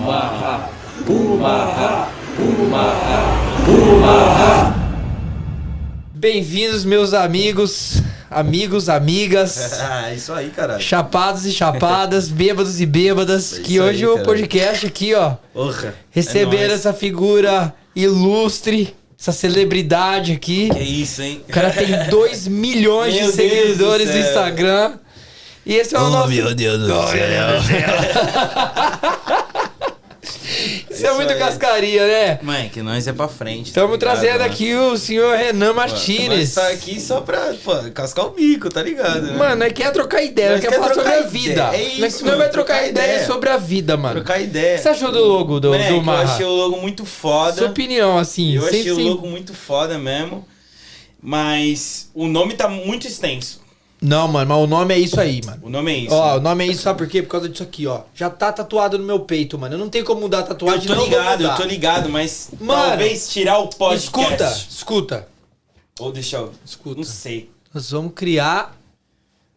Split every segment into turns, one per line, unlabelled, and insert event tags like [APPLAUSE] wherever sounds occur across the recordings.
Umarra, umarra, umarra, umarra.
Bem-vindos, meus amigos, amigos, amigas,
[LAUGHS] Ah, isso aí, caralho.
chapados e chapadas, bêbados e bêbadas,
É
que
isso aí,
hoje o
cara.
podcast aqui, ó,
Porra. É
receber essa figura ilustre, essa celebridade aqui.
É isso, hein?
O cara
[LAUGHS]
tem 2 milhões de
Meu Deus do
seguidores no
céu. Oh,
Instagram. E esse é o nosso.
Deus do céu.
Isso é
Isso
muito
aí.
cascaria, né?
[LAUGHS] Mãe, que nós é pra frente. tá
Estamos
ligado,
trazendo
mano?
aqui o senhor Renan
Pô,
Martinez.
Nós tá aqui só pra pô, cascar o bico, tá ligado? né?
Mano, nós quer trocar ideia, nós
Nós
quer
quer
falar sobre
trocar
a vida.
ideia, é isso,
nós nós
mano,
vai trocar
trocar
ideia
ideia.
sobre a vida, mano.
trocar
O
ideia.
que você achou do logo do,
Moleque,
do Marra?
Eu achei o logo muito foda.
Sua opinião, assim.
Eu
sem-
achei o
sem-
logo muito foda mesmo. Mas o nome tá muito extenso.
Não, mano, mas o nome é isso aí, mano.
O nome é isso.
ó,
né?
o nome é isso, sabe por quê? Por causa disso aqui, ó. Já tá tatuado no meu peito, mano. Eu não tenho como mudar a
eu
tatuagem,
tô
não vou
ligado, eu
mudar.
tô ligado, mas
Mano,
talvez tirar o podcast.
Escuta, escuta.
Ou deixar o.
Escuta.
Não sei.
Nós vamos criar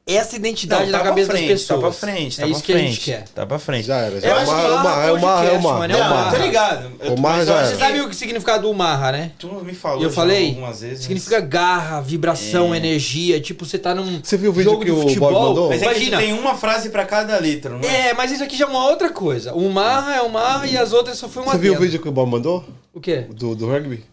essa identidade
tá
na
pra
cabeça
frente,
das pessoas.
Tá pra frente, tá
é
pra
isso que
frente.
a gente quer.
Tá pra frente.
Já era, já
Eu
é
acho
uma,
que
é
lá
uma,
no
é uma, é
podcast,
uma,
mano,
é
é
uma.
uma-
Não, tô ligado. Eu
O
tô-
Marra
mas
já
eu
era.
acho
Você
que-
sabe o significado do Marra, né?
Tu me falou.
Eu
já
falei,
Algumas vezes.
Significa garra,
É.
vibração, energia. Tipo, você tá num
Você viu o vídeo
jogo
que
de
o Bob
futebol.
mandou?
Mas, mas é que
Imagina.
tem uma frase pra cada letra, não é?
É, mas isso aqui já é uma outra coisa. O marra é o marra e as outras só foi um
Você viu o
adendo.
vídeo que o Bob mandou?
O quê?
Do, do rugby?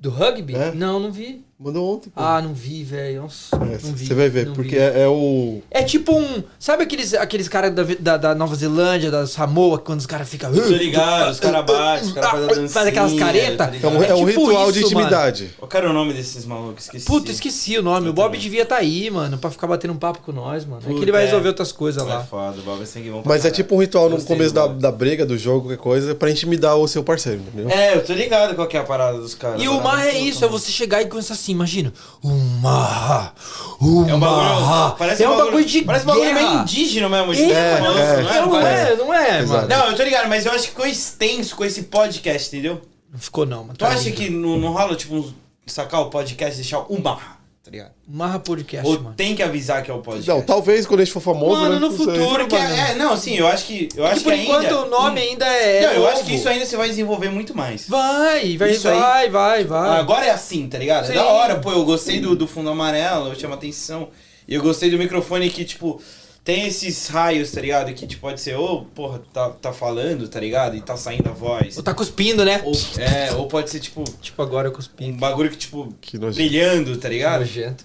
Do rugby?
É.
Não, não vi.
Mandou ontem, pô.
Ah, não vi, velho. Nossa,
É,
não vi.
Você vai ver,
não
porque
vi.
é, é o.
É tipo um. Sabe aqueles, aqueles caras da, da, da Nova Zelândia, da Samoa, que quando os caras ficam.
Tô ligado, os caras batem, os caras fazem a dancinha.
[LAUGHS] Faz aquelas careta?
tá
É
ligado?
um, é um
tipo
ritual de
isso, mano.
intimidade.
Qual era o nome desses malucos? Esqueci.
Puta, esqueci o nome. O
Eu
Bob
também.
devia estar tá aí, mano, pra ficar batendo um papo com nós, mano. é que
Puta,
ele vai
é.
resolver outras coisas
É
lá.
foda, o Bob é sangue bom pra
Mas é
caralho.
tipo um ritual no
Gostei
começo
do
da,
Bob.
da briga, do jogo, qualquer coisa, pra intimidar o seu parceiro, entendeu?
É, eu tô ligado qual que é a parada dos caras.
E
A
o
parada
marra é
do-
isso, é você chegar e começar assim, imagina. O marra, o
É
marra.
um bagulho. Parece
é um bagulho de
Parece um
guerra.
bagulho meio indígena mesmo. tipo, de-
É,
É,
não,
é.
não, não é, não é,
Exato.
mano.
Não, eu tô ligado, mas eu acho que ficou extenso com esse podcast, entendeu?
Não ficou não, mano.
Tu
Tá
acha
lindo.
que não, não rola, tipo, uns- sacar o podcast e deixar o barra, tá ligado?
Marra podcast,
Ou
mano.
tem que avisar que é o podcast?
Não, talvez quando a gente for famoso.
Mano,
né,
no
não sei.
futuro,
Porque, é, não, assim, eu acho que. Eu acho
Porque por
que ainda- Hum.
enquanto o nome ainda é.
Não, eu acho
novo.
que isso ainda você vai desenvolver muito mais.
Vai, vai,
Isso aí.
vai, vai, vai.
Agora é assim, tá ligado?
Sim.
É da hora, pô, eu gostei do, do fundo amarelo, eu chamo atenção. E eu gostei do microfone que, tipo, tem esses raios, tá ligado? Que tipo, pode ser, ou, porra, tá, tá falando, tá ligado? E tá saindo a voz.
Ou tá cuspindo, né?
Ou, é, ou pode ser, tipo,
Tipo, agora eu
um
cuspindo.
bagulho que, tipo,
Que nojento.
brilhando, tá ligado?
Nojento.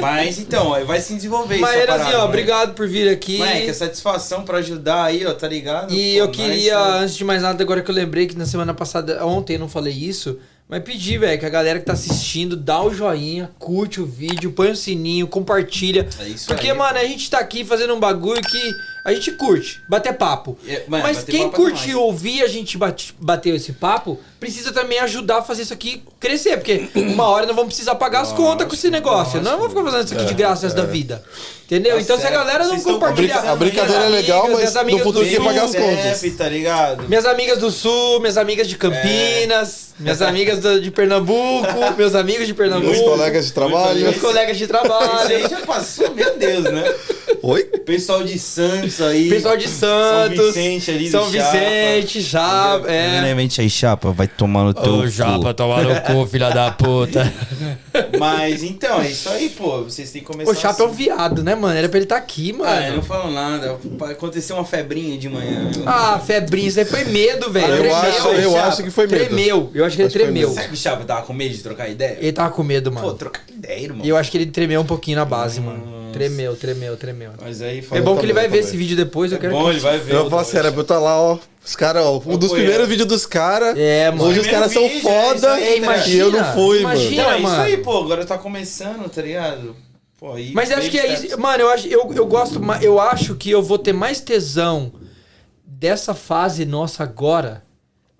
Mas então, ó, vai se desenvolver isso.
Mas assim, ó, obrigado por vir aqui.
Moleque, é satisfação pra ajudar aí, ó, tá ligado?
E
Pô,
eu
nós-
queria, antes de mais nada, agora que eu lembrei que na semana passada, ontem eu não falei isso, mas pedir, velho, que a galera que tá assistindo dá o joinha, curte o vídeo, põe o sininho, compartilha.
É isso
Porque,
aí.
mano, a gente tá aqui fazendo um bagulho que a gente curte, bater papo.
É, mano,
mas
bater
quem
papo é
curtiu
demais.
ouvir a gente bate- bater esse papo, precisa também ajudar a fazer isso aqui crescer, porque uma hora nós vamos precisar pagar as contas com esse negócio. Nós não vamos ficar fazendo isso
É,
aqui de graça essa da vida. Entendeu?
Tá
então se
certo.
a galera não
Vocês né? estão
compartilhar.
começando A
brincadeira é legal,
Minhas
mas
amigas,
no
minhas
futuro
amigas
quem
do
pagar as
Sul.
Tem um
contas.
CEP, tá ligado?
Minhas amigas do Sul, minhas amigas de Campinas, minhas amigas do- de
[LAUGHS]
Pernambuco, meus amigos de Pernambuco.
É. Meus colegas de trabalho.
meus colegas de
Isso aí
trabalho.
já passou, meu Deus, né?
Oi?
Pessoal de Santos aí.
Pessoal de Santos,
Vicente ali do
São
Chapa.
Vicente, Chapa, é.
Primeiramente aí, Chapa, vai tomar no teu cu.
tomar no [LAUGHS] cu, filha da puta.
Mas então, é isso aí, pô. Vocês têm que começar.
O Chapa é um
assim.
viado, né, mano? Era pra ele estar aqui,
Ah,
um
eu não
mano.
falo nada. Aconteceu uma febrinha de manhã. viu?
Ah, febrinho, isso aí foi medo, velho.
Ah, eu
Tremeu,
acho- eu
Chapa.
acho que foi medo.
Tremeu, eu acho que ele
Acho que foi
tremeu.
Será que o Chapa tava com medo de trocar ideia?
Ele tava com medo,
Pô,
mano.
trocar ideia, irmão.
E eu acho que ele tremeu um pouquinho na base, mano.
Nossa.
Tremeu, tremeu, tremeu.
Mas aí
É
fala-
bom que ele vai ver
também.
esse vídeo depois, eu
É
quero
bom,
que...
ele vai ver.
Eu falo assim, era pra eu tá lá, ó. Os caras, ó. Um dos
Apoiando.
primeiros vídeos dos caras.
É, mano.
Hoje os caras são
Primeiro vídeo,
foda.
é isso aí,
e eu não
imagina,
fui,
imagina.
mano.
Não, é isso
mano.
aí, pô. Agora tá começando, tá ligado? Pô, aí
Mas acho
baby
que é
steps.
isso. Mano, eu acho, eu, eu gosto, ma- eu acho que eu vou ter mais tesão dessa fase nossa agora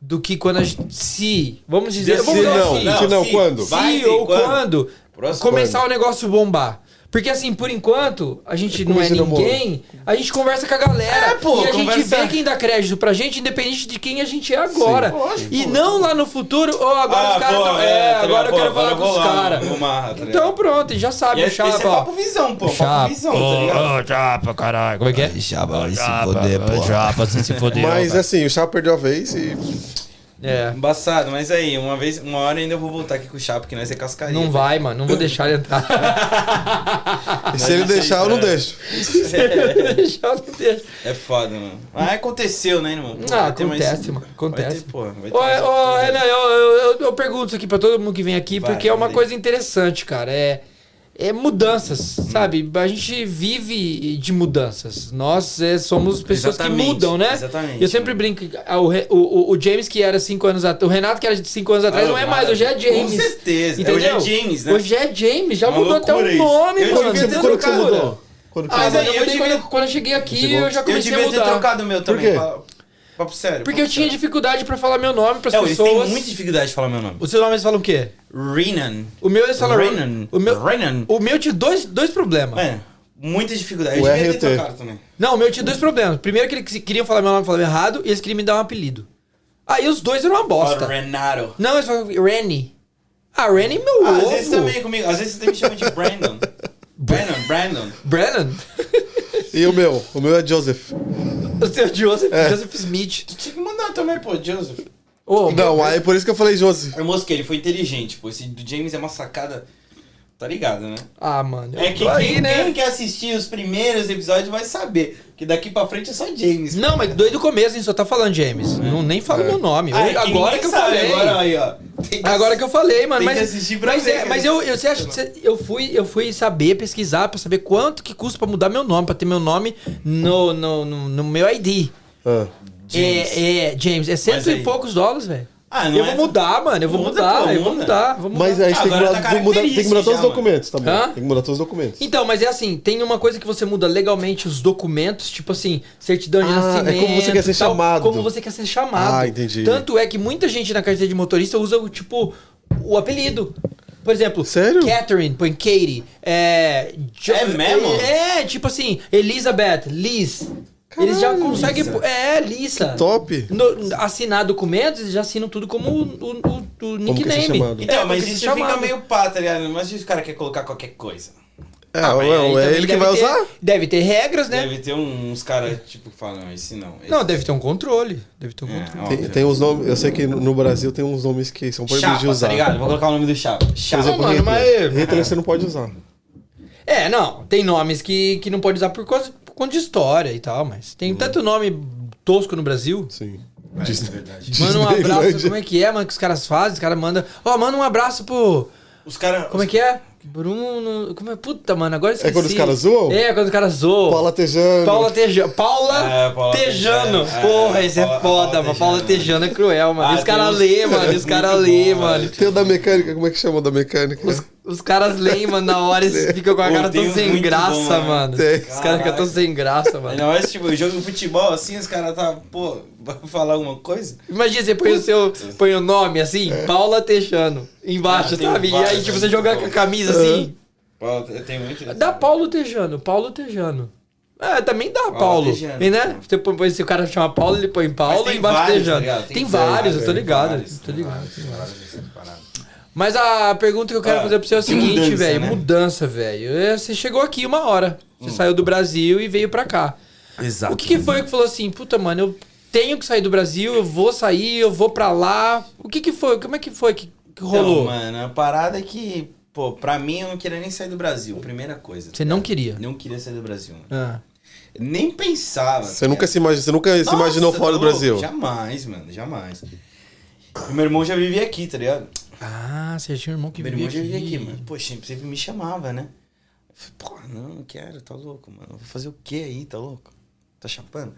do que quando a gente. Se. Vamos dizer.
Se
Vamos
não,
assim,
se não,
sim.
quando?
se
Vai ter
ou quando,
Próximo
começar o negócio bombar. Porque assim, por enquanto, a gente não é
Comecei no bolo.
ninguém, a gente conversa com a galera
É, pô,
e a gente
conversa-
vê quem dá crédito pra gente, independente de quem a gente é agora.
lógico.
e não lá no futuro, ou agora os caras
pô,
tão- É,
tá
agora
ligado?
eu quero
Pô,
falar
agora
com
eu
os
vou lá
caras.
no Marra, tá
Então
ligado?
pronto, já sabe,
E
o
esse, esse é
Chapa. ó.
papo visão, pô. Papo visão, tá ligado?
chapa, caralho. Como é que é?
Chapa, vai se foder, pô.
Chapa, você se fodeu.
Mas assim, o Chapa perdeu a vez e.
É.
Embaçado, mas aí, uma vez, uma hora ainda eu vou voltar aqui com o Chapa, que nós é cascaria.
Não vai, mano, não vou deixar ele entrar. [LAUGHS] Ah,
e se ele
isso aí,
deixar, eu não
é.
cara.
deixo.
deixar, não deixa.
[LAUGHS] É foda, mano. Mas aconteceu, né, irmão?
Ah,
Vai ter mais-
acontece, mano. Acontece.
Vai ter, pô. Vai ter
Ô,
mais
é, ô,
oportunidade.
é, não, eu, eu, eu- eu pergunto isso aqui pra todo mundo que vem aqui,
Vai,
porque é uma
manda aí.
coisa interessante, cara. É, é mudanças,
Hum.
sabe? A gente vive de mudanças. Nós é, somos pessoas
Exatamente,
que mudam, né?
exatamente.
Eu sempre brinco. ah, O, Re- o, o- o James, que era cinco anos atrás. O Renato, que era de cinco anos atrás,
Ah,
não é
cara,
mais. Hoje é James.
Com certeza.
Entendeu?
É, hoje é James, né?
Hoje é James. Já
Uma
mudou até
loucura
o
isso.
nome,
Eu
mano.
devia ter
Quando que você
trocado.
mudou? Quando que
Ah,
você
mas
Mas
eu
aí
mudou?
eu
mudei
devia-
quando, quando eu cheguei aqui,
Chegou?
eu já
Eu
comecei a
devia ter
mudar.
trocado o meu
quê?
também. pa- Papo sério.
Porque eu
papo
tinha
sério.
dificuldade pra falar meu nome pras
É, eles têm
pessoas.
muita dificuldade de falar meu nome.
O seu nome eles falam o quê?
Renan.
O meu eles falam.
Renan. É.
O meu,
Renan.
o meu tinha dois, dois problemas.
Mano, muita dificuldade. Eu
O
devia ter
RT.
trocado também.
Não, o meu tinha dois problemas. Primeiro que eles queriam falar meu nome falavam errado e eles queriam me dar um apelido. Aí os dois eram uma
Fala
bosta.
Renato.
Não, eles falavam Rennie. Ah, Rennie é meu
Ah,
ovo.
às vezes também comigo. Às vezes você me chama de
[LAUGHS]
Brandon. Brandon, Brandon. [LAUGHS]
Brennan?
E o meu? O meu é Joseph.
O seu Joseph,
É.
Joseph Smith.
Tinha que mandar também, pô, Joseph.
Oh,
Não, aí por isso que eu falei Joseph.
Eu mosquei, ele foi inteligente, pô. Esse do James é uma sacada. Tá ligado, né?
Ah, mano. eu
É que
tô aí,
quem,
né?
quem quer assistir os primeiros episódios vai saber. Que daqui pra frente é só James.
Não, mas doido do começo, hein? Só tá falando James. Não, nem
É.
fala meu nome.
É. Ah,
Eu- agora
ninguém
que eu
sabe,
falei.
Agora, aí, ó. Tem que
Agora que eu falei, mano.
Tem
mas
que assistir pra
mas,
ver,
é,
cara.
mas eu, eu, você acha, você- eu, fui, eu fui saber, pesquisar pra saber quanto que custa pra mudar meu nome, pra ter meu nome no, no, no, no meu ID.
Ah.
James.
É, é, James, é cento
Mas aí-
e poucos dólares, velho.
Ah, não
eu
é-
vou mudar, mano. Eu vou
Muda,
mudar,
pô,
eu vou
muda.
mudar, vou mudar.
Mas aí você tem que
Agora tá
mudar, tem que mudar- tem que mudar
característico
todos os
já,
documentos, tá bom?
Hã?
Tem que mudar todos os documentos.
Então, mas é assim, tem uma coisa que você muda legalmente os documentos, tipo assim, certidão de
Ah, é como
nascimento.
você quer ser
e tal,
chamado.
Como você quer ser chamado.
Ah, entendi.
Tanto é que muita gente na carteira de motorista usa o tipo o apelido. Por exemplo,
Sério?
Catherine, põe Katie. É, Jo-
É mesmo?
É, tipo assim, Elizabeth, Liz. Eles já
Caralho,
conseguem.
Lisa.
É, Lisa.
Tá Top.
No- assinar documentos, eles já assinam tudo como o, o- o- o
Como quer ser
nickname.
chamado.
É,
Então,
como
mas
quer ser
isso fica
chamado.
meio pá, tá ligado? Mas e se o cara quer colocar qualquer coisa?
É,
Ah, mas aí
não, é
então
também
ele que
deve
vai
ter-
usar?
Deve ter regras, né?
Deve ter uns caras, tipo, que falam, não, esse não. Esse
Não, deve ter um controle. Deve ter um
É,
controle.
óbvio.
Tem, tem uns nomes, eu sei que no no Brasil tem uns nomes que são proibidos de
Chapa,
usar.
tá ligado? Vou colocar o nome do Chapa. Chapa.
exemplo, mano,
Hitler.
mas-
Hitler você não pode usar.
É, não. Tem nomes que, que não pode usar por causa, por conta de história e tal, mas
Hum.
tem tanto nome tosco no Brasil.
Sim.
é verdade.
Manda um abraço.
Disneylândia.
Como é que é, mano? Que os caras fazem? Os caras mandam. Ó, manda um abraço pro.
Os caras...
Como é que é? Bruno. Como é? Puta, mano, agora eu esqueci.
É quando os caras zoam?
É, quando os caras zoam.
Paula Tejano.
Paula Tejano. Paula,
É, Paula
Tejano.
Tejano. É,
Porra, esse é
Paula-
foda,
Paula
mano. Paula
Tejano.
Tejano é cruel, mano.
Ah,
E os caras
tem uns-
lê, mano. e Os
[LAUGHS] Muito
caras
bom,
lê,
mano.
mano.
Tem o da mecânica, como é que chama o da mecânica?
Os, os caras leem, mano, na
[LAUGHS]
hora eles ficam com a
Pô,
cara
tem
tão
uns
sem
muito
graça,
bom,
mano.
mano.
Tem.
Os caras ficam tão sem graça,
Aí
mano.
na hora, tipo, eu jogo de futebol, assim, os caras tá, pô, vai falar alguma coisa?
Imagina, você põe o seu põe o nome assim,
É.
Paula Teixano, embaixo,
Ah, tem
sabe? E aí,
vários,
tipo,
né?
você jogar com a camisa assim,
Ó, Eu tenho muito...
dá Paulo Tejano, Paulo Tejano. É, também dá Paulo.
Tejano.
E, né? Você põe, põe- se o cara chama Paulo, ele põe Paulo
tem
e embaixo
vários,
Tejano.
tá ligado?
tem,
Tem
vários,
vários,
eu tô
tem
ligado.
vários,
tô
tem
ligado.
Parado.
Mas a pergunta que eu quero
Ah,
fazer pra você é o
de
seguinte,
mudança,
velho.
né?
Mudança, velho. É, Você chegou aqui uma hora.
Hum.
Você saiu do Brasil e veio pra cá.
Exato.
Tá,
O que, que foi que falou assim, puta, mano, eu tenho que sair do Brasil, eu vou sair, eu vou pra lá. O que que foi? Como é que foi que, que rolou?
Então, mano, a parada é que, pô, pra mim eu não queria nem sair do Brasil, primeira coisa.
Você não queria.
Não queria sair do Brasil, mano.
Ah.
Nem pensava.
Você
tá
nunca
ligado?
se, imagina, você nunca se
Nossa,
imaginou
tá
fora do
louco?
Brasil.
Jamais, mano, jamais. E meu irmão já vivia aqui, tá ligado?
Ah, você tinha um irmão que
meu
vivia
irmão
aqui.
já vivia aqui, mano. Poxa, sempre sempre me chamava, né? Eu falei, Pô, não, não quero, tá louco, mano. Vou fazer o que aí, tá louco? Tá chapando?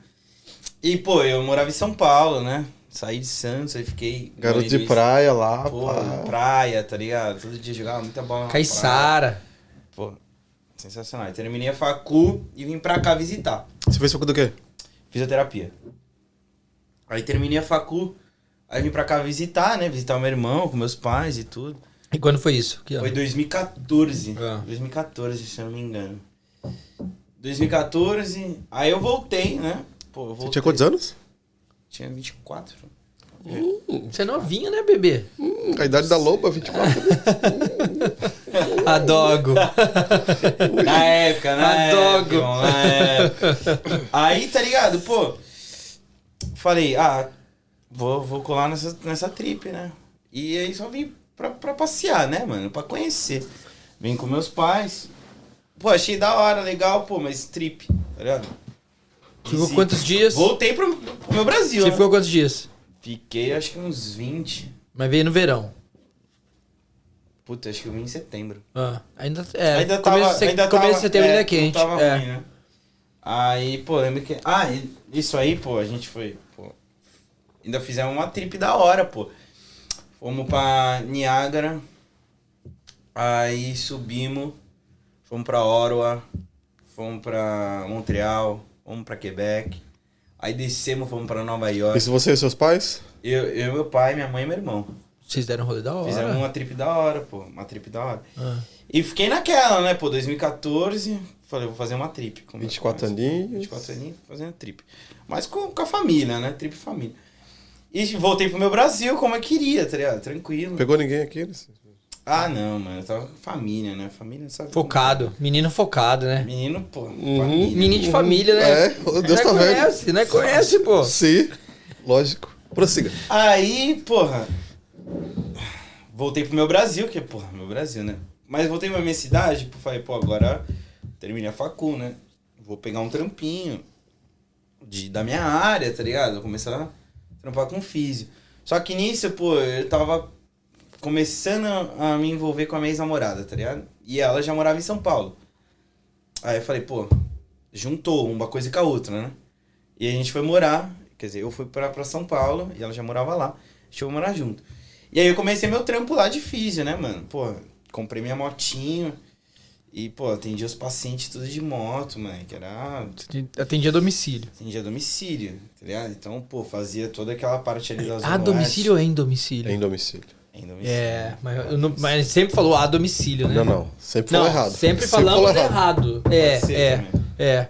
E, pô, eu morava em São Paulo, né? Saí de Santos, aí fiquei.
Garoto de
morei em-
praia lá,
Pô,
pá.
praia, tá ligado? Todo dia jogava muita bola na praia.
Caissara.
Pô, sensacional. Eu terminei a facu e vim pra cá visitar.
Você fez faculdade do quê?
Fisioterapia. Aí terminei a facu, aí vim pra cá visitar, né? Visitar meu irmão, com meus pais e tudo.
E quando foi isso?
É.
Que ano?
Foi 2014.
Ah.
2014, se eu não me engano. 2014, aí eu voltei, né? Pô, eu voltei.
Você tinha quantos anos?
Tinha 24.
Você é novinha, né, bebê?
Hum, a idade da loba, 24.
Adogo.
Na época, né?
Adogo.
Na época. Aí, tá ligado? Pô, falei, ah, vou, vou colar nessa, nessa trip, né? E aí só vim pra, pra passear, né, mano? Pra conhecer. Vim com meus pais. Pô, achei da hora, legal, pô, mas trip, tá ligado?
Ficou
Esse-
quantos dias?
Voltei pro, pro meu
[LAUGHS]
Brasil,
Você
né?
ficou quantos dias?
Fiquei, acho que uns 20.
Mas veio no verão.
Puta, acho que eu vim em setembro.
Ah, ainda, é,
ainda
começo,
tava.
de se-
ainda
começo
tava,
de setembro ainda é
não
quente.
Tava
é.
ruim, né? Aí, pô, lembra que. Ah, e- isso aí, pô, a gente foi. pô, ainda fizemos uma trip da hora, pô. Fomos pra Niágara. Aí subimos. Fomos pra Orwa. Fomos pra Montreal. Fomos pra Quebec. Aí descemos, fomos pra Nova York.
Isso você e seus pais?
Eu, eu, meu pai, minha mãe e meu irmão.
Vocês deram um rolê da hora.
Fizemos uma trip da hora, pô. Uma trip da hora.
Ah.
E fiquei naquela, né, pô, 2014. Falei, vou fazer uma trip. Com
24
com-
aninhos.
24 aninhos, fazendo trip. Mas com, com a família, né? Trip família. E voltei pro meu Brasil como eu queria, tá ligado? Tranquilo.
Pegou ninguém aqui? né?
Ah, não, mano. Eu tava com família, né? Família, sabe?
Focado. Menino focado, né?
Menino, pô.
Uhum.
Família.
Menino de família, né?
É, o Deus
né
tá vendo.
conhece, né? Conhece, pô.
Sim, lógico. Prossiga.
Aí, porra. Voltei pro meu Brasil, que, porra, meu Brasil, né? Mas voltei pra minha cidade, pô, falei, pô, agora terminei a facu, né? Vou pegar um trampinho de, da minha área, tá ligado? Vou começar a trampar com físio. Só que nisso, pô, eu tava começando a me envolver com a minha ex-namorada, tá ligado? E ela já morava em São Paulo. Aí eu falei, pô, juntou uma coisa com a outra, né? E a gente foi morar, quer dizer, eu fui pra, pra São Paulo e ela já morava lá. A gente foi morar junto. E aí eu comecei meu trampo lá de físio, né, mano? Pô, comprei minha motinho e, pô, atendia os pacientes tudo de moto, mano, que era
Atendia domicílio.
atendia domicílio, tá ligado? Então, pô, fazia toda aquela parte ali das
A Ah, domicílio ou em domicílio?
Em domicílio.
um Em domicílio.
É, mas, eu não- mas sempre falou a domicílio, né?
Não, não. Sempre falou errado.
Sempre falamos
falou
errado.
Pode ser né?
É, é,
também.
é.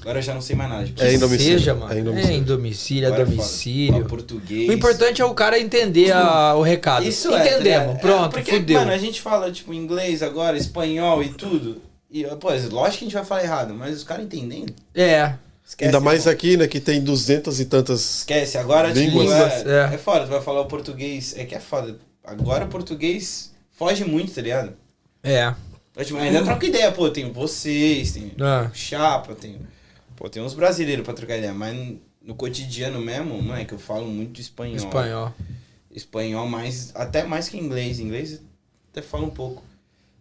Agora eu já não sei mais nada. tipo,
É em domicílio.
Seja, mano.
É em domicílio.
É em domicílio, a
agora é foda.
domicílio.
Fala português.
O importante é o cara entender a- o recado.
Isso é, tá
Entendemos,
ligado?
pronto,
porque,
fudeu.
Mano, a gente fala, tipo, inglês agora, espanhol e tudo. E, pô, lógico que a gente vai falar errado, mas os caras entendendo.
É,
Esquece,
Ainda mais
irmão.
aqui, né, que tem duzentas e tantas.
Esquece, agora tipo,
assim.
Línguas,
é,
é.
é foda, tu vai falar o português. É que é foda. Agora o português foge muito, tá ligado?
é.
Mas, tipo, ainda troca ideia, pô, tem vocês, tem
Ah.
chapa, tem. Pô, tem uns brasileiros pra trocar ideia, mas no cotidiano mesmo, mano, é que eu falo muito espanhol.
Espanhol.
espanhol mais até mais que inglês inglês até falo um pouco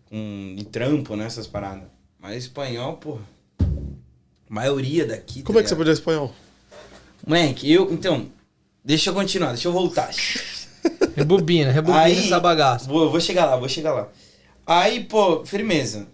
com e trampo nessas paradas mas espanhol pô maioria daqui tá
Como é que você
ligado?
aprendeu espanhol?
moleque eu então deixa eu continuar deixa eu
[LAUGHS]
voltar [LAUGHS]
Rebobina, rebobina
Aí-
essa bagaça.
vou, vou chegar lá vou chegar lá aí pô firmeza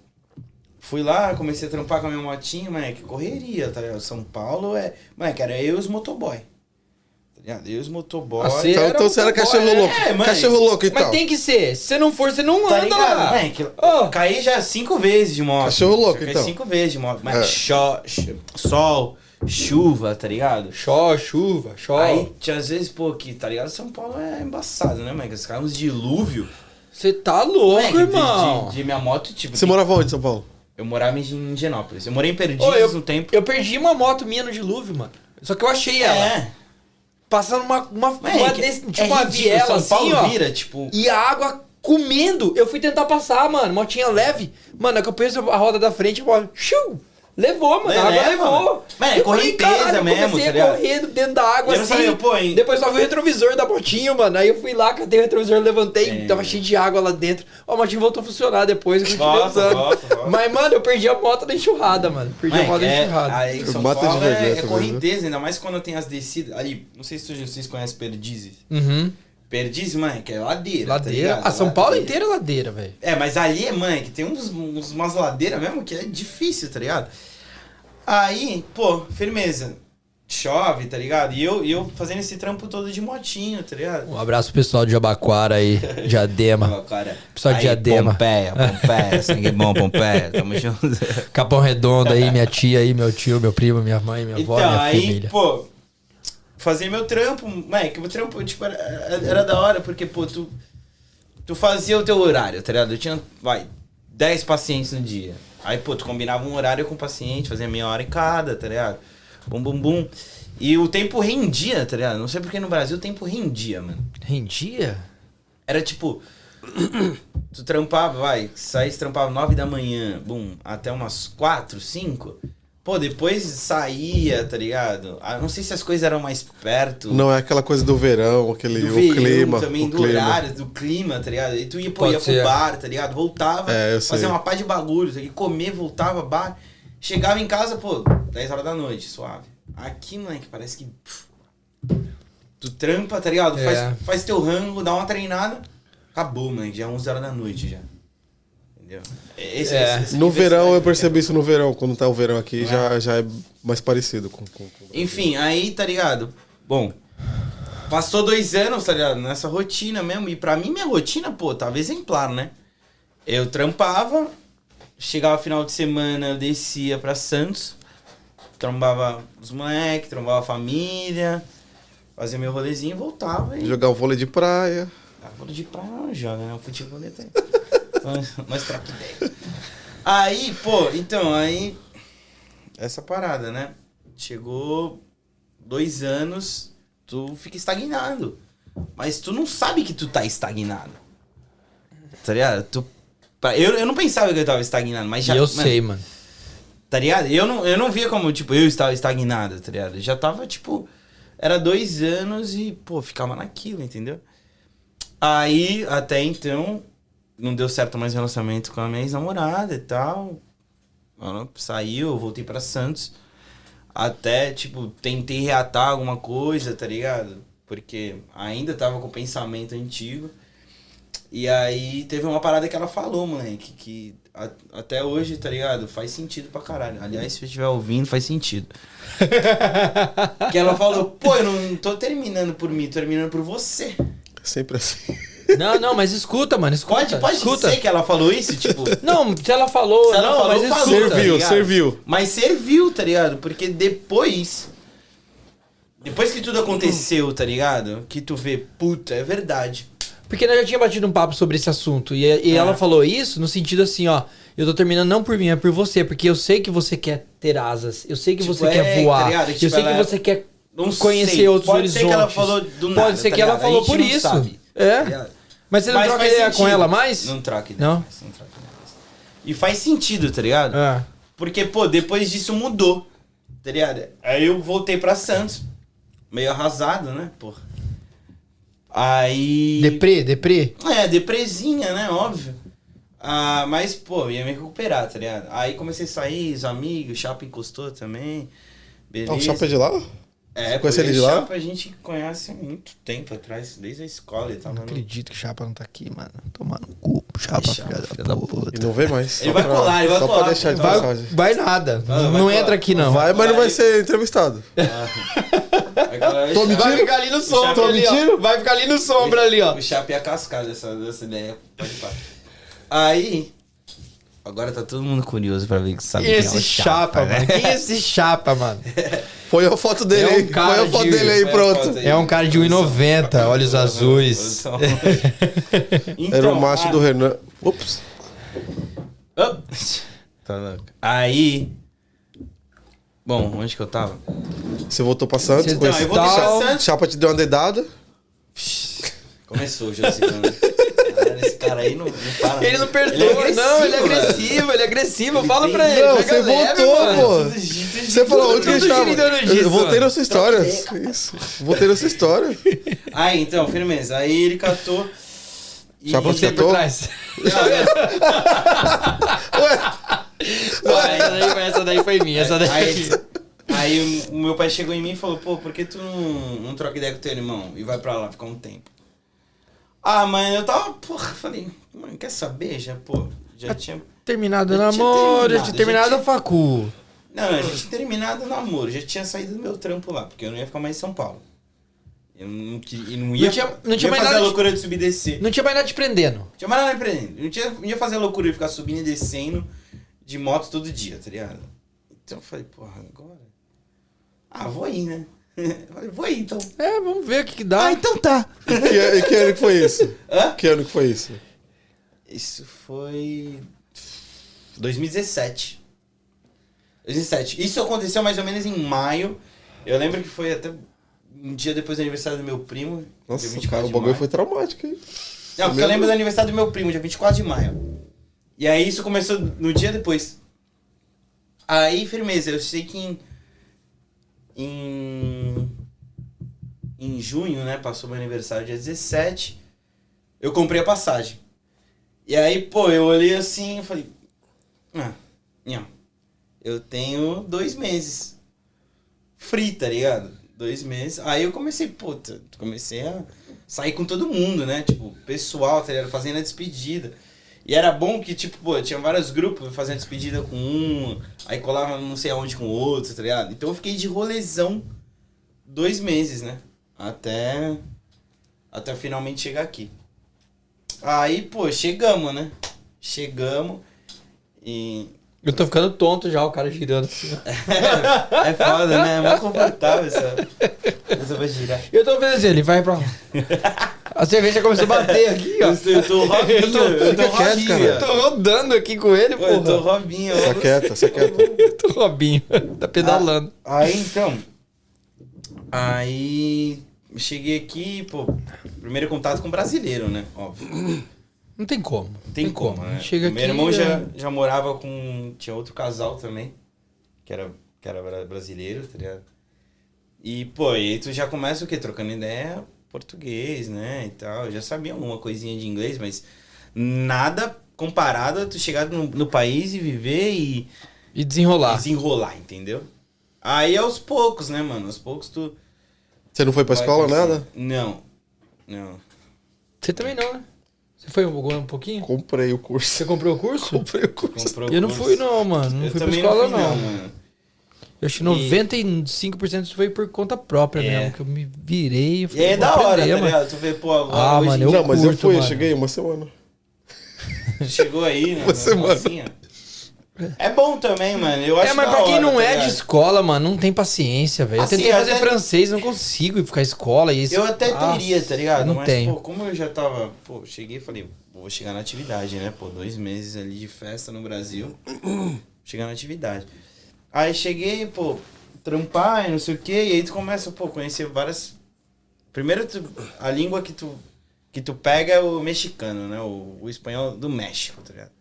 fui lá comecei a trampar com a minha motinha moleque correria tá ligado? São Paulo é moleque era eu e os motoboy tá ligado eu e os motoboy
Assim, Ele
Então,
era
então você era
motoboy,
cachorro
é,
louco.
mãe.
Cachorro louco então. e
Mas
tal.
tem que ser. Se você não for, você não
Tá
anda
ligado,
lá.
moleque?
Ô.
Caí já cinco vezes de moto.
Cachorro louco,
Caí
então.
cinco vezes de moto. Mas
É.
cho- cho- sol, chuva, tá ligado?
Chó, chuva, chó.
Aí, tinha às vezes, pô, que, tá ligado? São Paulo é embaçado, né, moleque? Os caras, uns dilúvio.
Você tá louco,
Moleque, de-
irmão.
De, de minha moto, tipo...
Você
que-
morava onde, São Paulo?
Eu morava em Indianópolis. Eu morei em Perdidos
Ô, eu-
um tempo.
Eu perdi uma moto minha no dilúvio, mano. Só que eu achei ela.
É.
Passando uma. uma,
Moleque,
uma desse- tipo
é
uma
ridículo.
viela
São
assim,
Paulo
ó.
vira, tipo...
E a água comendo. Eu fui tentar passar, mano. Motinha leve. Mano, é que eu penso a roda da frente, a bola. Shiu! Levou, mano. A água
Leva,
levou.
mano. Mano, é
Eu falei,
correnteza
caralho, eu
mesmo,
comecei
tá
a
ligado?
correr dentro da água
E eu
assim.
falei, pô, hein?
Depois só vi o retrovisor da motinha, mano. Aí eu fui lá, catei o retrovisor, levantei.
É.
Tava cheio de água lá dentro. Ó, a motinha voltou a funcionar depois. Eu continuei
Volta,
usando.
volta, volta.
Mas, mano, eu perdi a moto da enxurrada, mano. Perdi a moto
Moleque,
da
é,
enxurrada.
aí em São
Mata de
Paulo é,
vergonha
é
né?
também,
correnteza, ainda mais quando tem as descidas. Aí, não sei se vocês conhecem Perdizes.
Uhum.
Perdiz, mãe, que é ladeira. tá
Ladeira.
ligado?
ah, São Paulo
Ladeira.
inteiro é ladeira, velho.
É, mas ali, mãe, que tem uns, uns- umas ladeiras mesmo que é difícil, tá ligado? Aí, pô, firmeza. chove, tá ligado? E eu, e eu fazendo esse trampo todo de motinho, tá ligado?
Um abraço pro pessoal de Jabaquara
[LAUGHS]
aí, Diadema,
Cara,
Pessoal de Diadema.
Pompeia, Pompeia, sangue bom, Pompeia, tamo junto.
[LAUGHS] Capão Redondo aí, minha tia aí, meu tio, meu primo, minha mãe, minha avó,
então,
minha
aí,
família.
pô, fazer meu trampo, moleque, meu trampo, tipo, era, era da hora, porque, pô, tu, tu fazia o teu horário, tá ligado? Eu tinha, vai, 10 pacientes no dia. Aí, pô, tu combinava um horário com o paciente, fazia meia hora em cada, tá ligado? Bum, bum, bum. E o tempo rendia, tá ligado? Não sei porque no Brasil o tempo rendia, mano.
Rendia?
Era tipo. [CLEARS THROAT] Tu trampava, vai, saísse, trampava 9 da manhã, bum, até umas 4, 5. Pô, depois saía, tá ligado? Ah, não sei se as coisas eram mais perto.
Não é aquela coisa do verão, aquele
do
o
verão
clima.
também,
o
do
clima.
horário, do clima, tá ligado? E tu ia, pô,
Pode
ia pro
ser.
bar, tá ligado? Voltava,
É, eu
fazia
sei.
uma pá de bagulho, tá ligado? comer, voltava, bar. Chegava em casa, pô, 10 horas da noite, suave. Aqui, moleque, parece que. pff, tu trampa, tá ligado?
É.
Faz, faz teu rango, dá uma treinada. Acabou, moleque, já é 11 horas da noite já. Entendeu? Esse-
É.
esse- esse
No verão eu
investimento, cara.
percebo isso no verão, quando tá o verão aqui,
Ah.
já, já é mais parecido com. com, com...
Enfim, aí, tá ligado? Bom, passou dois anos, tá ligado? Nessa rotina mesmo. E pra mim, minha rotina, pô, tava exemplar, né? Eu trampava, chegava final de semana, eu descia pra Santos, trombava os moleques, trombava a família, fazia meu rolezinho, voltava e.
Jogar o vôlei de praia.
Ah, vôlei de praia não joga, né? O futebol é até. Mas- [LAUGHS] Mas troca ideia. Aí, pô, então, aí. Essa parada, né? Chegou dois anos, tu fica estagnado. Mas tu não sabe que tu tá estagnado. Tá ligado? Tu. pra- Eu, eu não pensava que eu tava estagnado, mas
E
já.
eu
mano,
sei, mano.
Tá ligado? Eu não, eu não via como, tipo, eu estava estagnado, tá ligado? Eu já tava, tipo, era dois anos e, pô, ficava naquilo, entendeu? Aí, até então, não deu certo mais o relacionamento com a minha ex-namorada e tal. Ela saiu, eu voltei pra Santos. Até, tipo, tentei reatar alguma coisa, tá ligado? Porque ainda tava com o pensamento antigo. E aí teve uma parada que ela falou, moleque, que a- até hoje, tá ligado? Faz sentido pra caralho. Aliás, se você estiver ouvindo,
[LAUGHS]
faz sentido. que ela falou, pô, eu não tô terminando por mim, tô terminando por você.
Sempre assim.
Não, não, mas escuta, mano, escuta.
Pode, pode
escuta.
ser que ela falou isso, tipo.
Não, se ela falou,
Se ela
não,
falou,
mas escuta.
falou, tá
Serviu,
ligado?
serviu.
Mas serviu, tá ligado? Porque depois. Depois que tudo aconteceu, tá ligado? Que tu vê, puta, é verdade.
Porque nós já tinha batido um papo sobre esse assunto. E, e
É.
ela falou isso no sentido assim, ó. Eu tô terminando não por mim, é por você. Porque eu sei que você quer ter asas. Eu sei que
Tipo,
você
é, tá
quer voar.
ligado?
eu
Tipo,
sei que
ela-
você quer
Não
conhecer
sei.
outros
Pode
horizontes.
ser que ela falou do nada.
Pode ser
tá
que ela
ligado? A
falou
gente
por
não
isso.
sabe,
É.
tá ligado?
Mas você não
Mas
troca
faz
ideia com
sentido.
ela mais?
Não troca ideia.
Não?
mais, não troca ideia mais. E faz sentido, tá ligado?
Ah,
Porque, pô, depois disso mudou. Tá ligado? Aí eu voltei pra Santos. Meio arrasado, né? Porra. Aí.
Deprê, deprê.
É, depresinha, né? Óbvio. Ah, mas, pô, ia me recuperar, tá ligado? Aí comecei a sair, os amigos, o Chapa encostou também. Beleza.
Ah, o chapa é de lá?
É,
conhece
porque
ele de lá?
Chapa a gente conhece há muito tempo atrás, desde a escola e tal.
Não
mas não-
acredito que o Chapa não tá aqui, mano. Tomar no cu, Chapa,
Ai, Chapa,
filha,
filha
da
da
puta.
E não vê mais.
Ele
Só
vai
pra-
colar, ele vai
Só
colar.
pra deixar de
Vai-
passagem.
Ah, Vai nada.
Vai,
Não,
vai colar.
entra aqui, não.
Vai, mas não vai
Vai.
ser entrevistado. [LAUGHS]
Agora,
Tô
o
mentindo?
Chapa-
Vai ficar ali no
sombra
sombra
ali,
ali,
ó.
ó. Vai ficar ali no sombra ali, ó.
O Chapa ia cascar dessa, dessa ideia. Pode pá. Aí. Agora tá todo mundo curioso pra ver que sabe quem é
Esse
o Chapa,
chapa, mano.
né?
Quem é esse chapa, mano?
Põe a foto dele
É um
aí.
cara
Põe a foto
de-
dele aí,
Põe a foto
pronto.
aí.
É um cara de 1,90, olhos azuis.
Então,
Era o macho
a-
do Renan. Ups.
Op. Tá louco. Aí. Bom, onde que eu tava?
Você voltou pra Santos,
Então,
conheceu.
tá- eu voltei pra Santos.
Chapa te deu uma dedada.
Começou o Josicano. Esse cara aí não, não para.
Ele não
é
perdoa,
agressivo,
não, ele é
velho.
agressivo, ele é agressivo.
Ele
Fala
tem-
pra ele.
Não,
pega
você
leve,
voltou,
mano.
pô.
Tudo giro-
Você falou onde que a gente
tudo
tava.
girando
Eu
disso,
voltei
mano.
na sua história. Isso. Voltei na sua história.
Aí, então, firmeza. Aí ele catou. E...
Já você
Por trás. Não, essa daí foi- Essa daí foi minha, essa
né? Aí,
daí.
aí o meu pai chegou em mim e falou, pô, por que tu não, não troca ideia com teu irmão e vai pra lá ficar um tempo? Ah, mas eu tava, porra, falei, mano, quer saber? Já, pô, já tinha...
Terminado o
Eu tinha
namoro,
terminado,
eu tinha terminado
gente.
a facu.
Não, a gente tinha terminado o namoro, já tinha saído do meu trampo lá, porque eu não ia ficar mais em São Paulo. Eu não, queria- e não ia,
Não tinha- não tinha mais
fazer
nada
a
de-
loucura de subir e descer.
Não tinha mais nada te prendendo.
Tinha mais nada empreendendo. Não tinha, não ia fazer a loucura de ficar subindo e descendo de moto todo dia, tá ligado? Então eu falei, porra, agora. Ah, vou ir, né? [LAUGHS] Eu falei, vou ir então.
É, vamos ver o que, que dá.
então tá.
Que, que ano que foi isso?
Hã?
Que ano que foi isso?
Isso foi. 2017. 2017. Isso aconteceu mais ou menos em maio. Eu lembro que foi até um dia depois do aniversário do meu primo. dia
Nossa,
24
cara, o
de
bagulho
maio.
foi traumático, hein?
Não, porque eu lembro do aniversário do meu primo, dia 24 de maio. E aí isso começou no dia depois. Aí, firmeza, eu sei que em. Em. Em junho, né? Passou meu aniversário dia 17. Eu comprei a passagem. E aí, pô, eu olhei assim e falei. Ah, não. Eu tenho dois meses. Free, tá ligado? Dois meses. Aí eu comecei, puta, comecei a sair com todo mundo, né? Tipo, pessoal, tá ligado? Fazendo a despedida. E era bom que, tipo, pô, tinha vários grupos fazendo despedida com um, aí colava não sei aonde com o outro, tá ligado? Então eu fiquei de rolezão dois meses, né? Até. Até finalmente chegar aqui. Aí, pô, chegamos, né? Chegamos. E. [LAUGHS]
Eu tô ficando tonto já, o cara girando assim.
É foda, né? É mó confortável essa. Essa vai girar.
Eu tô vendo assim, ele vai pra lá. A cerveja começou a bater aqui, ó.
Eu tô, eu tô Robinho, eu tô, eu tô
Fica quieto,
Robinho.
cara.
Eu tô rodando aqui com ele,
Pô, eu tô
[LAUGHS] porra.
Robinho. eu-
Essa quieta, essa quieta.
Eu tô Robinho. [LAUGHS] Tá pedalando.
[LAUGHS] Aí então. Aí. Cheguei aqui, pô. Primeiro contato com brasileiro, né? Óbvio. Não
Não tem como.
tem como, né?
Chega
Meu
aqui,
irmão já,
é-
já morava com. Tinha outro casal também. Que era, que era bra- brasileiro, tá ligado? E, pô, e aí tu já começa o quê? Trocando ideia português, né? E tal. Eu já sabia alguma coisinha de inglês, mas nada comparado a tu chegar no, no país e viver e
E desenrolar.
desenrolar, entendeu? Aí aos poucos, né, mano? Aos poucos tu.
Você não foi pra
vai
escola,
começando.
nada?
Não. Não.
Você também não, né? Você foi um, um pouquinho?
Comprei o curso. [LAUGHS]
Você comprou o curso?
Comprei o curso.
Comprou
Eu não
curso.
fui não, mano. Não
Eu
fui pra
também
escola
fui,
não.
mano.
Eu acho que
E-
95% foi por conta própria
É.
mesmo, que eu me virei. Eu
E aí é
vou
da hora,
aprender,
tá
mano.
ligado? Tu vê, pô,
Ah,
hoje em
mano,
dia
não, mas eu
curto,
fui,
mano.
cheguei uma semana.
Chegou aí, né?
Você, mano.
assim, ó. É bom também, mano. Eu acho
É, mas
da
pra quem
hora,
não
tá
é de
ligado?
escola, mano, não tem paciência, velho. Eu
Assim,
tentei
eu
fazer
até-
francês, não consigo ir ficar escola. E isso...
Eu até
Ah,
teria, tá ligado?
Não
Mas,
tenho.
pô, como eu já tava. Pô, cheguei e falei, vou chegar na atividade, né? Pô, dois meses ali de festa no Brasil. [CLEARS THROAT] chegar na atividade. Aí cheguei, pô, trampar e não sei o quê. E aí tu começa, pô, conhecer várias. Primeiro, tu- a língua que tu, que tu pega é o mexicano, né? O, o espanhol do México, tá ligado?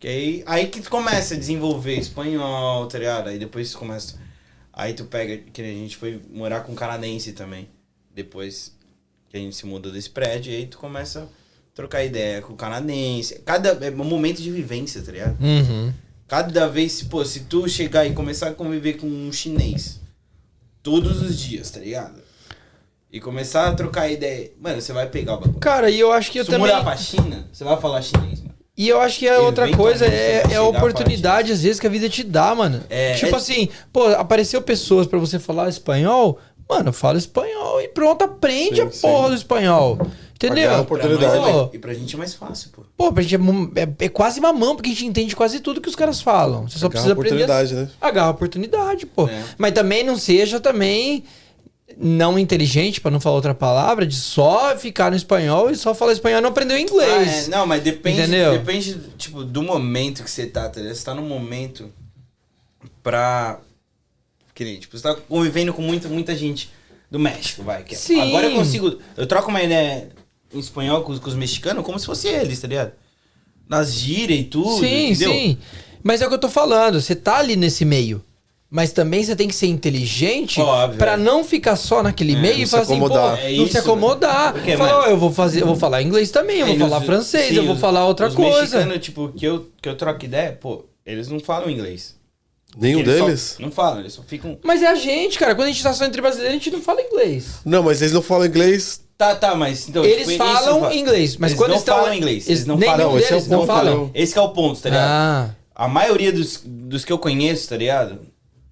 Que aí, aí que tu começa a desenvolver espanhol, tá ligado? Aí depois tu começa. Aí tu pega, que nem a gente foi morar com um canadense também. Depois que a gente se mudou desse prédio, e aí tu começa a trocar ideia com o canadense. Cada. É um momento de vivência, tá ligado?
Uhum.
Cada vez, se- pô, se tu chegar e começar a conviver com um chinês todos os dias, tá ligado? E começar a trocar ideia. Mano, você vai pegar o bagulho.
Cara, e eu acho que eu
se tu
também.
morar pra China, você vai falar chinês, mano.
E eu acho que é outra
Eventualmente
coisa,
você vai
é, é a
chegar
oportunidade, às vezes, que a vida te dá, mano.
É,
tipo
é-
assim, pô, apareceu pessoas pra você falar espanhol, mano, fala espanhol e pronto, aprende
Sim,
a porra
sim.
do espanhol. Entendeu?
Pagar a
Pra nós é
oportunidade.
mais-
Pô,
e pra gente é mais fácil, pô.
pô, pra gente é, mu- é- é quase mamão, porque a gente entende quase tudo que os caras falam. Você só
Agarra
precisa
a
aprender.
oportunidade, né?
Agarra a oportunidade, pô.
É.
Mas também não seja também não inteligente, pra não falar outra palavra, de só ficar no espanhol e só falar espanhol e não aprender o
Ah, é.
inglês.
Não, mas depende,
Entendeu?
depende tipo, do momento que você tá, tá ligado? Você tá num momento pra. Que nem, tipo, você tá convivendo com muita, muita gente do México, vai. que- é.
Sim.
Agora eu consigo. Eu troco uma ideia em espanhol com, os- com os mexicanos como se fosse eles, tá ligado? Nas gírias e tudo.
sim,
entendeu?
sim. Mas é o que eu tô falando, você tá ali nesse meio. Mas também você tem que ser inteligente
Óbvio.
pra não ficar só naquele meio e
não se
falar assim, pô,
acomodar.
É
não
isso,
se acomodar.
velho. Porque, é
Falar,
mano-
ó, eu vou fazer, eu vou falar inglês também, eu vou
Eles-
falar francês,
sim,
eu vou
os-
falar outra
os
coisa.
mexicanos, tipo, que eu, que eu troco ideia, pô, eles não falam inglês.
Nenhum
Eles só-
deles?
não falam, eles só ficam.
Mas é a gente, cara. Quando a gente tá só entre brasileiros, a gente não fala inglês.
Não, mas eles não falam inglês.
Tá, tá, mas. Então,
Eles
tipo, isso eu
falam
falo.
inglês, mas
Eles
quando
não
estão.
falam inglês, eles não
nenhum
falam.
Não, esse é o
deles não
ponto,
falam.
entendeu?
Esse que é o ponto, tá ligado?
Ah,
A maioria dos, dos que eu conheço, tá ligado?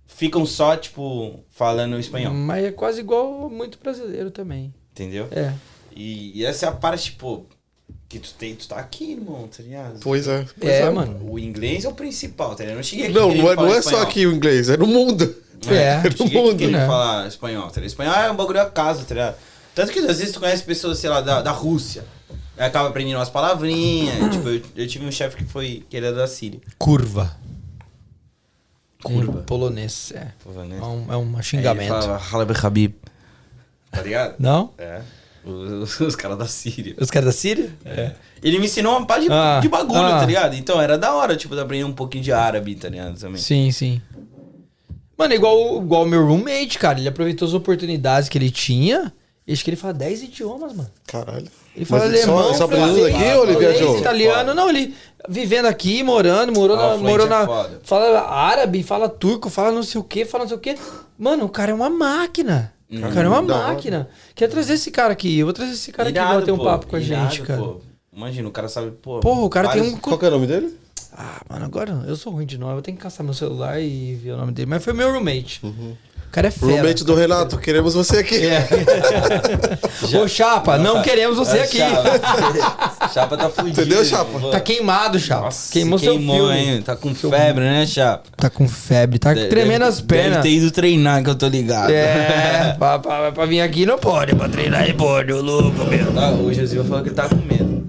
Ficam só, tipo, falando espanhol.
Mas é quase igual muito brasileiro também.
Entendeu?
É.
E, e essa é a parte, tipo, que tu tem, tu tá aqui, irmão, tá ligado?
Pois é. Pois
É, mano.
O inglês é o principal, tá ligado? Eu não cheguei aqui.
Não,
querendo
não é,
falar
não é só
espanhol.
aqui o inglês, é no mundo. [LAUGHS]
É.
no
Cheguei aqui
mundo.
querendo
né?
falar espanhol, tá ligado? Espanhol é um bagulho a casa, tá ligado? Tanto que às vezes tu conhece pessoas, sei lá, da, da Rússia. Aí acaba aprendendo umas
[COUGHS]
palavrinhas. tipo, eu, eu tive um chefe que foi, que ele era da Síria.
Curva.
Curva.
Em polonês, é.
Porra,
É
né?
um, é um
Aí ele
xingamento.
falava, Halab Habib. Tá ligado?
Não?
É. Os, os caras da Síria.
Os caras da Síria? É.
Ele me ensinou uma parte de,
Ah,
de bagulho,
ah.
tá ligado? Então era da hora, tipo, de aprender um pouquinho de árabe, tá ligado? Também.
Sim, sim. Mano, igual igual o meu roommate, cara. Ele aproveitou as oportunidades que ele tinha. E acho que ele fala 10 idiomas, mano.
Caralho.
Ele fala
Mas ele só-
alemão,
só
francês,
aprendendo aqui ou ele
inglês,
viajou?
italiano. Não, ele vivendo aqui, morando, morou
Ah,
na...
fluente
Morou
é
na
foda.
fala árabe, fala turco, fala não sei o que, fala não sei o que. Mano, o cara é uma máquina. o cara é uma
da hora.
máquina. Quero trazer esse cara aqui. Eu vou trazer esse cara aqui
Irado,
pra bater um
pô.
papo com a
Irado,
gente, cara.
pô. Imagina, o cara sabe, pô.
Porra, o cara tem um...
Qual que é o nome dele?
Ah, mano, agora eu sou ruim de nome. Eu tenho que caçar meu celular e ver o nome dele. Mas foi meu roommate. O cara é fera. [LAUGHS]
Roommate do [LAUGHS] Renato, queremos você aqui.
Ô, Chapa, não,
Chapa.
queremos você
É,
aqui.
Chapa. [LAUGHS] Chapa tá fudido.
Entendeu, Chapa?
Tá queimado, Chapa.
Nossa,
queimou, seu filme.
hein? Tá com febre, né, Chapa?
Tá com febre, tá
Deve-
tremendo as pernas.
Deve ter ido treinar, que eu tô ligado.
É, pra, pra- pra vir aqui não pode, pra treinar aí pode, ô louco, meu.
[LAUGHS] Tá, o Jesus falou que tá com medo.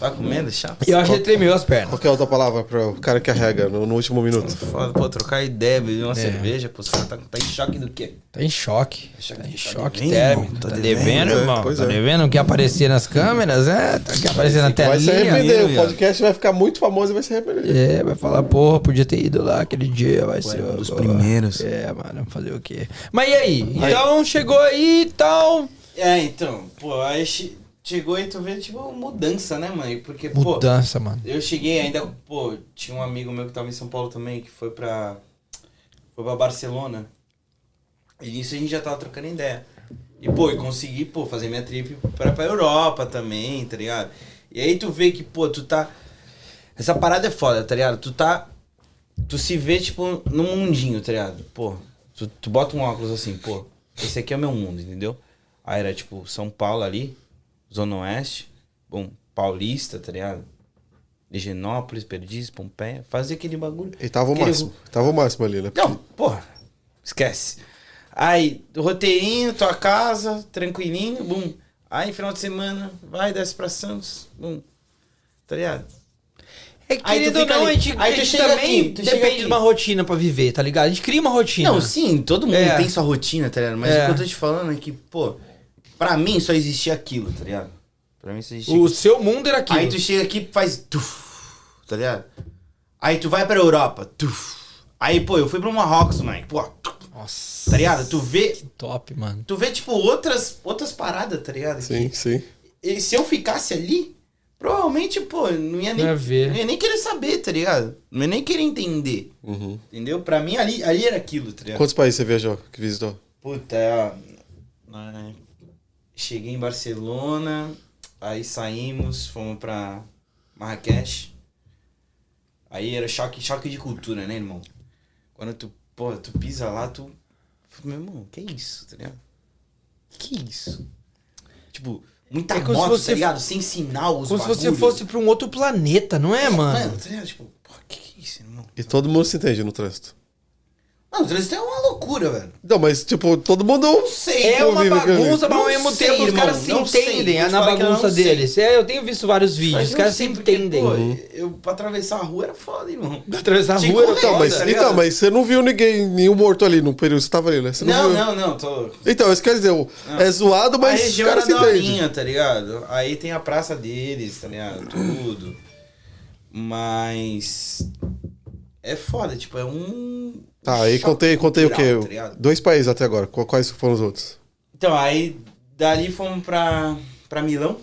Tá com medo, Chapa?
Eu acho que ele tremeu as pernas.
Qual que é a outra palavra para o cara que carrega no, no último minuto?
Foda, pô, trocar ideia, beber uma cerveja, pô, os caras tá, tá em choque do quê?
Tá em choque. Tá em choque
devendo,
térmico.
irmão,
Tá
tá
devendo,
devendo,
irmão.
pois
Tá
é.
devendo? Quer aparecer nas câmeras, né? Tá- Quer aparecer na
Vai se
telinha?
arrepender, o
viado.
podcast vai ficar muito famoso e vai se arrepender.
É, vai falar, porra, podia ter ido lá aquele dia, vai ser.
um dos
agora.
primeiros.
É, mano, fazer o quê? Mas e aí? Então chegou aí e tal.
É, então, pô, aí che- chegou e tu vê, tipo, mudança, né, mãe? Porque, pô,
Mudança, mano.
eu cheguei ainda, pô, tinha um amigo meu que tava em São Paulo também, que foi pra, foi pra Barcelona. E nisso a gente já tava trocando ideia. E, pô, e consegui, pô, fazer minha trip pra, pra Europa também, tá ligado? E aí tu vê que, pô, tu tá... Essa parada é foda, tá ligado? Tu tá... Tu se vê, tipo, num mundinho, tá ligado? Pô, tu, tu bota um óculos assim, pô, esse aqui é o meu mundo, entendeu? Aí era, tipo, São Paulo ali, Zona Oeste, bom, Paulista, tá ligado? Higienópolis, Perdiz, Pompeia, fazer aquele bagulho.
E tava o
Aquele
máximo. Tava o máximo ali, né?
não, porra, esquece. Aí, roteirinho, tua casa, tranquilinho, bum. Aí, final de semana, vai, desce pra Santos, bum. Tá ligado?
É
Aí tu
querido ou
fica
não, a
ali.
gente,
Aí
a
tu
gente
chega
também
aqui, tu chega
depende
aqui.
de uma rotina pra viver, tá ligado? A gente cria uma rotina.
Não, sim, todo mundo
É.
tem sua rotina, tá ligado? Mas
É.
o que eu tô te falando é que, pô, pra mim só existia aquilo, tá ligado? Pra mim só existia
O seu mundo era aquilo.
Aí tu chega aqui e faz. Tuf, tá ligado? Aí tu vai pra Europa. Tuf. Aí, pô, eu fui pro Marrocos, moleque. Pô, tuf,
Nossa,
tá ligado? Tu vê.
top, mano.
Tu vê, tipo, outras, outras paradas, tá ligado?
Sim, sim.
E se eu ficasse ali, provavelmente, pô, não ia nem,
Não ia ver.
não ia nem querer saber, tá ligado? Não ia nem querer entender.
Uhum.
Entendeu? Pra mim, ali, ali era aquilo, tá ligado?
Quantos países você viajou, que visitou?
Puta, ó. na- Cheguei em Barcelona, aí saímos, fomos pra Marrakech. Aí era choque, choque de cultura, né, irmão? Quando tu, pô, tu pisa lá, tu. Meu irmão, que isso, tá ligado? Que isso? Tipo, muita
É como se
moto,
você-
tá ligado? Sem sinal, os
Como se você
bagulho.
fosse pra um outro planeta, não é, mano?
Mano, tá ligado? Tipo, porra, que que é isso, irmão?
E todo mundo se entende no trânsito.
Mano, o trânsito é uma loucura, velho.
Não, mas tipo, todo mundo.
Sei,
É uma
convive com
bagunça, mas ao
Não
mesmo
sei,
tempo os
irmão,
caras se
não sei.
entendem
Vou
é
te
na
falar que eu não
bagunça
sei.
deles. É, eu tenho visto vários vídeos,
Mas
os
eu
caras
não
se
sei porque,
entendem.
pô,
[LAUGHS]
eu pra atravessar a rua era foda, irmão.
Atravessar a
Tinha
rua,
que correr,
tá,
Então, mas,
tá ligado?
então, mas você não viu ninguém, nenhum morto ali no período que você tava ali, né? Você não,
Não,
viu.
não, não, tô.
Então, isso quer dizer, o- é zoado,
a
mas o
região era
cara se entende.
daorinha, tá ligado? Aí tem a praça deles, tá ligado? Tudo. Mas. É foda, tipo, é um.
Tá, aí
choque
contei, contei o
cultural,
quê?
tá ligado?
Dois países até agora. Qu- Quais foram os outros?
então, aí dali fomos pra, pra Milão.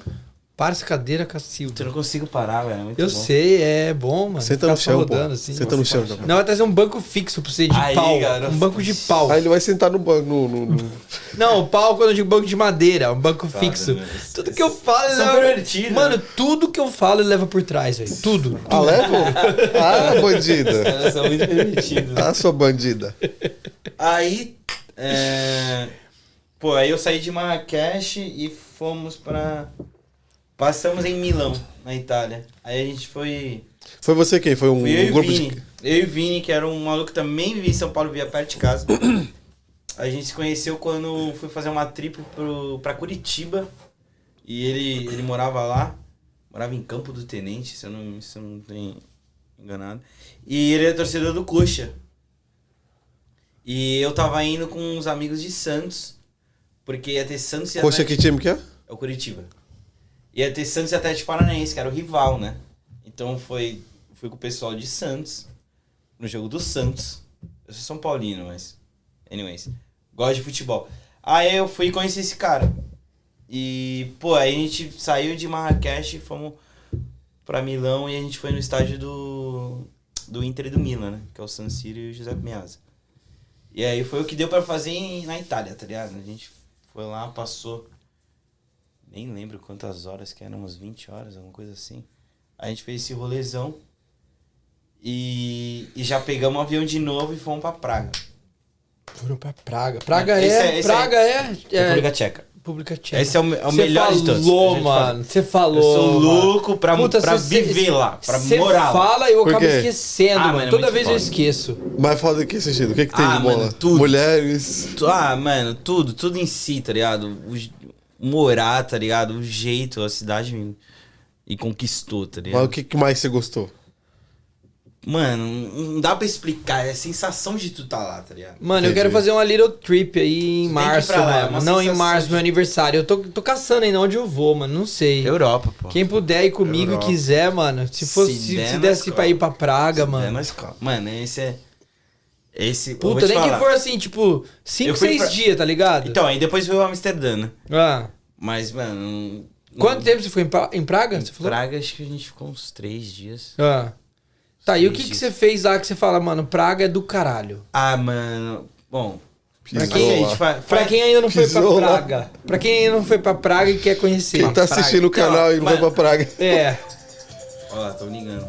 Para essa cadeira,
Eu
Cacilda.
não consigo parar, velho. é muito
Eu
Tá bom.
sei, é bom, mano.
Senta
Ficar
tá no
só
chão, pô.
rodando, assim.
Senta no chão, Japa.
Não, vai trazer um banco fixo pra você de
Aí,
pau.
garoto.
Um banco de pau.
então. Aí ele vai sentar no banco. No, no- [LAUGHS] no-
Não, pau quando eu digo banco de madeira, um banco fixo.
Deus.
Tudo que eu falo...
né? São
leva-
pervertidos,
Mano, tudo que eu falo ele leva por trás, velho. Tudo.
Ah, [LAUGHS] leva? Ah, bandida.
Elas né? são muito
[LAUGHS]
né? permitidos.
Ah, sua bandida.
Aí. é, Pô, aí eu saí de Marrakech e fomos pra. Passamos em Milão, na Itália. Aí a gente foi.
Foi você quem? Foi um,
Fui eu e o
grupo
Vini.
de.
Eu e o Vini, que era um maluco que também vivia em São Paulo, via perto de
[COUGHS]
casa. A gente se conheceu quando fui fazer uma trip pro, pra Curitiba. E ele, ele morava lá. Morava em Campo do Tenente, se eu não, se eu não tenho enganado. E ele era torcedor do Coxa. E eu tava indo com uns amigos de Santos. Porque ia ter Santos e
Coxa,
Atlético-
que time que é?
é o Curitiba. Ia ter Santos e Atlético Paranaense, que era o rival, né? Então foi, fui com o pessoal de Santos, no jogo do Santos. Eu sou São Paulino, mas. Anyways, gosto de futebol. Aí eu fui e conheci esse cara. E, pô, aí a gente saiu de Marrakech e fomos pra Milão e a gente foi no estádio do, do Inter e do Milan, né? Que é o San Siro e o Giuseppe Meazza. E aí foi o que deu pra fazer em- na Itália, tá ligado? A gente foi lá, passou nem lembro quantas horas que eram, umas 20 horas, alguma coisa assim. A gente fez esse rolezão e, e já pegamos um avião de novo e fomos pra Praga.
Foram pra Praga. Praga
Esse
é...
é- esse
Praga é...
República
é...
Tcheca.
República Tcheca.
Esse é o, me- é o
Cê
melhor de todos.
falou,
Eu já te falei.
mano. Você falou.
Eu sou
mano.
louco pra,
Puta,
pra
cê-
viver
cê-
lá, pra
cê
morar lá.
fala e eu
Por
acabo
quê?
esquecendo,
Ah,
mano.
mano, é
Toda
muito
vez eu
foda.
esqueço.
Mas fala em que sentido? O que, que tem
Ah,
de bola?
mano, tudo.
Mulheres.
Tu- Ah, mano, tudo, tudo em si, tá ligado? O, j- morar, tá ligado? O jeito, a cidade me, me conquistou, tá
Mas
ligado?
o que que mais você gostou?
Mano, não dá pra explicar, é a sensação de tu tá lá, tá ligado?
Mano, eu
Entendi.
quero fazer uma little trip aí em
Você tem que ir
março,
pra lá, é
mano.
uma
Não, em
sensação
março,
de-
meu aniversário. Eu tô, tô caçando ainda onde eu vou, mano. Não sei.
Europa, pô.
Quem puder ir comigo e
Europa.
quiser, mano. Se, fosse,
Se
se,
der,
se
nós
desse pra
cola.
ir pra Praga,
É,
mano.
mas calma. Mano, esse é. Esse. eu vou
Puta,
te
nem que
falar.
for assim, tipo,
Eu
5,
fui
6
pra-
dias, tá ligado?
Então, aí depois veio o Amsterdã, né?
Ah.
Mas, mano. não-
Quanto
não-
tempo você ficou em, Pra- em Praga?
Em
Você falou?
Praga, acho que a gente ficou uns três dias.
Ah. Tá, e o que,
Seis
que
dias.
você fez lá que você fala, mano, Praga é do caralho?
Ah, mano. Bom.
Pisou
aqui a
lá.
gente faz.
Pra quem ainda não foi pra
Pisou lá.
Praga. Pra quem ainda não foi pra Praga e quer conhecer.
Quem tá assistindo o
Praga.
canal e não vai
Mano.
pra praga.
É.
Ó, lá, tão ligando.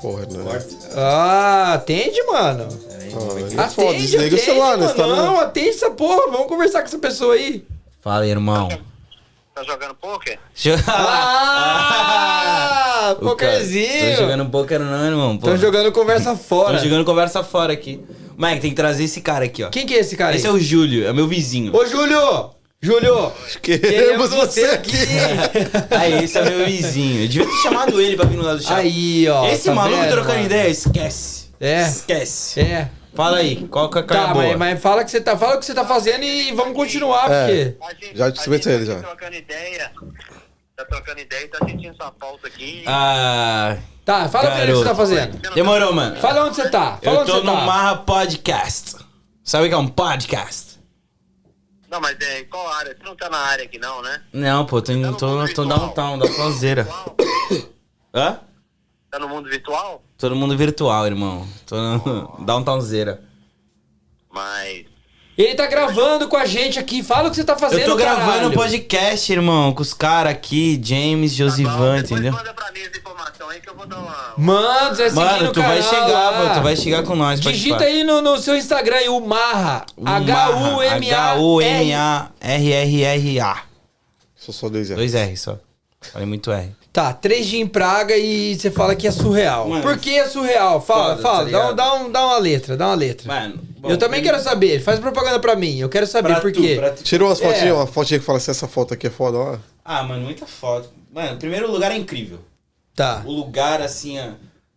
Porra, não.
Corta.
Ah, atende, mano.
Pera aí,
Ah,
vamos ver aqui.
é foda, desliga o celular, né? Você tá
mano.
no- [LAUGHS]
Não, atende essa porra. Vamos conversar com essa pessoa aí.
Fala, irmão.
Tá jogando poker?
Ah,
[LAUGHS] O cara- Tô
pokerzinho.
jogando poker, não, irmão.
Estão
porra.
jogando conversa fora.
Tô jogando conversa fora aqui. Mike, tem que trazer esse cara aqui, ó.
Quem que é esse cara aí?
Esse é o Júlio, é meu vizinho.
Ô, Júlio! Júlio!
Queremos você aqui.
Aí, esse é meu vizinho. Eu devia ter chamado ele pra vir no lado do chá.
Aí, ó.
Esse
tá
maluco
vendo,
trocando
mano?
ideia, esquece.
É.
Esquece.
É.
Fala aí, qual que é a cara
Tá,
boa?
mas, mas fala o que você tá, fala o que você tá fazendo e vamos continuar,
É.
porque.
A gente,
Já
a
descobri
gente tá
ele,
aqui
já.
trocando ideia. Tá trocando ideia e tá sentindo sua pauta aqui.
Ah,
Tá, fala pra ele o que você tá
Garoto.
fazendo.
demorou, mano.
Fala onde você tá. Fala
Eu
onde
tô
você
no
tá.
Marra Podcast. Sabe o que é um podcast?
Não, mas é, qual área? Você não tá na área aqui não, né?
Não, pô, tô, em,
Tá no
tô,
mundo
tô
virtual.
downtown, da Fronzeira.
Virtual?
Hã?
Tá no mundo virtual?
Todo mundo virtual, irmão. Tô no [LAUGHS] downtownzeira.
Mas...
Ele tá gravando com a gente aqui. Fala o que você tá fazendo,
Eu tô gravando
caralho.
um podcast, irmão, com os caras aqui, James,
Tá bom,
Josivan,
depois
entendeu?
manda pra mim essa informação aí que eu vou dar uma...
Mano, você vai seguir
Mano,
no
tu vai
canal
chegar,
lá.
mano, tu vai chegar com nós.
Digita
participar.
aí no, no seu Instagram aí, o Marra. H-U-M-A.
H-U-M-A-R-R-R-A.
Sou só dois anos.
Dois R só. Falei muito R.
Tá, três dias em Praga e você fala que é surreal.
Mano,
Por que é surreal? Fala,
foda,
fala.
tá
dá, um-
ligado?
dá, um, dá uma letra, dá uma letra.
Mano, bom,
eu também
primeiro-
quero saber. Faz propaganda pra mim. Eu quero saber por quê.
Tirou umas
É.
fotinhas, uma fotinha que fala assim, essa foto aqui é foda, ó.
Ah, mano, muita foto. Mano, primeiro lugar é incrível.
Tá.
O lugar, assim, é.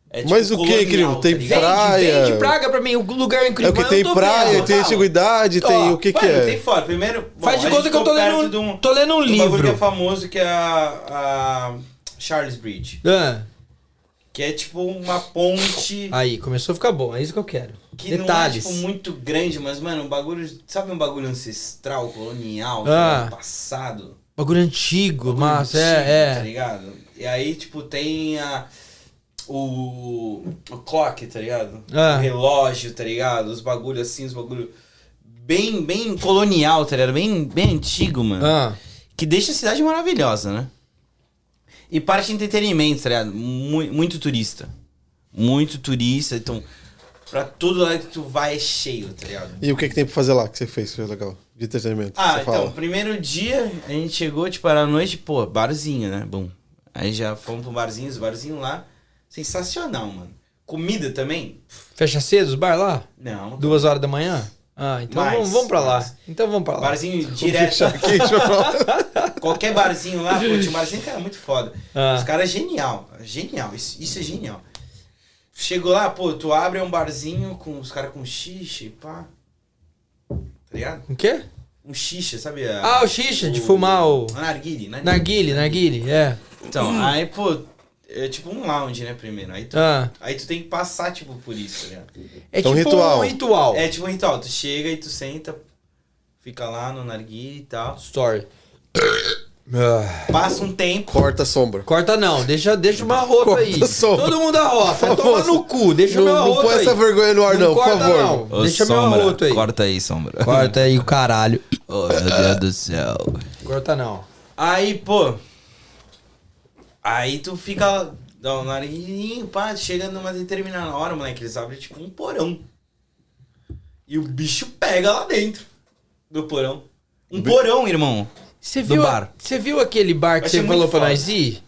é tipo
Mas o que,
colonial,
incrível? Tem
tá ligado?
Vende,
praia.
vende Praga pra mim. O lugar é
É
incrível.
o que
mas eu
tem
tô
praia,
vendo.
tem
fala.
antiguidade, tem
Ó,
o que que
Mano,
é.
tem foto. Primeiro. bom,
Faz
a
de conta
gente
que eu tô
ficou perto
lendo,
de
um,
um.
tô lendo um
um bagulho que é
livro.
famoso, que é a. a Charles Bridge.
Ah,
Que é tipo uma ponte.
aí, começou a ficar bom. É isso que eu quero.
Que
Detalhes.
não é, tipo, muito grande, mas, mano, um bagulho. Sabe um bagulho ancestral, colonial,
Ah.
passado?
Bagulho antigo, massa,
Tá
é, é.
ligado? E aí, tipo, tem a. O. O clock, tá ligado?
Ah.
O relógio, tá ligado? Os bagulhos assim, os bagulhos. Bem, bem colonial, tá ligado? Bem, bem antigo, mano.
Ah,
Que deixa a cidade maravilhosa, né? E parte de entretenimento, tá ligado? Mu- muito turista. Muito turista, então. Pra todo lado que tu vai é cheio, tá ligado?
E o que, que tem pra fazer lá que você fez? que Foi legal. De entretenimento. que
Ah,
você
então,
fala.
primeiro dia a gente chegou, tipo, era à noite, pô, barzinho, né? Bom. Aí já fomos pro barzinho, os barzinhos lá. Sensacional, mano. Comida também?
fecha cedo os bar lá?
Não.
Duas horas da manhã? Ah, então
Mais,
vamos, vamos pra lá.
mais.
Então vamos pra lá.
[LAUGHS]
Barzinho direto.
Quem [LAUGHS] deixa eu falar?
Qualquer barzinho lá, pô, tinha um barzinho que era muito foda.
Ah.
Os caras é genial. Genial, isso, isso é genial. Chegou lá, pô, tu abre um barzinho com os caras com xixi, pá. Tá ligado?
O quê?
Um xixi, sabe? a-
Ah, o xixa, de fumar o...
A narguile, né?
Narguile, narguile, é.
Então, aí, pô, é tipo um lounge, né, primeiro. Aí tu
Ah,
Aí tu tem que passar, tipo, por isso, tá ligado?
é
Então,
tipo
ritual.
um ritual.
É tipo um ritual, tu chega e tu senta, fica lá no narguilha e tal.
Story. [COUGHS] Ah.
Passa um tempo.
Corta a sombra.
Corta não, deixa, deixa uma roupa
Corta
aí.
só.
Todo mundo arrota. Toma no cu, deixa o
não,
meu
não
arroto
põe
aí.
essa vergonha no ar, não, por
corta,
favor.
não. Deixa meu arroto aí. Corta.
aí, sombra.
aí o caralho.
Oh, meu Deus do céu.
Corta não.
Aí, pô. Aí tu fica. Dá um narguilinho, pá, chega numa determinada hora, moleque. Eles abrem tipo um porão. E o bicho pega lá dentro do porão. Um porão, irmão.
Você
Do
viu,
bar.
você viu aquele bar que
Achei
você falou
muito
pra
foda.
nós ir?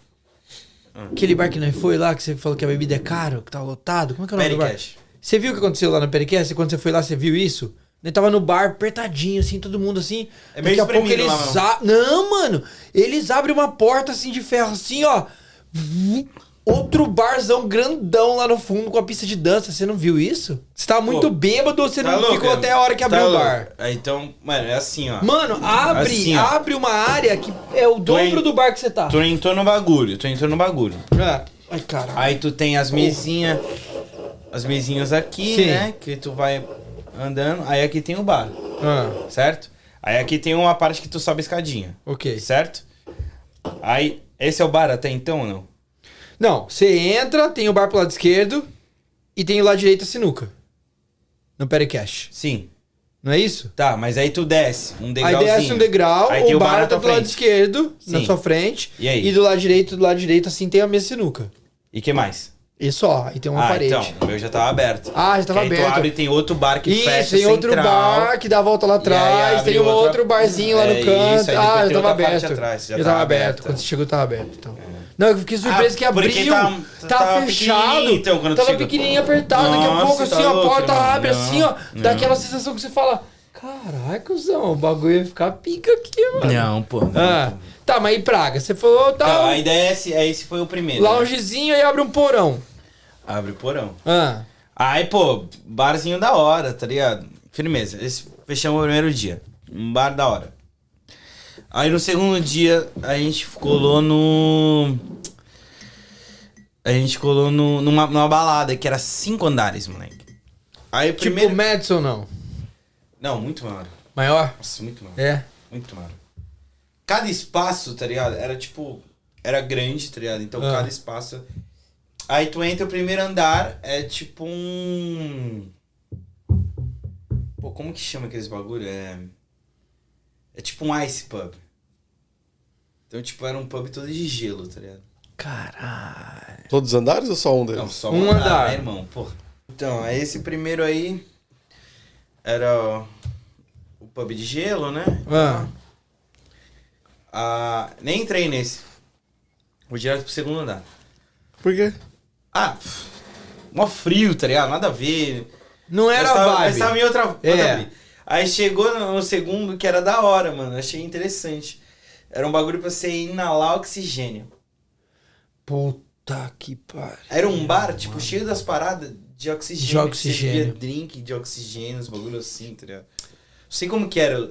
Aquele bar que nós foi lá, que você falou que a bebida é caro, que tá lotado. Como é que é o nome do bar?
Pericash.
Você viu o que aconteceu lá na Periquece? Quando você foi lá, você viu isso? Ele tava no bar apertadinho, assim, todo mundo assim.
É meio
Daqui a pouco
espremido
eles a-
lá, mano.
Não, mano! Eles abrem uma porta assim de ferro, assim, ó. Outro barzão grandão lá no fundo com a pista de dança. Você não viu isso? Você tava muito
Pô,
bêbado ou você não
Tá louco,
ficou
mano?
até a hora que abriu
Tá
o bar?
louco. Ah, Então, mano, é assim, ó.
Mano, abre,
Assim, ó.
abre uma área que é o dobro
en-
do bar que você tá.
Tu entrou no bagulho, tu entrou no bagulho.
É. Ai, caralho.
Aí tu tem as mesinhas, as mesinhas aqui,
Oh. Sim.
né? Que tu vai andando. Aí aqui tem o bar,
Ah,
certo? Aí aqui tem uma parte que tu sobe a escadinha,
ok.
certo? Aí, esse é o bar até então ou não?
Não, você entra, tem o bar pro lado esquerdo e tem o lado direito a sinuca. No Pericash.
Sim.
Não é isso?
Tá, mas aí tu desce um
Aí
degrauzinho.
desce um degrau,
Aí tem
o
o bar
bar tá
na tua
do lado
frente.
esquerdo, na
Sim.
sua frente.
E aí?
E do lado direito, do lado direito, assim, tem a mesa sinuca.
E que mais?
E só, aí tem uma
ah,
Um parede.
então, o meu já tava aberto.
Ah, já tava
Que aí
aberto.
tu abre e tem outro bar que fecha
Isso, tem outro
central.
bar que dá a volta lá
aí
atrás,
abre
tem um
outra-
outro barzinho lá
É
no
isso,
canto.
aí depois
ah, eu
tem
tava
outra parte
aberto.
atrás, já
eu
tava
tava aberto.
aberta.
Quando você chegou, tava aberto. Então. Não, eu fiquei surpreso
Ah,
que abriu.
porque tá-
Tava,
tava
fechado.
pequenininho, então, quando tu
tava
chegou.
pequenininho apertado. Daqui a
Nossa,
pouco,
tá
assim, a
louco,
porta
irmão.
abre,
Não,
assim, ó.
não.
Dá aquela sensação que você fala: Caraca, cuzão, o bagulho ia ficar pica aqui, mano.
Não, pô. não.
Ah, tá, mas e Praga? Você falou,
Então,
tá.
aí desce, aí esse foi o primeiro. né?
Loungezinho e abre um porão.
Abre o porão.
Ah,
Aí, pô, barzinho da hora, tá ligado? Firmeza. Esse fechamos o primeiro dia. Um bar da hora. Aí no segundo dia, a gente colou no. A gente colou no, numa, numa balada que era cinco andares, moleque. Aí o
tipo
primeiro.
Madison, não.
Não, muito maior.
Maior?
Nossa, muito maior.
É.
Muito maior. Cada espaço, tá ligado? Era tipo. Era grande, tá ligado? Então
Ah.
cada espaço. Aí tu entra o primeiro andar, é tipo um. Pô, como que chama aqueles bagulho? É. É tipo um ice pub. Então, tipo, era um pub todo de gelo, tá ligado?
Caralho.
Todos os andares ou só um deles?
Não, só
Um
um andar,
andar.
né, irmão? Porra. Então, aí esse primeiro aí era o pub de gelo, né?
Ah.
Ah, nem entrei nesse. Vou direto pro segundo andar.
Por quê?
Ah, pff, mó frio, tá ligado? Nada a ver.
Não era
Mas tava-
vibe.
mas tava em outra, outra
É.
vibe. Aí chegou no, no segundo, que era da hora, mano. Achei interessante. Era um bagulho pra você inalar oxigênio.
Puta que pariu.
Era um bar, tipo, cheio das paradas de oxigênio.
De
que você
oxigênio.
bebia drink de oxigênio, os bagulho assim, tá ligado? Não sei como que era.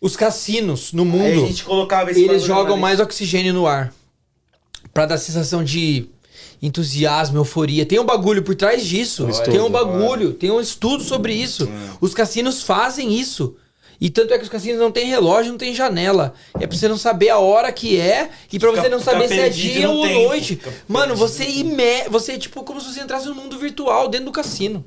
Os cassinos no
Aí a
mundo,
gente colocava esse
eles
bagulho
jogam
na-
mais oxigênio no ar. Pra dar sensação de entusiasmo, euforia. Tem um bagulho por trás disso.
Olha,
tem um
olha.
bagulho, tem um estudo sobre isso. Os cassinos fazem isso. E tanto é que os cassinos não tem relógio, não tem janela. É pra você não saber a hora que é e pra
Fica-
você não
fica
saber se é
perdido
dia
no
ou
tempo.
noite.
Fica
Mano,
perdido
você
no
ime... você é tipo como se você entrasse no mundo virtual dentro do cassino.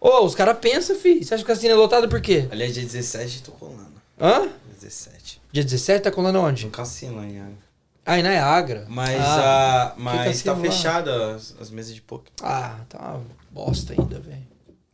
Ô, os caras pensam, fi. Você acha que o cassino é lotado por quê?
Aliás, dia 17 tô colando.
Hã?
Dia 17.
Dia 17 tá colando
No
onde?
cassino, hein?
Ah, em Niagara.
Mas,
ah,
a, mas
fica
tá
assim,
fechada as, as mesas de poker.
Ah, tá uma bosta ainda, velho.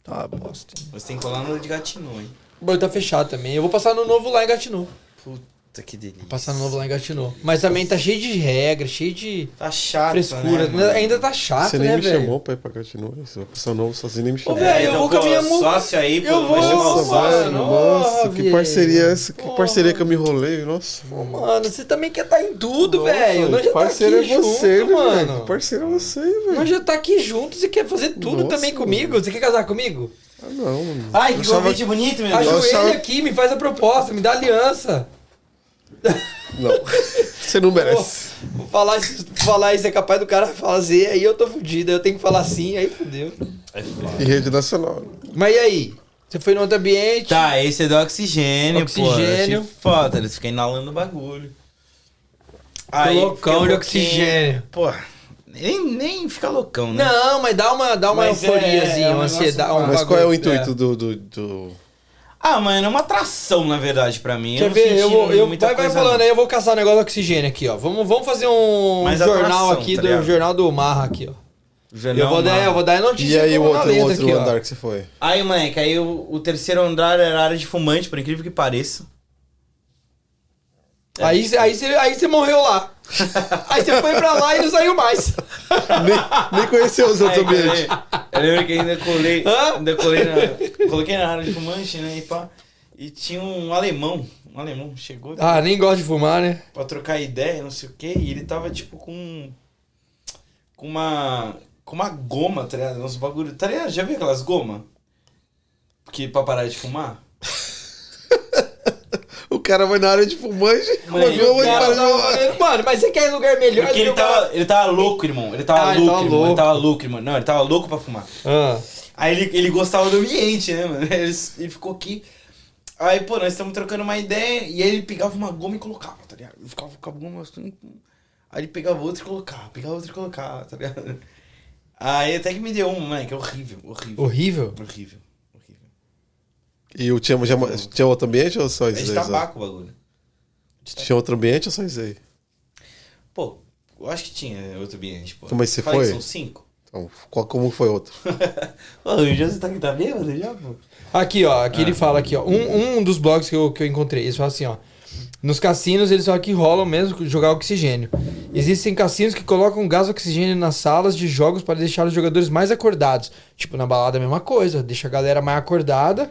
Tá uma bosta. ainda.
Você tem que colar no de Gatineau, hein?
Bom, tá fechado também. Eu vou passar no novo lá em Gatineau.
Puta que delícia.
Passar no novo lá em Gatineau. Mas também tá cheio de regra, cheio de
Tá chato,
frescura.
né? mano?
Ainda tá chato,
Você nem
né,
me
velho?
chamou pra ir pra Gatineau. Você vai passar novo sozinho nem me
Ô,
chamou.
velho, eu
então,
vou
pô,
com a minha mu-
Sócio aí, pô,
Eu
vai
vou,
chamar o sócio.
mano.
nossa, que
velho.
parceria é essa? Que
Porra.
parceria que eu me enrolei, nossa.
Pô, mano, você também quer estar em tudo,
Nossa,
velho. Nós já tá
parceiro
aqui
é você,
junto,
né,
mano.
velho? Parceiro é você, velho.
Nós já tá aqui junto, você quer fazer tudo
Nossa,
também comigo? Você quer casar comigo?
Ah, não, mano.
Ai,
Eu
que
achava-
convite bonito, meu
Acho-
Deus.
Ajoelha
achava-
aqui, me faz a proposta, me dá aliança.
Não. [LAUGHS] Você não merece.
Vou falar isso, falar isso é capaz do cara fazer, aí eu tô fudido, aí eu tenho que falar sim, aí fudeu.
Em rede nacional.
Mas e aí? Você foi no outro ambiente?
Tá, esse é do oxigênio,
Oxigênio.
pô. Achei foda, eles ficam inalando o bagulho.
loucão
fica
de
louquinho.
oxigênio.
Pô, nem, nem fica loucão, né?
Não, mas dá uma, dá uma
Mas é,
euforiazinha,
é um
uma
negócio
ansiedade.
bom.
um
Mas qual é o
bagulho.
intuito do, do, do-
Ah, mano, é uma atração, na verdade, pra mim.
Quer
É. não
ver?
senti
Eu vou, eu,
muita
vai, vai
coisa,
falando
não.
aí, eu vou caçar o negócio do oxigênio aqui, ó. Vamos, vamos fazer um
Mais
jornal
atração,
aqui,
tá
do
ligado?
jornal do Marra aqui, ó.
Jornal,
eu, vou dar,
mano.
eu vou dar notícia
E aí o
como na
outro, o
letra
outro
aqui, ó.
andar que
[LAUGHS]
você foi?
Aí, moleque, aí o, o terceiro andar era área de fumante, por incrível que pareça.
Aí você aí, cê- aí cê morreu
[LAUGHS]
lá. aí você foi pra lá e não saiu mais.
Nem, nem conheceu os
Aí,
outros ambientes.
Eu lembro que ainda colei.
Hã?
Ainda colei na. Coloquei na área de fumante, né? E pá. E tinha um alemão. Um alemão chegou
Ah, nem gosto de fumar, né?
pra trocar ideia, não sei o quê. E ele tava tipo com. Com uma. Com uma goma, tá ligado? Uns bagulho. Tá ligado? Já viu aquelas gomas? Que pra parar de fumar?
O cara vai na área de fumante,
[LAUGHS]
[LAUGHS]
Mano,
uma goma de
cara,
parar
Tava
de fumar.
falando, Mano, mas você quer ir em lugar melhor
Porque
do que
ele
o cara-
tava, ele tava louco, irmão. Ele tava
Ah, ele
louco,
tava
irmão.
louco.
Ele tava louco, irmão. Não, ele tava louco pra fumar.
Ah.
Aí ele, ele gostava do ambiente, né, mano? [LAUGHS] Ele, ele ficou aqui. Aí, pô, nós estamos trocando uma ideia. E aí ele pegava uma goma e colocava, tá ligado? Eu ficava com a goma assim. Aí ele pegava outra e colocava, pegava outra e colocava, tá ligado? Aí até que me deu uma, moleque. Horrível, horrível.
Horrível?
Horrível, horrível.
E o tinha, já, tinha outro ambiente ou só
É
isso
de
aí?
tá
Zé?
tabaco o bagulho.
Tinha outro ambiente ou só isso aí?
Pô, eu acho que tinha outro ambiente, pô.
Mas você
Falei é que
foi?
São cinco.
Então, qual, como foi outro?
Ô, o Jô, você tá aqui, tá bêbado já, pô?
Aqui, ó, aqui
Ah.
ele fala aqui, ó. Um, um dos blogs que eu, que eu encontrei, eles falam assim, ó. Nos cassinos eles falam que rolam mesmo jogar oxigênio. Existem cassinos que colocam gás oxigênio nas salas de jogos para deixar os jogadores mais acordados. Tipo, na balada a mesma coisa, deixa a galera mais acordada.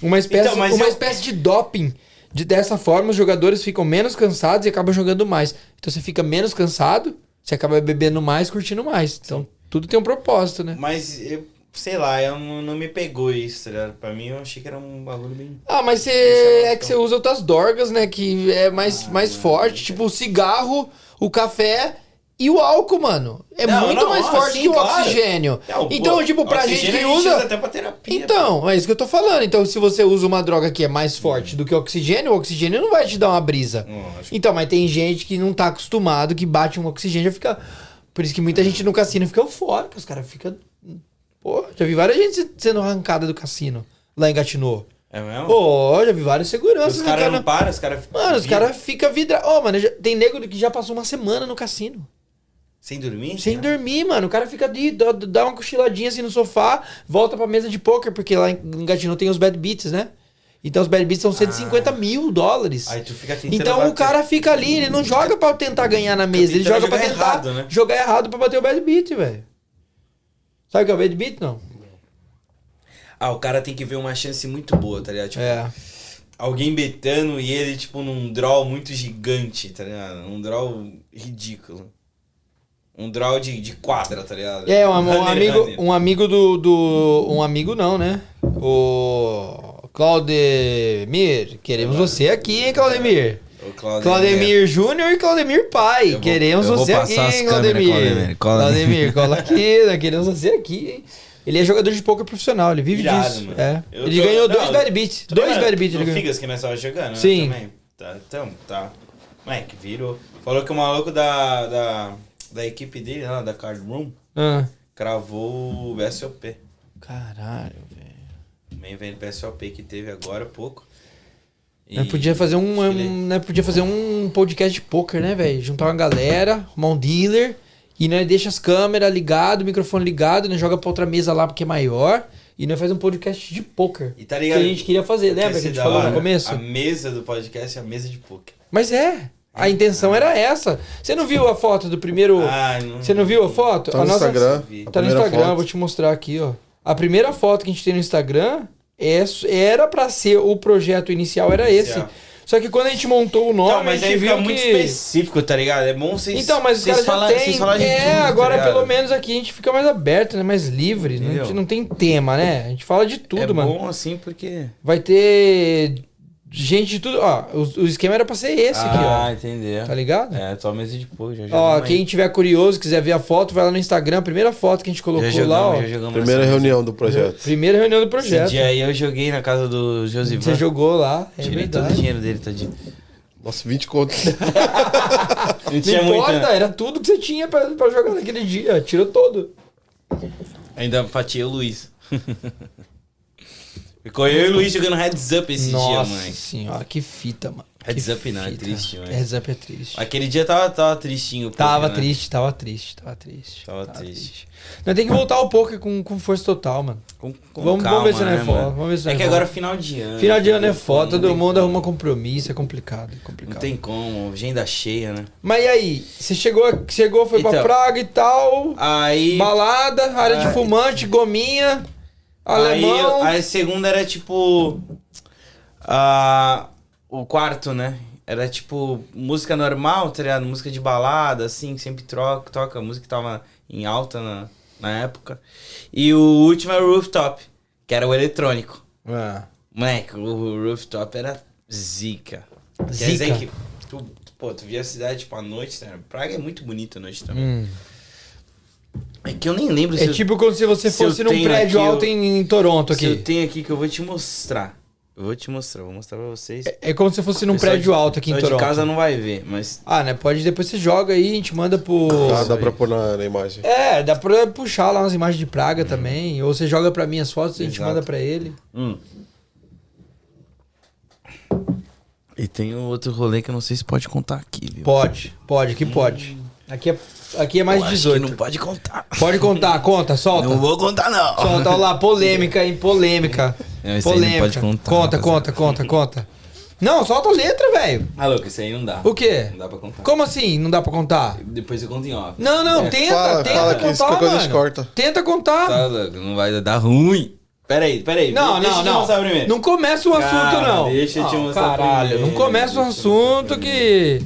Uma espécie,
Então, mas
uma
eu-
espécie de doping. De, dessa forma, os jogadores ficam menos cansados e acabam jogando mais. Então você fica menos cansado, você acaba bebendo mais, curtindo mais. Então tudo tem um propósito, né?
Mas, eu, sei lá, eu não, não me pegou isso, tá ligado? Pra mim, eu achei que era um bagulho bem...
Ah, mas cê,
Deixa eu-
é que você usa outras dorgas, né? Que é mais,
Ah,
mais forte. Tipo o cigarro, o café e o álcool, mano. É
Não,
muito
não,
mais
ah,
forte
sim,
que o
claro.
oxigênio.
Não, pô,
então, tipo, pra gente
oxigênio
que
a
usa.
até pra terapia.
Então, é isso que eu tô falando. Então, se você usa uma droga que é mais forte do que o oxigênio, o oxigênio não vai te dar uma brisa.
pô. Lógico.
Então, mas tem gente que não tá acostumado, que bate um oxigênio e fica. Por isso que muita gente no cassino fica eufórica, os caras ficam. Pô, já vi várias gente sendo arrancada do cassino lá em Gatineau.
É mesmo?
Pô, já vi vários seguranças.
os
né,
caras
cara?
não param, os caras...
Mano, os caras ficam vidrados. Ô, mano, já- tem nego que já passou uma semana no cassino.
Sem dormir?
Sem
né?
dormir, mano. O cara fica ali, dá, dá uma cochiladinha assim no sofá, volta pra mesa de poker, porque lá em Gatineau tem os bad beats, né? Então os bad beats são 150 mil dólares.
Ah. Aí tu fica tentando
Então o
bater.
cara fica ali, ele não joga pra tentar ganhar na mesa, ele
tentando
joga pra
jogar
tentar
errado, né?
jogar errado pra bater o bad beat, velho. Sabe o que é o bad beat, não?
Ah, o cara tem que ver uma chance muito boa, tá ligado? Tipo,
É.
alguém betando e ele, tipo, num draw muito gigante, tá ligado? Um draw ridículo. Um draw de, de quadra, tá ligado?
É, um, um
Runner,
amigo,
runner.
um amigo do, do. Um amigo não, né? O. Claudemir. Queremos você aqui, hein, Claudemir?
O Claudemir.
Claudemir Júnior e Claudemir Pai.
Eu vou-
queremos
eu vou
você
passar
aqui,
as
hein,
câmeras,
Claudemir.
[LAUGHS] Claudemir,
Claudemir,
Claudemir.
cola aqui, né? Queremos você aqui, hein? Ele é jogador de poker profissional, ele vive
Irado,
disso.
mano.
É.
Eu
Ele
tô-
ganhou
não,
dois bad beats.
Tu
Dois
lembra
bad beats
do
ele ganhou.
Figas que nós tava jogando? né,
Sim.
Também. Tá, então, tá. Moleque, virou. Falou que o maluco da, da, da equipe dele, lá, da Card Room,
Ah.
cravou o BSOP.
Caralho, velho.
Main Event BSOP que teve agora há pouco. E-
Nós podia fazer um,
acho que ele-
um- nós podia fazer um podcast de poker, né, velho? Juntar uma galera, arrumar um dealer e nós deixa as câmeras ligadas, o microfone ligado, nós joga pra outra mesa lá porque é maior e nós faz um podcast de poker.
E tá
Que
ligado?
a gente queria fazer, lembra que a
Esse
gente
da
falou
hora,
no começo?
né? A mesa do podcast é a mesa de poker.
Mas é,
Ah.
a intenção era essa. Você não viu a foto do primeiro?
Ai, não-
Você não viu a foto?
Tá
a
no Instagram.
vi.
a
Tá no
primeira
Instagram,
foto.
vou te mostrar aqui, ó. A primeira foto que a gente tem no Instagram é- era pra ser o projeto inicial, era
Inicial.
esse. Só que quando a gente montou o nome,
Então, assim, mas
a gente
aí
viu
fica muito
que...
específico, tá ligado? É bom vocês.
Então, mas os
vocês
caras já
falarem-
têm.
vocês falarem de
É,
tudo, tá
agora
ligado?
pelo menos aqui a gente fica mais aberto, né? Mais livre. Não,
Entendeu?
a gente não tem tema, né? A gente fala de tudo,
é
mano.
bom assim porque.
Vai ter gente de tudo. Ó, o, o esquema era pra ser esse
ah,
aqui,
entendeu.
ó. Tá ligado?
É, tua mesa de pô, já
Ó,
jogamos.
quem tiver curioso, quiser ver a foto, vai lá no Instagram. A primeira foto que a gente colocou
já jogamos,
lá, ó.
já jogamos
Primeira
essa
reunião do projeto.
Primeira reunião do
mesa. Esse
projeto.
dia aí eu joguei na casa do Josivan.
Você jogou lá, é
Tirei todo o
verdade.
dinheiro dele, tadinho.
Nossa, 20
[LAUGHS]
contos.
Não
Não importa, era tudo que você tinha pra, pra jogar naquele dia. Tirou todo.
Ainda fatiei o Luiz. Ficou eu e o Luiz jogando heads up esse dia, mãe.
senhora, que fita, mano.
Heads
Que
up não, é triste, mano.
Heads up é triste.
Aquele dia tava, tava tristinho. o poker,
Tava
né?
triste, tava triste, tava triste.
Tava triste.
Nós tem que voltar ao poker com, com força total, mano.
Com, com
Vamos- vamos
calma,
ver se não é
né,
foda,
mano?
vamos ver se não
é
é
que
foda.
agora é final de ano.
Final de ano é
entendeu?
foda,
Não
todo
tem
mundo
como.
arruma compromisso, é complicado, é complicado.
Não tem como, agenda cheia, né?
Mas e aí, você chegou, chegou foi pra
Então.
Praga e tal,
Aí.
balada, área de
Ai.
fumante, gominha,
Aí,
alemão.
aí a segunda era tipo. ah, o quarto, né? Era tipo música normal, tá ligado? Música de balada, assim, que sempre troca, toca, música que tava em alta na, na época. E o último era o rooftop, que era o eletrônico.
Ah.
Moleque, o rooftop era zica. Quer
Zica.
dizer que tu, pô, tu via a cidade tipo à noite, tá ligado? Praga é muito bonita à noite também.
Hum.
É que eu nem lembro se
É
eu-
tipo como se você
se eu
fosse num
tenho
prédio
aqui,
alto
eu-
em, em Toronto
se eu
aqui.
tenho aqui que eu vou te mostrar. Eu vou te mostrar, vou mostrar pra vocês.
É como se você fosse num
Pessoal
prédio
de-
alto aqui em
Só
Toronto.
de casa não vai ver, mas
Ah, né? Pode depois você joga aí, a gente manda pro.
Tá, dá pra pôr na, na imagem.
É, dá pra puxar lá umas imagens de Praga também. Ou você joga pra mim as fotos e a gente
Exato.
manda pra ele.
hum. E tem um outro rolê que eu não sei se pode contar aqui, viu?
Pode, pode, aqui pode. Aqui é, aqui é mais
Eu acho que
18.
não pode contar.
Pode contar, conta, solta.
Não vou contar não.
Solta, olha lá, polêmica, hein? Polêmica.
Não, É, esse aí não
polêmica.
pode contar,
conta,
rapaziada.
conta, conta, conta. Não, solta a letra, velho.
[LAUGHS] Ah, louco, isso aí não dá.
O quê?
Não dá pra contar.
Como assim? Não dá pra contar?
Depois eu conto em off.
Não, não, tenta,
É, fala,
tenta
fala que
contar,
isso que coisa a gente
mano.
corta.
Tenta contar.
Tá louco, não vai dar ruim. Peraí, peraí.
Não,
deixa
não,
eu te
não.
mostrar primeiro.
Não começa o assunto,
Cara,
não.
deixa eu te
Não,
mostrar
Caralho,
primeiro,
não começa o
deixa eu te mostrar
assunto que.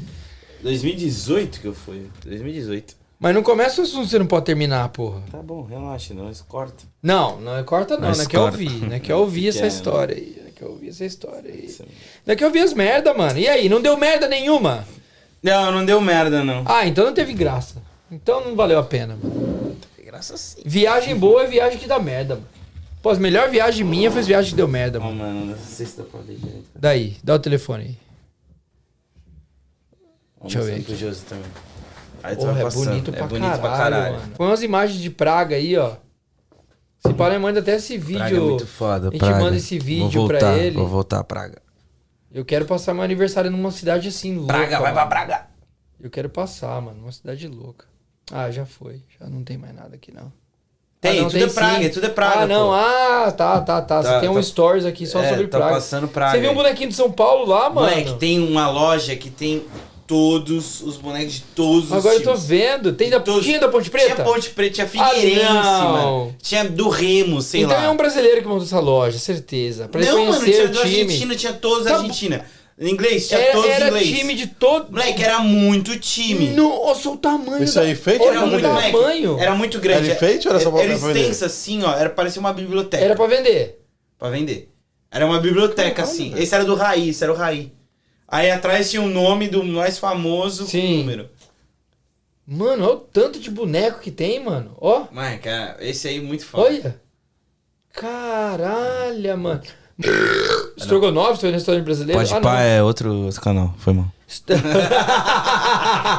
2018 que eu fui. 2018.
Mas não começa o assunto, você não pode terminar, porra.
Tá bom, relaxa, não, isso corta.
Não, não é corta não,
Mas
não é que eu
corta.
ouvi, não é que eu
[LAUGHS]
ouvi essa
Pequeno.
história aí, não é que eu ouvi essa história aí.
Isso.
Não é que eu ouvi as merda, mano. E aí, não deu merda nenhuma?
Não, não deu merda, não.
Ah, então não teve graça. Então não valeu a pena, mano.
Graças sim.
Viagem boa é viagem que dá merda, mano. Pô, a melhor viagem minha foi as viagens que deu merda,
Não,
mano.
Ah, mano, não sei se dá pra ver direito.
Daí, dá o telefone aí.
Vou
Deixa eu ver
mostrando pro Josi também. Aí tu
Porra,
vai
é
passando.
bonito, pra, caralho, mano.
Praga
Põe umas imagens de Praga aí, ó. Se para, nós manda até esse vídeo.
é muito foda,
A gente
Praga.
manda esse vídeo
vou voltar,
pra ele.
Vou voltar, Praga.
Eu quero passar meu aniversário numa cidade assim, louca.
Praga, vai pra
mano.
Praga.
Eu quero passar, mano, numa cidade louca. Ah, já foi. Já não tem mais nada aqui, não.
Tem,
Ah, não,
tudo é Praga,
sim.
tudo é Praga,
Ah, não.
pô.
Ah, tá, tá, tá. Você
Tá,
tem um
tá-
stories aqui só
É,
sobre
tá
Praga.
passando Praga
Você viu um
aí.
bonequinho de São Paulo lá, mano?
Moleque, tem uma loja que tem todos os bonecos de todos os
Agora eu tô
times.
vendo. Tem da
Todos-
tinha da Ponte Preta? Ah,
Tinha Ponte Preta, tinha Figueirense,
não.
mano. Tinha do Remo, sei
então
lá.
é um brasileiro que montou essa loja, certeza. Pra ele
não, mano,
conhecer
tinha
o
do
time.
Argentina, tinha todos
Tá
da
bom.
Argentina. Em inglês, tinha
Era,
todos
era
inglês. Hum.
time de todo.
Moleque, era muito time.
Nossa, o tamanho.
Isso
da-
aí, fake
Olha o
ou não,
muito
moleque?
tamanho. Era,
Era muito grande.
Era enfeite ou era só pra-
Era
pra vender?
extensa assim, ó. Era parecia uma biblioteca.
pra vender.
pra vender. Era uma biblioteca assim. Esse era do Raí, esse era o Raí. Aí atrás tinha o nome do mais famoso com
Sim.
número.
Mano, olha o tanto de boneco que tem, mano. Ó,
Mano, cara, esse aí é muito foda.
olha. Caralho, mano. Estrogonofe, foi no restaurante brasileiro?
Pode
ah,
pá,
não.
é outro canal, foi mal.
[LAUGHS]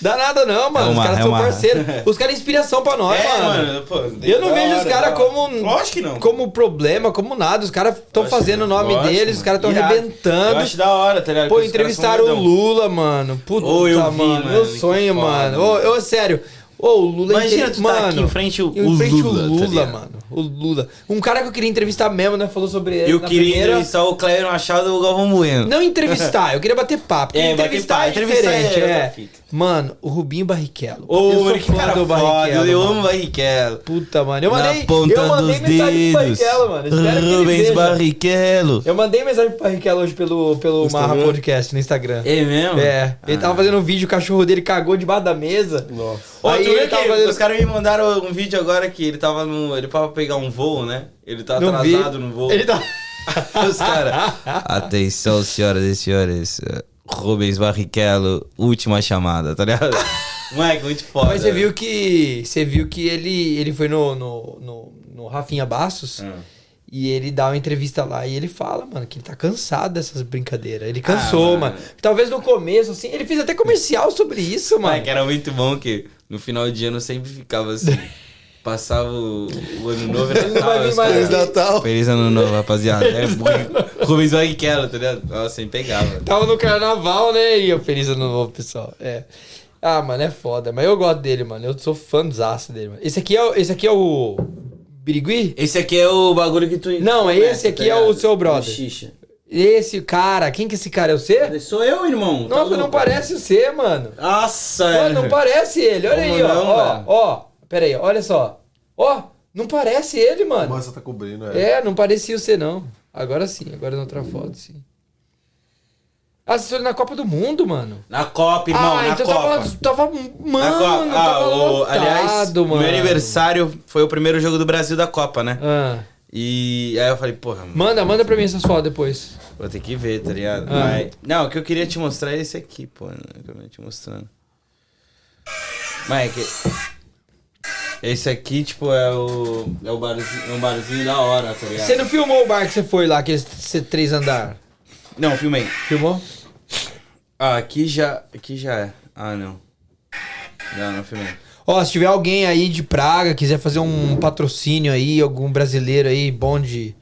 Dá nada não, mano.
É uma-
os caras
é
são
uma-
parceiros. Os caras são inspiração
É,
pra nós, mano. Eu não vejo os caras como.
Lógico que não.
Como problema, como nada. Os caras estão
Lógico
fazendo o
que não.
nome
Lógico,
deles, os caras estão
irado. Eu
arrebentando.
acho da hora, tá ligado?
Pô,
Porque os caras são
entrevistaram o
doidão.
Lula, mano. Puta,
Ô, eu vi,
mano. Meu
mano, que
sonho,
foda,
mano. Ô,
mano.
eu, sério. Ô, o Lula
Imagina
entre-
tu tá aqui em frente o-
em
o
frente
Lula, tá
Lula,
ligado?
mano. O Lula. Um cara que eu queria entrevistar mesmo, né? Falou sobre ele.
Eu
na
queria
primeira.
entrevistar o Cléber Machado e o Galvão Bueno.
Não entrevistar, eu queria bater papo. porque
É, bater
entrevistar
papo,
é
entrevistar é
diferente,
outra
é.
fita.
Mano, o Rubinho Barrichello.
Ô,
eu
mano, que cara foda, eu
mano.
amo o Barrichello.
Puta, mano. Eu mandei,
Na ponta
eu mandei
dos
mensagem
dedos.
pro Barrichello, mano. Espero que ele
Rubens
veja.
Barrichello.
Eu mandei mensagem pro Barrichello hoje pelo, pelo Marra
Instagram?
Podcast no Instagram.
É mesmo?
É, ele tava fazendo um vídeo, o cachorro dele cagou debaixo da mesa.
Nossa.
Ô,
Aí
tu viu
ele
que
tava fazendo-
os caras me mandaram um vídeo agora que ele tava no. Ele tava pegar um voo, né? Ele tá
Não vi.
atrasado no voo.
Ele tá...
[LAUGHS] Os caras. Atenção, senhoras e senhores. Rubens Barrichello, última chamada, tá ligado? [LAUGHS] Moleque, muito foda.
Mas você viu que. Você viu que ele, ele foi no, no, no, no Rafinha Bastos
Ah.
e ele dá uma entrevista lá e ele fala, mano, que ele tá cansado dessas brincadeiras. Ele cansou,
Ah,
mano.
mano.
Talvez no começo, assim. Ele fez até comercial sobre isso,
Mano,
mano.
que era muito bom que no final de ano sempre ficava assim. Passava o, o ano novo e
Ele não vai
Natal.
vir
os
mais
caras,
Feliz Natal.
Feliz ano novo, [LAUGHS] rapaziada. É, porque Rubens Barrichello, tá ligado? Nossa, sempre pegava.
Tava no carnaval, né? E eu feliz ano novo, pessoal. É. Ah, mano, é foda. Mas eu gosto dele, mano. Eu sou fãzaço dele, mano. Esse aqui é o. Esse aqui é o. Birigui?
Esse aqui é o bagulho que tu.
Não, é esse
conhece,
aqui
tá
é o
ligado?
seu brother.
O Xixa.
Esse cara. Quem que esse cara é o C?
Sou eu, irmão. tá
Nossa, não
louco?
parece o C, mano.
Nossa, é.
Ó, não parece ele. Olha
Como
aí, ó.
não,
ó,
velho?
ó. Pera aí, olha só. Ó, não parece ele, mano.
Nossa, tá cobrindo,
assim?
é.
É, não parecia o C, não. Agora sim, agora na outra foto, sim. Ah, vocês foram na Copa do Mundo, mano.
Na Copa, irmão,
ah,
na
então
Copa.
tava. Tava.
Na
Mano, tá
Copa. Ah,
tava
o-
lotado,
aliás,
mano.
meu aniversário foi o primeiro jogo do Brasil da Copa, né?
Ah,
E aí eu falei, porra, mano,
manda, manda pra mim essas fotos depois.
vou ter que ver, tá ligado?
Ah.
Mas- não, o que eu queria te mostrar é esse aqui, pô, né, que eu ia te mostrando. Mas é que... Esse aqui, tipo, é o... É o barzinho, é um barzinho da hora, tá ligado?
Você não filmou o bar que você foi lá, aqueles c- três andar?
Não, filmei.
Filmou?
Ah, aqui já... Aqui já é. Ah, não. Não, não filmei.
Ó, se tiver alguém aí de Praga, quiser fazer um patrocínio aí, algum brasileiro aí, bom de,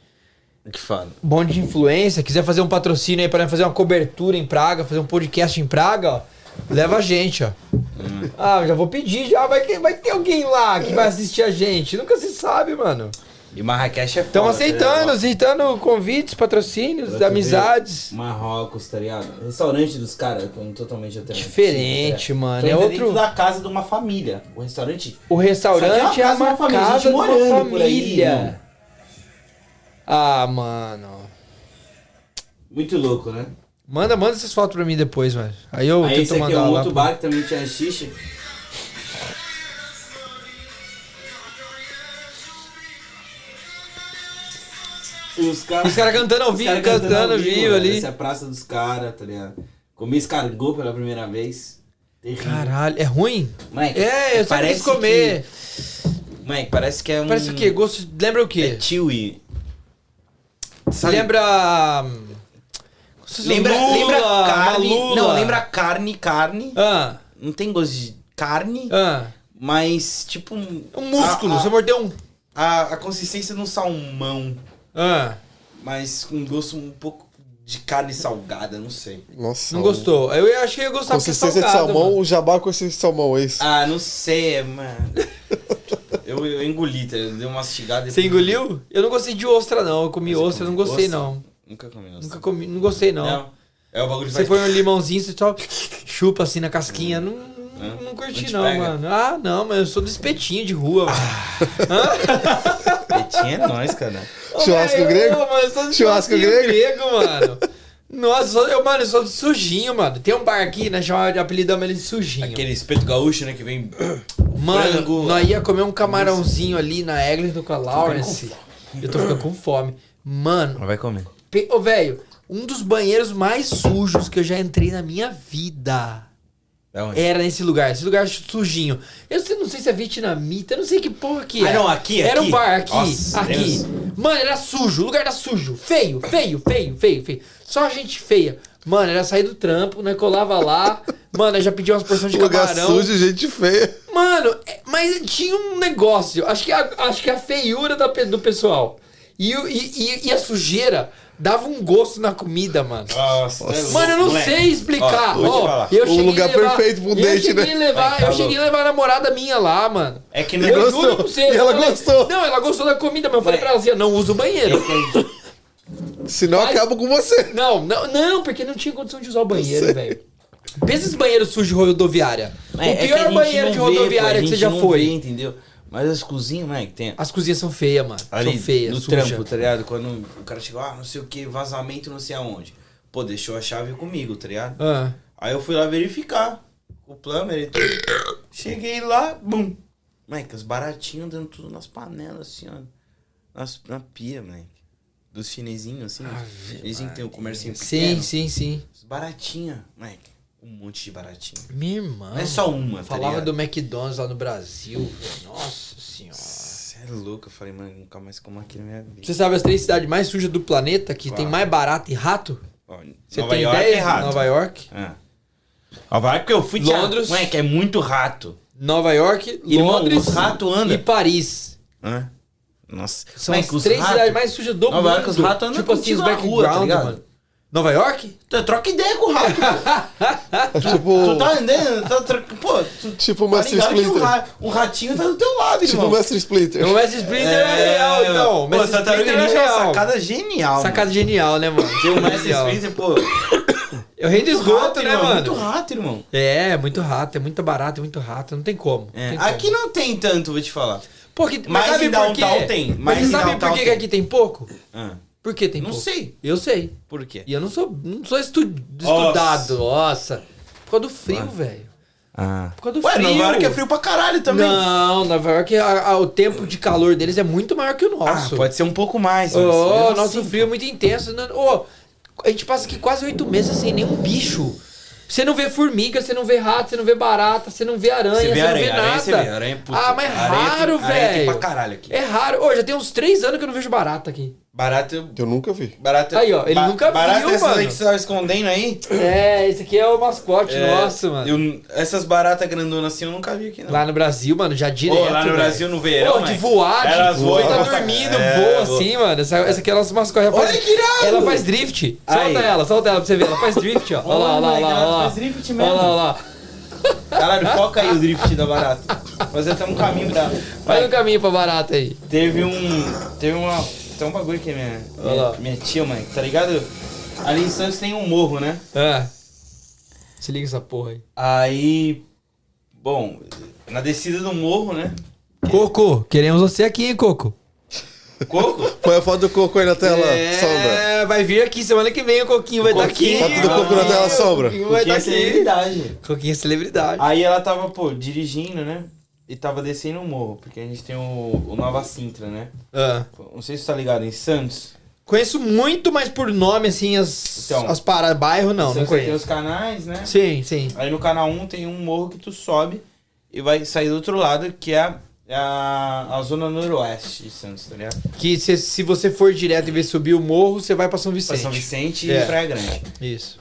Que foda.
bom de influência, quiser fazer um patrocínio aí pra fazer uma cobertura em Praga, fazer um podcast em Praga, ó, leva a gente, ó.
Hum.
Ah, já vou pedir já, vai, que- vai ter alguém lá que vai assistir a gente. Nunca se sabe, mano.
E Marrakech é foda.
Estão
tá ligado?
aceitando, aceitando convites, patrocínios,
Pra tu
amizades.
ver, Marrocos, tá ligado? Restaurante dos caras com totalmente alternativo.
Diferente,
tá ligado?
mano,
Então,
é
entra
outro-
dentro da casa de uma família. O restaurante.
O restaurante
Isso aqui
é
é
uma
uma casa de uma família,
casa de
gente
uma
morando por aí, né?
família.
mano.
Ah, mano.
Muito louco, né?
Manda, manda essas fotos pra mim depois, velho. Aí eu
Aí esse
tento
aqui é
mandar
um
lá.
outro
pra-
bar que também tinha xixa. E os caras.
Os caras cantando ao
os
vivo,
caras
cantando, ao vivo
mano.
ali.
Essa é a praça dos caras, tá ligado? Comi escargot pela primeira vez. Terrível.
Caralho, é ruim?
Moleque,
É, eu só
parece
quis comer.
que- Moleque, parece que é um.
Parece o quê? Gosto. Lembra o
É
quê?
chewy. Sabe-
Lembra. hum,
Lembra,
Lula,
lembra carne.
Malula.
Não, lembra carne, carne.
Ah,
Não tem gosto de carne,
ah.
mas tipo. um-
Um músculo,
a- a-
você mordeu um.
A, a consistência de um salmão,
Ah,
mas com gosto um pouco de carne salgada, não sei.
Nossa.
não gostou. Eu achei que ia gostar porque é
Consistência de
salgado,
salmão,
mano.
o jabá com esse salmão, é isso.
Ah, não sei,
[LAUGHS]
mano. eu, eu engoli, tá? ligado? dei uma mastigada. e-
Você engoliu? Eu não gostei de ostra, não. Eu comi
Você
ostra, eu não
comeu
gostei,
ostra?
não.
Nunca comi. nossa.
Nunca comi, não gostei, não.
Não. É o bagulho que
Você
faz-
põe um limãozinho, você só chupa assim na casquinha. Não,
Hã?
não
Hum? Não
curti,
te
não,
pega?
mano. Ah, não, mas eu sou do espetinho de rua, mano.
Petinho é
[LAUGHS]
nóis, cara.
Ô,
[LAUGHS] Churrasco
velho,
grego?
ô, mano, eu sou do
Churrasco
churrasquinho
grego?
mano. Nossa, eu, sou- eu, mano, eu sou do sujinho, mano. Tem um bar aqui, né? Chama de apelidamos ele de sujinho.
Aquele espeto gaúcho, né? Que vem.
Mano,
frango. né?
nós ia comer um camarãozinho ali na Eglinton com a Lawrence. Eu tô ficando com fome. Mano,
Vai comer.
Pe- Ô, velho, um dos banheiros mais sujos que eu já entrei na minha vida
É onde?
Era nesse lugar, esse lugar sujinho. Eu sei- não sei se é vietnamita, eu não sei que porra que
Ah,
é.
não, aqui,
Era
aqui.
um bar aqui,
Nossa,
aqui. Mano, era sujo, o lugar era sujo. Feio, feio, feio, feio, feio. Só gente feia. Mano, era sair do trampo, né? Colava lá. Mano, eu já pedi umas porções de
Lugar
camarão.
sujo, gente feia.
Mano, é- mas tinha um negócio. Acho que a, acho que a feiura da pe- do pessoal. E, o- e- e- e a sujeira dava um gosto na comida, mano.
Nossa, é
Mano, eu não sei explicar.
Ah, Ó, vou te
Ó,
falar.
eu
O
cheguei a
lugar
levar-
perfeito pro
eu
date,
cheguei
né?
a levar-
Ai, tá
eu cheguei a levar a namorada minha lá, mano.
É que
Eu
negócio.
juro pra você,
E
eu
ela
falei-
gostou.
Não, ela gostou da comida, mas eu falei
Ué.
pra ela assim: não usa o
É
banheiro.
Senão
Mas-
acaba
[LAUGHS]
com você.
Não, não, não, porque não tinha condição de usar o banheiro, velho. Pensa esse banheiro sujo de rodoviária.
É, é
o
que a
pior
gente
banheiro
não
de
vê, pô,
rodoviária
a
que você
gente
já
não
foi.
vê, entendeu? Mas as cozinhas, né, que tem
As cozinhas são feias, mano.
ali
são feias,
no
suja.
trampo, tá ligado? Quando o cara chegou, ah, não sei o que, vazamento não sei aonde. Pô, deixou a chave comigo, tá ligado?
Ah.
Aí eu fui lá verificar. O plumber, ele... Cheguei lá, bum. Moleque, os baratinhos andando tudo nas panelas, assim, ó. Nas, na pia, moleque. Dos chinesinhos, assim. Eles têm um comércio
Ah, Sim, sim, sim.
Os baratinha, moleque. Um monte de baratinha.
Minha irmã.
Não é só uma, tá
Ah, Falava
ligado?
do McDonald's lá no Brasil. velho. Nossa senhora.
Você é louco, eu falei, mano, nunca mais como aqui na minha vida.
Você sabe as três cidades mais sujas do planeta que tem
Claro.
mais barato e rato?
Ó,
Você
Nova
tem
York
ideia?
é rato.
Nova York.
Ah. Nova York eu fui de
Londres.
rato. Moleque, é muito rato.
Nova York,
Irmão,
Londres
os rato anda.
e Paris.
Hã? Nossa.
São
Moleque,
as
os
três
rato-
cidades mais sujas do
Nova
mundo.
York, os ratos andam
tipo assim,
contigo
os
na rua, tá
background,
ligado?
mano. Nova
[LAUGHS]
York?
Tu Então, troca ideia com o rato.
[LAUGHS]
pô.
Tipo,
tu tá andando, tá troca... Pô, tu...
tipo
tá
Master
ligado que um,
Splinter.
ra... um ratinho tá do teu lado,
Tipo
irmão.
Master Splinter.
O Messi Splinter é, real, então. O
Pô,
Messi
Tartaruga
Splinter é
Ninja é uma
real.
sacada genial.
Sacada genial, né, mano?
mano. O Mestre
Genial.
Splinter, pô...
Eu rei do esgoto, né,
irmão, Muito
mano?
rato, irmão.
É, muito rato, é muito barato, é muito rato, não tem como. não
É,
tem como.
aqui não tem tanto, vou te falar.
Pô, que- mas
Mas
sabe
em
por quê?
downtown tem,
Mas
mas
você
em
sabe por
downtown
que, que
tem.
aqui tem pouco?
Ah,
Por que tem
não
pouco?
sei.
Eu sei.
Por quê?
E eu não sou, não sou estu-
Nossa.
estudado, nossa. Por causa do frio, velho.
Ah.
Por causa do
Ué,
frio.
Nova York é frio pra caralho também.
Não, Nova York, é a- a- o tempo de calor deles é muito maior que o
Ah,
nosso.
pode ser um pouco mais. mas
Ô,
mesmo
nosso
assim,
frio é muito intenso. né? Ô, a gente passa aqui quase oito meses sem nenhum bicho. Você não vê formiga, você não vê rato, você não vê barata, você não vê aranha, você,
Você vê
não
aranha,
vê nada.
aranha você vê, aranha, puta,
ah, mas é
aranha tem-
raro,
aranha tem
velho.
pra caralho aqui.
É raro. Ô, já tem uns três anos que eu não vejo barata aqui.
Barato.
Eu nunca vi.
Barato.
Aí, ó, ele nunca
barato
viu,
essas
mano.
aí que você tava escondendo aí?
É, esse aqui é o mascote
É,
nosso, mano.
eu- essas baratas grandonas assim eu nunca vi aqui, não.
Lá no Brasil, mano, já
Pô,
direto.
lá no
velho.
Brasil, no verão.
Pô, de
mãe,
voar, de
elas
voar,
voam
tá
pra cá.
dormindo,
É,
voa assim, mano. Essa, essa aqui é a nossa mascote. Ela
Olha
faz-
que irado!
Ela faz drift. Solta
Aí.
ela, solta ela pra você ver. Ela faz drift, ó. Olha lá, olha lá,
Moleque,
olha lá.
ela
Olha
faz
lá.
drift
Olha
mesmo.
lá, olha lá.
Caralho, foca aí o drift da barata. Fazer até um caminho pra.
Faz um caminho pra barata aí.
Teve um. Teve uma. Tem um bagulho que minha.
Olha lá.
Minha, minha tia, mãe, tá ligado? Ali em Santos tem um morro, né?
Ah. Se liga essa porra aí.
Aí. Bom, na descida do morro, né?
Coco, queremos você aqui, hein, Coco?
Coco?
Põe a foto do coco aí na tela, sombra.
É, vai vir aqui semana que vem o Coquinho vai
O
estar aqui.
Coquinho. Foto do
Tá Coco na tela,
O
sombra.
Coquinho vai
Porque
estar
é
aqui.
celebridade.
Coquinho é celebridade.
Aí ela tava, pô, dirigindo, né? E tava descendo o morro, porque a gente tem o, o Nova Sintra, né?
Ah.
Não sei se tá ligado, em Santos.
Conheço muito, mas por nome, assim, as,
Então.
as paradas. Bairro, não,
Em
não
Santos tem
conheço.
os canais, né?
Sim, sim.
Aí no canal 1 tem um morro que tu sobe e vai sair do outro lado, que é a, a, a zona noroeste de Santos, tá ligado?
Que se, se você for direto e ver subir o morro, você vai pra São
Pra
Vicente.
São Vicente
É.
e Praia Grande.
Isso.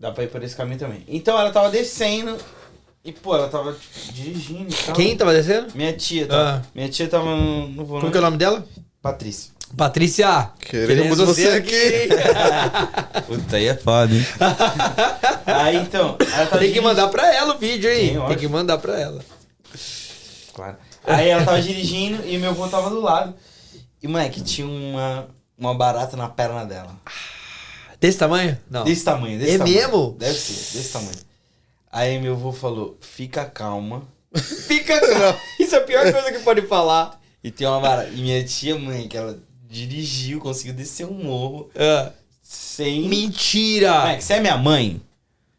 Dá pra ir por esse caminho também. Então ela tava descendo e, pô, ela tava tipo, dirigindo e tal.
Quem tava descendo?
Minha tia, tava,
Ah.
minha tia tava no, no
Como que é
volante.
o nome dela?
Patrícia.
Patrícia.
Queremos você aqui. [LAUGHS]
Puta, aí é foda, hein? aí então, ela tava
Tem que
dirigindo.
mandar pra ela o vídeo, hein?
Sim,
Tem
lógico.
que mandar pra ela.
Claro. Aí ela tava dirigindo e meu avô tava do lado. E, moleque, tinha uma, uma barata na perna dela.
Desse tamanho? Não.
Desse tamanho, desse
É
tamanho.
mesmo?
Deve ser, desse tamanho. Aí meu avô falou, fica calma.
Fica. Isso é a pior coisa que pode falar.
E tem uma barata. E minha tia, mãe, que ela dirigiu, conseguiu descer um morro
Ah,
sem...
Mentira!
Moleque, se é minha mãe,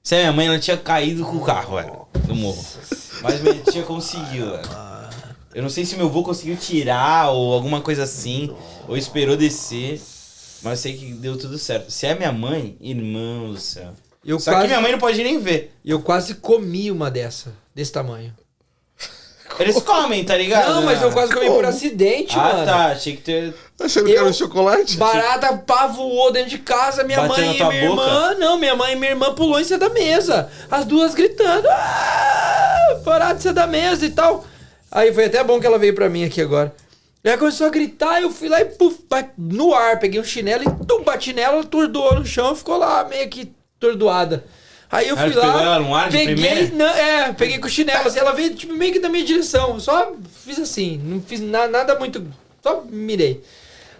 se é minha mãe, ela tinha caído com o carro, velho, do morro. Mas minha tia conseguiu, velho. Eu não sei se meu avô conseguiu tirar ou alguma coisa assim, ou esperou descer, mas eu sei que deu tudo certo. Se é minha mãe, irmão do céu.
Eu
Só que
quase,
minha mãe não pode nem ver.
eu quase comi uma dessa, desse tamanho.
Eles comem, tá ligado?
Não, mas eu quase comi por
Como?
acidente,
Ah,
mano.
tá. Achei que ter.
Achando que era
Eu-
um chocolate?
Barata pá voou dentro de casa, minha
Bateu na
mãe e
tua
minha irmã. Não, minha mãe e minha irmã pulou em cima da mesa. As duas gritando. "Ah, Barata em cima da mesa e tal. Aí foi até bom que ela veio pra mim aqui agora. E Ela começou a gritar, eu fui lá e puf, ba- no ar, peguei um chinelo e tum, bati nela, ela atordoou no chão, ficou lá meio que atordoada. Aí eu
Ela
fui lá.
pegou ela no ar de
peguei,
primeira?
não, é, peguei com o chinelo, assim, ela veio tipo, meio que na minha direção. Só fiz assim, não fiz na- nada muito. Só mirei.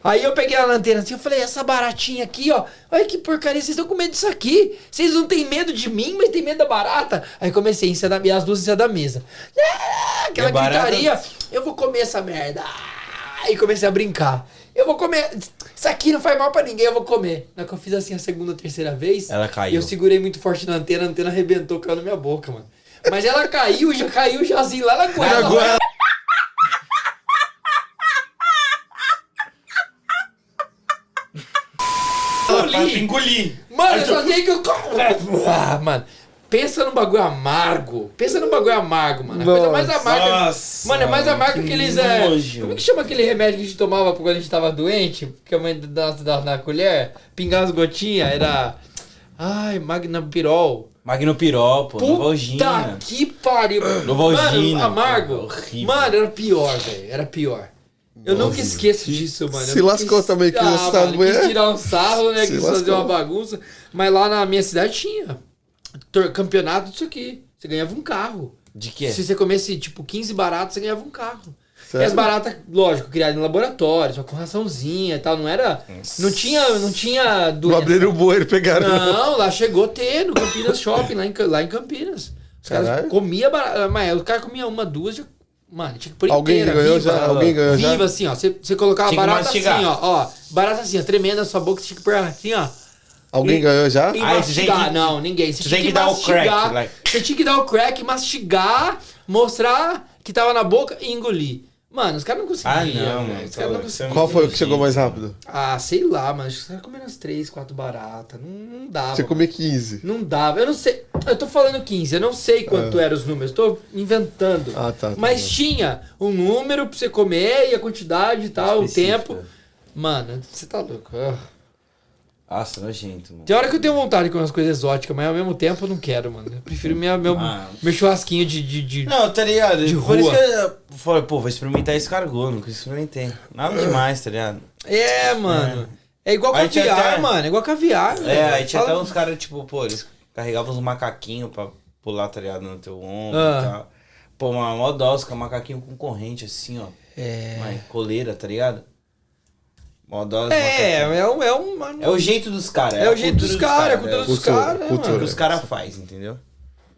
Aí eu peguei a lanterna assim, eu falei, essa baratinha aqui, ó, olha que porcaria, vocês estão com medo disso aqui? Vocês não têm medo de mim, mas tem medo da barata? Aí comecei em cima da, e as duas em cima da mesa. Ah, Aquela
E a É barata-
gritaria, eu vou comer essa merda. Ah, E comecei a brincar. Eu vou comer, isso aqui não faz mal pra ninguém, eu vou comer. Na hora que eu fiz assim a segunda, terceira vez,
Ela caiu.
eu segurei muito forte na antena, a antena arrebentou, caiu na minha boca, mano. Mas ela caiu, já caiu já assim lá na goela.
Agora.
Engoli.
Engoli.
Mano, eu só sei que eu. Ah, mano. Pensa num bagulho amargo. Pensa num bagulho amargo, mano. A coisa mais amarga.
Nossa,
mano, é mais amargo que
que
aqueles. É...
nojo.
Como é que chama aquele remédio que a gente tomava quando a gente tava doente? Que a mãe dava dava na colher? Pingar as gotinhas? Era. Ai, Magnapirol.
Magnopirol, pô.
Puta
Novalgina.
que pariu.
Novalgina,
Mano, amargo.
cara, é horrível.
Mano, era pior, velho. Era pior. Eu nunca esqueço disso, mano.
se
Eu
lascou
quis-
também, que
ah,
você tá
mano, eu quis
bem.
tirar um sarro, né?
Se
Quis fazer
lascou.
uma bagunça. Mas lá na minha cidade tinha tor- campeonato disso aqui. Você ganhava um carro.
De quê?
Se você comesse, tipo, 15 baratas, você ganhava um carro. E
Sério?
as baratas, lógico, criadas em laboratório, só com raçãozinha e tal. Não era... Não tinha, não tinha
Não
doença.
abriram o bueiro, pegaram.
Não, lá chegou a ter no Campinas Shopping, lá em, Ca- lá em Campinas. Os caras
Caralho.
comiam
comiam
barata. Mas o cara comia uma, duas, já, mano, tinha que pôr
Alguém
inteira,
ganhou
viva.
já? Alguém ganhou já?
Viva assim, ó. Você você colocava a
Tinha que
barata assim,
mastigar.
ó, ó. Barata assim, ó, tremenda na sua boca, você tinha que pôr assim, ó.
Alguém ganhou já?
E
Ah, você tem
mastigar.
que-
Não, ninguém. Você,
você
tinha
tem
que,
que dar o crack,
mastigar.
like.
Você tinha que dar o crack, mastigar, mostrar que tava na boca e engolir. Mano, os caras não conseguiam.
Ah, não,
velho.
mano.
Os caras não
Pô, isso é
conseguiam.
Qual foi o que
nojento.
chegou mais rápido?
Ah, sei lá, mano. Acho que os caras comeram umas três, quatro baratas. Não, não dava.
Você comeu 15.
Não dava. Eu não sei. Eu tô falando 15, eu não sei quanto eram os números. Tô inventando.
É. Ah, tá, tá
Mas
bom.
tinha um número pra você comer e a quantidade e tal, o tempo.
Específico.
é.
Mano, você tá louco. Ah.
Nossa, nojento, mano.
Tem hora que eu tenho vontade de comer umas coisas exóticas, mas ao mesmo tempo eu não quero, mano. Eu prefiro minha, meu,
Ah.
meu churrasquinho de. de, de-
Não, tá ligado?
De
Por
rua.
isso que eu falei, pô, vou experimentar esse cargô, nunca experimentei. Nada demais, tá ligado?
É, mano. É, igual
Aí tinha
caviar,
até-
mano. É igual caviar.
É,
velho.
aí tinha
Fala-
até uns caras, tipo, pô, eles carregavam uns macaquinhos pra pular, tá ligado, no teu ombro
Ah.
e tal. Pô, uma mó dosca, macaquinho com corrente, assim, ó. É. Uma coleira, tá ligado? Mó dosca.
É,
macaquinho.
é um. É, um, mano,
é o jeito dos caras.
é o jeito dos caras, é a cultura dos
Cultura,
caras. mano.
É o que
cultura.
os caras fazem, entendeu?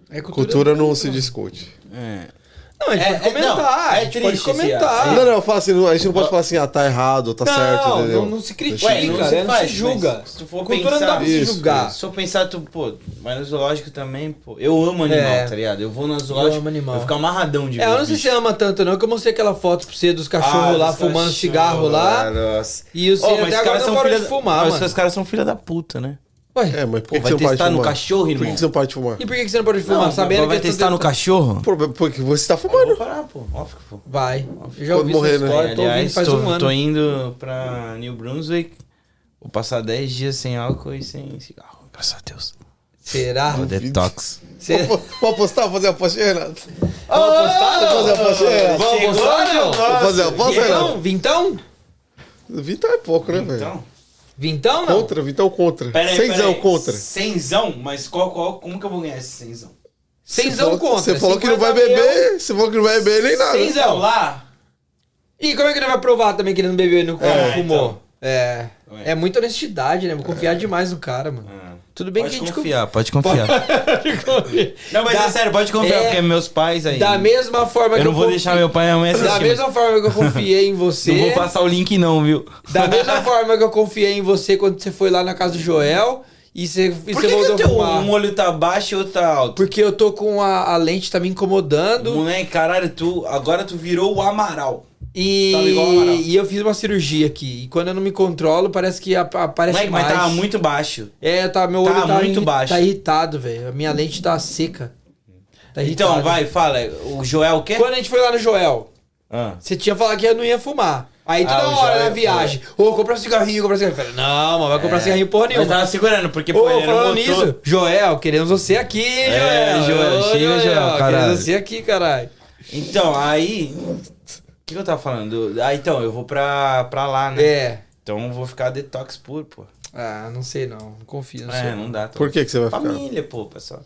É
Cultura não se discute.
É.
Não, a gente
É-
pode
é- não,
comentar.
é
a gente pode
triste esse-
comentar.
Não, não, eu falo assim, não- a gente não pode falar assim, ah, tá errado, tá certo,
não,
entendeu?
não, não se critica,
Ué,
não
cara,
se
não se,
faz,
julga.
mas se tu for é.
Cultura não dá pra se
pensar-
julgar.
Se eu pensar, tu, pô, mas no zoológico também, pô. Eu amo animal,
É.
tá ligado? Eu vou no zoológico.
amo animal.
Eu fico amarradão de
É,
ver
eu
os
não sei
bichos.
se ama tanto não, que eu mostrei aquela foto pra você dos cachorros
Ah,
lá
dos
fumando
cachorros,
cigarro lá.
Nossa.
E os
Ó,
até
mas os
agora
caras
não
são
param
filha
de
da-
fumar,
mas
mano.
os caras são filha da puta, né?
Ué,
É, mas por
Pô, vai
que, você não pode
testar
fumar?
no cachorro,
Por
irmão?
que que você não pode fumar?
e por que que você não pode fumar?
mas
Sabendo
vai
que eu tô
testar no
tentando-
cachorro?
Por- Porque você tá
Eu vou
fumando.
parar, pô. Óbvio que pô.
Vai. Eu já
Quando
ouvi essa
morrer, né?
história, tô ouvindo
Aliás,
faz
tô,
um
tô
ano.
indo pra New Brunswick. Vou passar 10 dias sem álcool e sem cigarro. Graças a Deus.
Será?
Vou detox.
Será?
Vou vou apostar, fazer tá a aposta, Renato?
Vamos apostar?
Vou fazer a aposta, Renato?
Vamos
Chegou,
apostar, não?
Leonardo.
Vou fazer a aposta, Renato?
Vintão? Vintão?
Vitão é pouco, né, velho?
Então,
Vintão, não?
Contra, Vitão contra.
pera aí, pera
Seisão
aí.
contra.
Cenzão? Mas qual, qual, como que eu vou ganhar esse cenzão?
Seisão é contra.
Você falou que não vai
50 mil.
beber, você falou que não vai beber nem nada.
Seis-
Cenzão lá?
E como é que ele vai provar também que ele não bebeu e não
É,
fumou?
então.
É.
Ué.
É muita honestidade, né? Vou confiar demais no cara, mano. Tudo bem
Pode
que a gente
confiar,
[LAUGHS]
pode confiar.
confia.
Não, mas
Da-
é sério, pode confiar,
é-
porque meus pais aí.
Da mesma forma
Eu
que
não vou
confi-
deixar meu pai e minha mãe assistir.
Da
mas
mesma forma que eu confiei em você.
Não vou passar o link, não, viu?
Da mesma forma que eu confiei em você quando você foi lá na casa do Joel e você, e
Por
você
que, que
voltou
o
a
teu
fumar.
um olho tá baixo e outro tá alto?
Porque eu tô com a, a lente tá me incomodando.
Moleque, caralho, tu agora tu virou o Amaral.
E,
Tava Tá igual o Amaral.
e eu fiz uma cirurgia aqui. E quando eu não me controlo, parece que ap- aparece
Moleque,
mais.
mas tava muito baixo.
É, tá, meu olho
Tá
tá,
muito
irri-
baixo.
tá irritado, velho. A minha lente tá seca. Tá
então,
irritada.
vai, fala. O Joel o quê?
Quando a gente foi lá no Joel,
Ah.
você tinha falado que eu não ia fumar. Aí toda
Ah, o
hora
Joel
na viagem, ô, comprar um cigarrinho, comprar um cigarrinho. Eu falei, não, mano, vai
É.
comprar cigarrinho porra
Eu
nenhuma.
tava segurando, porque
Ô,
pô, ele um
falando
não botou.
nisso, Joel, queremos você aqui, hein,
É,
Joel.
Joel,
Ô,
chega, Joel, caralho.
Queremos você aqui, caralho.
Então, aí. O que, que eu tava falando? Ah, então, eu vou pra, pra lá, né?
É.
Então eu vou ficar detox puro, pô.
Ah, não sei não. Não confio, não sei.
É, não dá. Tô...
Por que, que você vai ficar?
Família, pô, pessoal.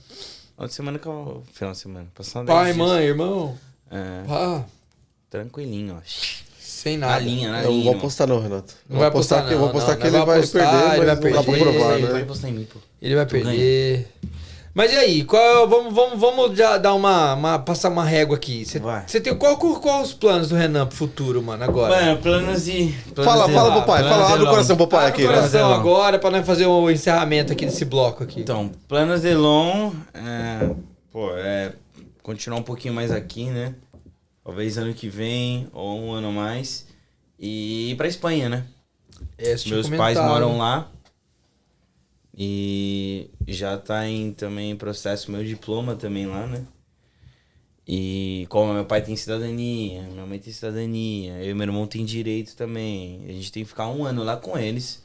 Outra semana que eu. Final de semana. Passando
Pai, mãe, irmão.
É,
Pá,
tranquilinho, ó.
sem
Na
nada.
linha, na
Eu não
linha.
vou apostar não, Renato.
Não vai apostar,
que, eu vou
não,
apostar
não,
que
não
ele
vai
vai
apostar, ele vai
perder, mas não dá pra
perder.
provar,
Ele
Vai
né?
apostar em mim, pô.
Ele vai
Tu
perder. Mas e aí, qual- vamos, vamos, vamos já dar uma, uma- passar uma régua aqui.
Vai.
Você tem qual, qual, qual os planos do Renan pro futuro, mano, agora?
Mano, planos de. planos
Fala,
de-
fala,
lá,
papai.
planos
Fala,
de
abre o
longo-
coração, papai,
Abre
aqui.
o
né?
coração
Renan.
agora pra nós fazer o encerramento aqui desse bloco aqui.
Então, planos de long, é, pô, é continuar um pouquinho mais aqui, né? Talvez ano que vem ou um ano a mais e ir pra Espanha, né?
É, isso tinha
Meus pais
comentado.
moram lá e já tá em também processo meu diploma também lá, né? E como meu pai tem cidadania, minha mãe tem cidadania, eu e meu irmão tem direito também. A gente tem que ficar um ano lá com eles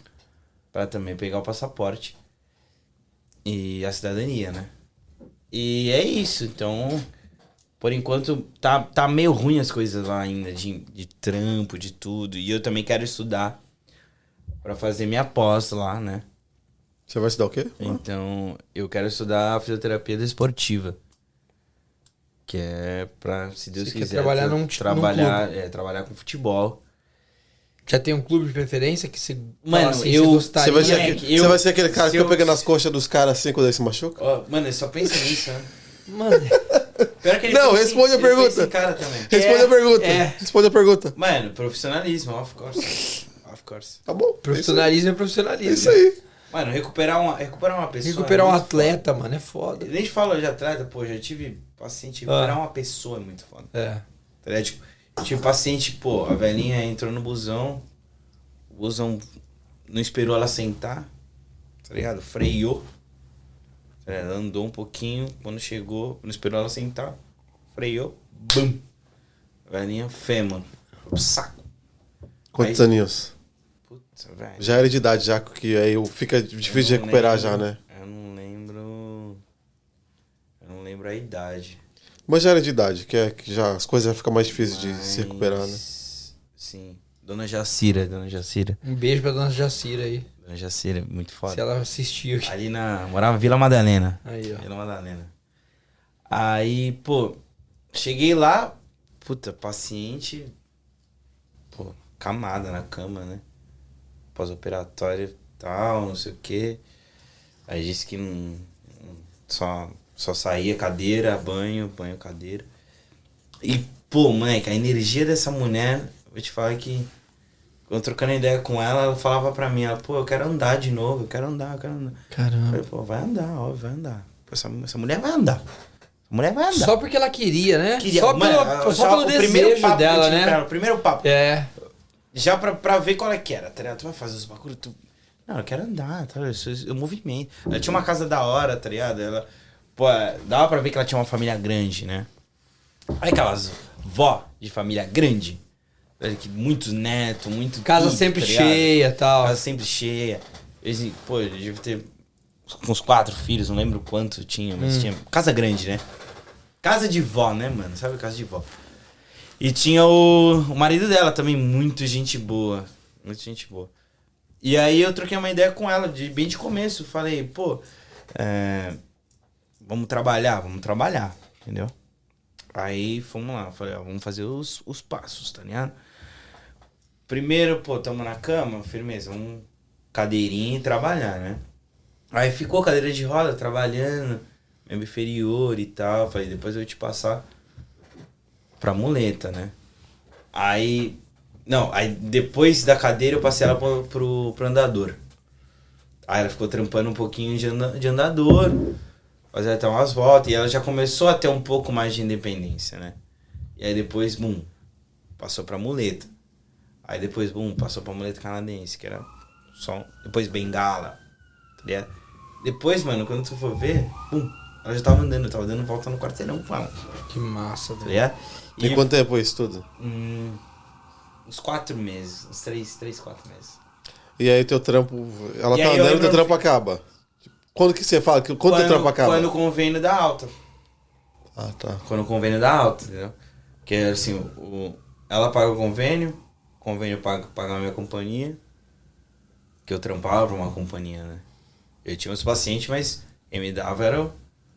pra também pegar o passaporte e a cidadania, né? E é isso, então por enquanto tá, tá meio ruim as coisas lá ainda de, de trampo, de tudo. E eu também quero estudar pra fazer minha pós lá, né?
Você vai se dar o quê?
Então, eu quero estudar fisioterapia desportiva. Que é pra, se Deus
Você quer
quiser,
trabalhar
tra-
num ti- num
trabalhar, é, trabalhar com futebol.
Já tem um clube de preferência que se. fala
Mano,
assim,
eu-
você
Você
gostaria?
vai, ser
Moleque,
aquele,
eu-
você vai ser aquele
se
cara que fica
eu-
pegando as coxas dos caras assim quando eles se machucam?
Ó, mano, ele só pensa nisso, né?
Mano, é
[LAUGHS]
Pior que
Não,
pensa em-
responde a
ele pensa
pergunta.
em cara também.
Responde a pergunta.
é.
Responde a pergunta.
Mano, profissionalismo, of course. Of course.
Tá bom.
profissionalismo é
É
profissionalismo.
isso aí.
Mano, recuperar uma, recuperar uma pessoa.
Recuperar um
muito
atleta, mano, é foda.
Eu Nem falo de atleta, pô, já tive paciente. Recuperar uma pessoa é muito foda.
É.
Tá ligado? Tipo, eu tive paciente, pô, a velhinha entrou no busão, o busão não esperou ela sentar, tá ligado? Freou. tá ligado? Ela andou um pouquinho, quando chegou, não esperou ela sentar, freou, bum! Velhinha fêmur. Saco.
Quantos
Aí-
aninhos?
Putz, velho.
Já era de idade, já que aí eu- fica difícil de
Eu não
recuperar já,
lembro-
né?
Eu não lembro. Eu não lembro a idade.
Mas já era de idade, que é que já as coisas já ficam mais difíceis de se recuperar, né?
Mas, Sim. Dona Jacira, Dona Jacira.
Um beijo pra dona Jacira aí.
Dona Jacira, muito
Se
foda.
ela assistiu aqui.
Ali na. Morava Vila Madalena.
Aí, ó.
Vila Madalena. Aí, pô, cheguei lá, puta, paciente. Pô, camada na cama, né? Pós-operatório e tal, não sei o quê. Aí disse que não. Só, só saía cadeira, banho, banho, cadeira. E, pô, moleque, a energia dessa mulher, vou te falar que. Eu trocando ideia com ela, ela falava pra mim, ela, pô, eu quero andar de novo, eu quero andar, eu quero andar. Eu
Caramba.
falei, pô, vai andar, ó, vai andar. Pô, essa, essa mulher vai andar. Essa mulher vai andar.
Só porque ela queria, né?
Queria-
só,
mano,
pelo, só
só
pelo
o primeiro
desejo
papo que eu
dela,
tive com
né?
ela, o primeiro papo.
É.
Já pra, pra ver qual é que era, tá ligado? Tu vai fazer os bagulhos, tu... Não, eu quero andar, tá ligado? Isso- isso- O movimento. Ela tinha uma casa da hora, tá ligado? Ela... Pô, dava pra ver que ela tinha uma família grande, né? Olha aquelas vó de família grande. tá ligado? Que muitos netos, muito...
Casa
tudo,
sempre
tá ligado?
cheia e tal.
casa sempre cheia. Eles, pô, eu devia ter uns quatro filhos, não lembro quanto tinha, mas tinha. Casa grande, né? Casa de vó, né, mano? Sabe casa de vó. E tinha o, o marido dela também, muito gente boa. Muito gente boa. E aí eu troquei uma ideia com ela, de, bem de começo. Falei, pô, é, vamos trabalhar, vamos trabalhar, entendeu? Aí fomos lá, falei, ó, vamos fazer os, os passos, tá ligado? Primeiro, pô, tamo na cama, firmeza, um cadeirinho e trabalhar, né? Aí ficou cadeira de roda, trabalhando, membro inferior e tal. Falei, depois eu vou te passar pra muleta, né? Aí. Não, aí depois da cadeira eu passei ela pro, pro, pro andador. Aí ela ficou trampando um pouquinho de, anda- de andador, fazia até umas voltas, e ela já começou a ter um pouco mais de independência, né? E aí depois, bum, passou pra muleta. Aí depois, bum, passou pra muleta canadense, que era só. um- Depois bengala. Tá ligado? Depois, mano, quando tu for ver, bum, ela já tava andando, tava dando volta no quarteirão com ela, tá
Que massa, velho.
ligado?
E quanto tempo é isso tudo?
hum, uns quatro meses, uns três, três, quatro meses.
E aí teu trampo. Ela
E
tá
aí eu
andando e teu
lembro-
trampo acaba. Tipo, Quando que você fala? que- Quando, teu trampo acaba?
Quando o convênio dá alta.
Ah, tá.
Quando o convênio dá alta, entendeu? Porque assim, o, o- ela paga o convênio, o convênio paga, paga a minha companhia. Que eu trampava pra uma companhia, né? Eu tinha uns pacientes, mas quem me dava era o-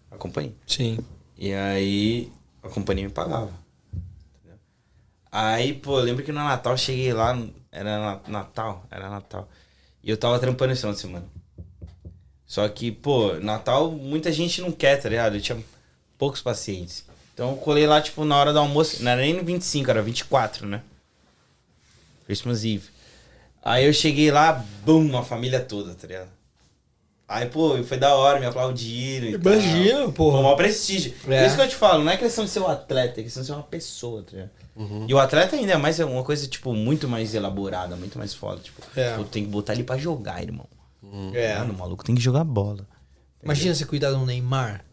a companhia.
Sim.
E aí a companhia me pagava. entendeu? Aí, pô, eu lembro que no Natal eu cheguei lá, era na- Natal, era Natal. E eu tava trampando esse final de semana. Só que, pô, Natal muita gente não quer, tá ligado? Eu tinha poucos pacientes. Então eu colei lá, tipo, na hora do almoço, não era nem no 25, era 24, né? Christmas Eve. Aí eu cheguei lá, bum, a família toda, tá ligado? Aí, pô, foi da hora, me aplaudiram. e tal.
Imagina,
Pô,
porra.
maior prestígio.
É.
Por isso que eu te falo, não é questão de ser um atleta, é questão de ser uma pessoa, tá ligado? E o atleta ainda é mais é uma coisa, tipo, muito mais elaborada, muito mais foda. Tipo,
É.
tu tem que botar ele pra jogar, irmão.
É.
Mano, o maluco tem que jogar bola.
Imagina você cuidar do Neymar.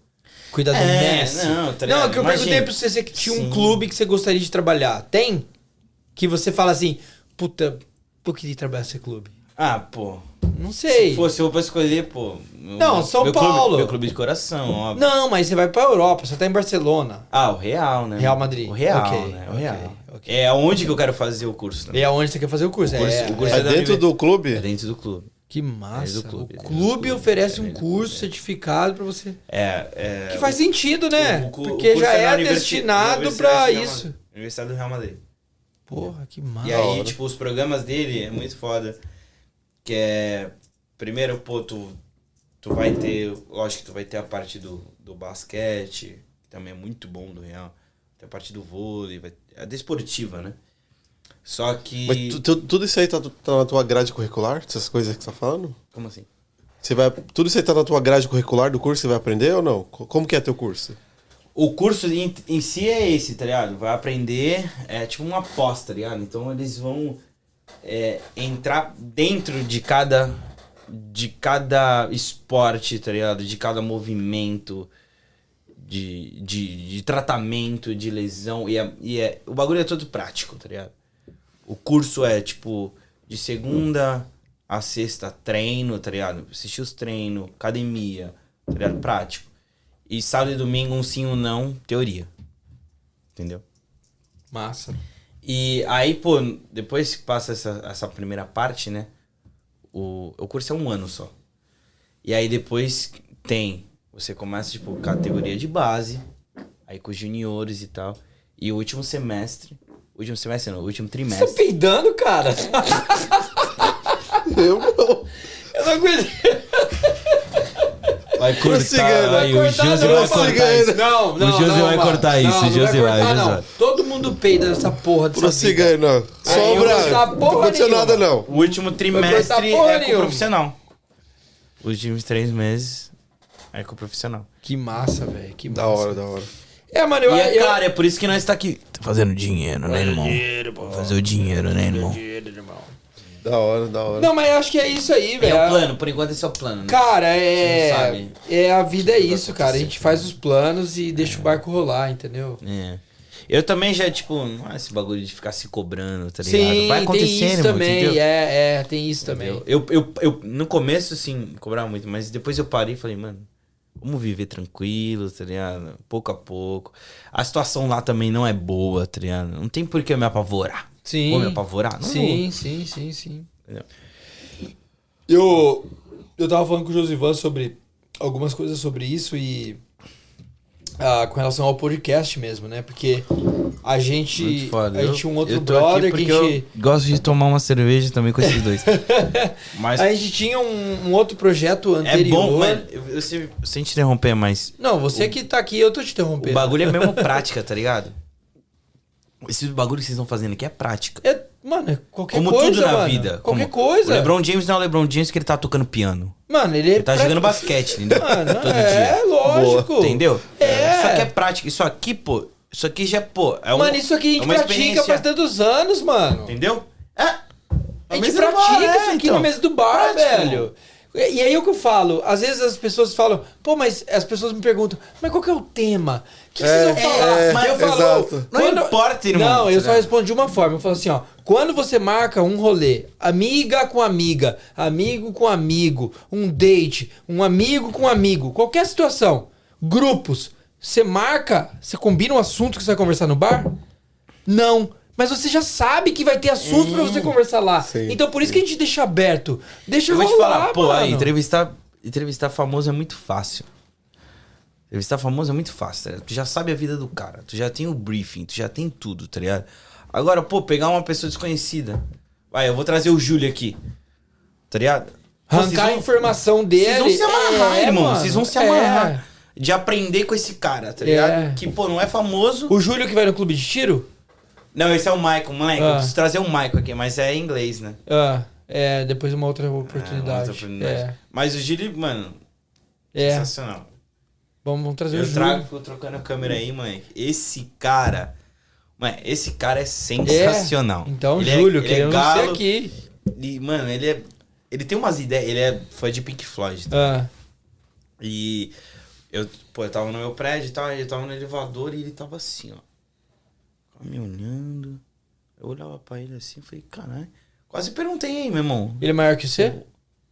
Cuidar do
É,
Messi.
não, tá
não,
ligado?
é que eu
Imagina.
perguntei pra você se tinha um
Sim.
clube que você gostaria de trabalhar. Tem? Que você fala assim, puta, eu queria trabalhar nesse clube.
Ah, pô.
Não sei.
Se fosse eu pra escolher, pô. meu-
Não, São
meu clube-
Paulo.
meu clube de coração, óbvio.
Não, mas você vai pra Europa, você tá em Barcelona.
Ah, o Real, né?
Real Madrid.
O Real,
Ok,
né? O
ok,
Real.
ok.
É onde que eu quero fazer o curso, né?
E aonde você quer fazer o curso?
O curso-
é,
o curso
é.
É
da
dentro
Univer-
do
É
clube?
dentro do clube.
Que massa.
É do
o
clube, é do
clube
clube,
oferece
é
um
do
curso
clube, é.
certificado pra você.
É, é.
Que faz sentido, né?
o cu- o
Porque
curso
já
na
é
universi-
destinado
universidade né, do
pra
Real
isso.
Madrid. Universidade do Real Madrid.
Porra, que
Ah,
E
massa.
aí, tipo, os programas dele é muito foda. Que é. Primeiro, pô, tu, tu vai ter. Lógico que tu vai ter a parte do, do basquete, que também é muito bom do Real. Tem a parte do vôlei, vai, a desportiva, né? Só que.
Mas tu- tu- tudo isso aí tá, tá na tua grade curricular? Essas coisas que você tá falando?
Como assim?
Você vai, tudo isso aí tá na tua grade curricular do curso? Você vai aprender ou não? Co- Como que é teu curso?
O curso em, em si é esse, tá ligado? Vai aprender, é tipo uma pós, tá ligado? Então eles vão é, entrar dentro de cada de cada esporte, tá ligado? De cada movimento, de, de, de tratamento, de lesão. E, é, e é, o bagulho é todo prático, tá ligado? O curso é tipo de segunda a sexta, treino, tá ligado? Assistir os treinos, academia, tá ligado? Prático. E sábado e domingo, um sim, um não, teoria. Entendeu?
Massa.
E aí, pô, depois que passa essa, essa primeira parte, né? O, o curso é um ano só. E aí depois tem. Você começa, tipo, categoria de base, aí com os juniores e tal. E o último semestre. Último semestre não, o último
Você tá
trimestre.
peidando, cara?
[LAUGHS] Eu não.
Eu não aguento.
Vai
Prossiga,
aí,
Vai
o
né? cortar,
Josi
não,
vai
mano.
cortar isso.
Não, não,
Josi
não,
vai
mano.
cortar isso,
Não, não
o Josi
cortar,
vai, o Josi
não.
vai.
Todo mundo peida nessa porra dessa
Prossiga
vida.
aí, não.
eu vou
Sobra.
dar
Não
porra
aconteceu
nenhuma.
nada, não.
O último
cortar
trimestre
porra
é com o
nenhuma.
profissional. Os últimos três meses é com o profissional.
Que massa, velho. Que massa.
Da hora, da hora.
É, mano, eu,
E é,
eu-
cara, é por isso que nós tá aqui. Tá fazendo dinheiro, né, irmão? Fazer o dinheiro, né, irmão?
Da hora, da hora.
Não, mas eu acho que é isso aí,
É
velho.
o plano, por enquanto esse é o plano, né?
Cara,
Você não
é.
sabe.
É, a vida é isso,
vai
cara. A
acontecer,
gente faz os planos e deixa o barco rolar, entendeu?
É. Eu também já, tipo, não é esse bagulho de ficar se cobrando, tá ligado?
Sim,
Vai
tem
acontecer,
isso
irmão,
também.
entendeu?
É, é, tem isso também.
Entendeu? Eu, eu, eu, no começo, assim, cobrava muito, mas depois eu parei e falei, mano, vamos viver tranquilo, tá ligado? Pouco a pouco. A situação lá também não é boa, tá ligado? Não tem por que eu me apavorar.
Sim.
Vou me apavorar? Não
Sim, sim, sim, sim.
Entendeu?
Eu, eu tava falando com o Josivan sobre algumas coisas sobre isso e. ah, com relação ao podcast mesmo, né? Porque a gente.
Muito foda.
A
Eu-
gente tinha um outro
eu tô aqui
brother que
porque
a gente.
eu gosto de tomar uma cerveja também com
[LAUGHS]
esses dois. mas
A gente tinha um, um outro projeto
é
anterior.
bom, mano. Eu, eu sei, sem te interromper, mas
Não, você que tá aqui, eu tô te
o
interrompendo.
bagulho
[LAUGHS]
é mesmo prática, tá ligado? Esse bagulho que vocês estão fazendo aqui é prática.
É, mano, é qualquer
Como
coisa.
tudo na
mano.
vida.
Qualquer
Como-
coisa.
O LeBron James não é o LeBron James que ele tá tocando piano.
Mano, ele, é
Ele tá jogando basquete, entendeu?
Mano,
[LAUGHS] Todo
é,
dia.
lógico.
Entendeu?
É.
Isso aqui é prática. Isso aqui, pô, Isso aqui já, pô, é um,
mano, isso aqui a
é
gente
uma
pratica
experiência.
faz tantos anos, mano.
Entendeu? É. então.
A gente pratica isso aqui na mesa do bar,
Prático.
velho. E e aí é o que eu falo. Às vezes as pessoas falam, pô, mas as pessoas me perguntam, mas qual que é o tema? O que, que
É,
vocês vão falar?
é,
mas eu falo,
exato.
Não importa, irmão,
Não, eu só
sabe?
respondo de uma forma. Eu falo assim, ó. Quando você marca um rolê, amiga com amiga, amigo com amigo, um date, um amigo com amigo, qualquer situação, grupos, você marca, você combina um assunto que você vai conversar no bar? Não. Mas você já sabe que vai ter assunto pra você conversar lá.
sim,
então por isso que a gente deixa aberto. Deixa
Eu vou te
rolar,
falar, pô, aí,
mano.
entrevistar, entrevistar famoso é muito fácil. Entrevistar famoso é muito fácil, tá ligado? Tu já sabe a vida do cara, tu já tem o briefing, tu já tem tudo, tá ligado? Agora, pô, pegar uma pessoa desconhecida. Vai, eu vou trazer o Júlio aqui. Tá ligado? Pô, vocês
Arrancar a
vão-
informação dele.
Vocês vão se amarrar,
é,
irmão.
mano,
Vocês vão se
é.
amarrar. De aprender com esse cara, tá
É.
ligado? Que, pô, não é famoso.
O Júlio que vai no clube de tiro?
Não, esse é o Michael, moleque. Eu
Ah.
preciso trazer o Michael aqui, mas é em inglês, né?
Ah, é, depois uma outra
É, uma outra
oportunidade.
oportunidade. Mas o Gilly, mano,
É, é.
sensacional.
Vamos, vamos trazer o
Eu
Júlio.
trago, fico trocando a câmera aí, mãe. Esse cara. Mãe, esse cara é
É.
sensacional.
Então,
Ele é-
Júlio,
ele é
queremos você
galo.
aqui.
E, mano, ele é. Ele tem umas ideias. Ele é fã de Pink Floyd. tá?
Ah,
E. Eu, pô, eu tava no meu prédio e tal, eu tava no elevador e ele tava assim, ó. Tava Me olhando. Eu olhava pra ele assim e falei, caralho. Quase perguntei, hein, meu irmão.
ele é maior que você?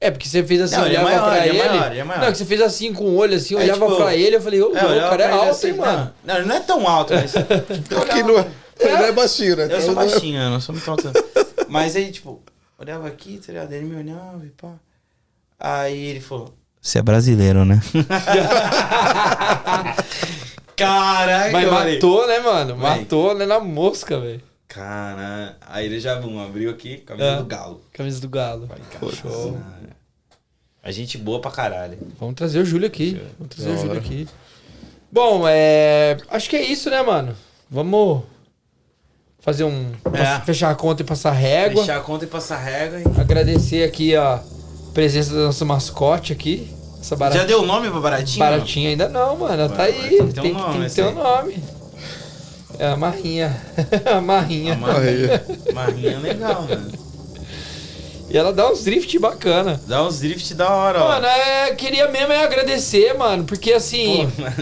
É, porque você fez assim,
Não, ele é
olhava
maior,
pra
ele
ele.
é maior, ele é maior.
Não, que você fez assim com o olho, assim,
É,
olhava
tipo,
pra ele, eu falei, ô, o
olhava
cara é
pra ele
alto,
assim,
hein, mano.
Não, não, ele não é tão alto, mas. tipo, eu
Aqui
olhava-
não é, ele não é baixinho, né?
Eu
Então
sou
não é-
baixinho, eu não sou muito alto. Mas aí, tipo, olhava aqui, tá ligado? Ele me olhava e pá. Aí ele falou: Você é brasileiro, né? [LAUGHS] Caralho,
Mas
eu falei,
matou, né, mano?
Vai.
Matou, né, na mosca, velho.
Caralho. Aí ele já bum, abriu aqui, camisa
É.
do galo.
Camisa do galo. Show.
A gente boa pra caralho.
Vamos trazer o Júlio aqui. Vamos trazer
Da
o Júlio
hora.
aqui. Bom, é... acho que é isso, né, mano? Vamos fazer um...
É.
Fechar a conta e passar régua.
Fechar a conta e passar régua. hein?
Agradecer aqui a presença da nossa mascote aqui. Essa barata-
Já deu o nome pra baratinho?
baratinha ainda não, mano. Ela tá
Ué,
aí.
agora tem que ter um
Tem que
nome
tem que
essa
ter um
aí.
nome. É a Marrinha. [LAUGHS] a Marrinha.
A Ah, Marrinha. Marrinha é legal, mano.
E ela dá uns drift bacana.
Dá uns drift da hora, ó. [LAUGHS]
Mano, é, queria mesmo é agradecer, mano, porque assim.
Pô, mano.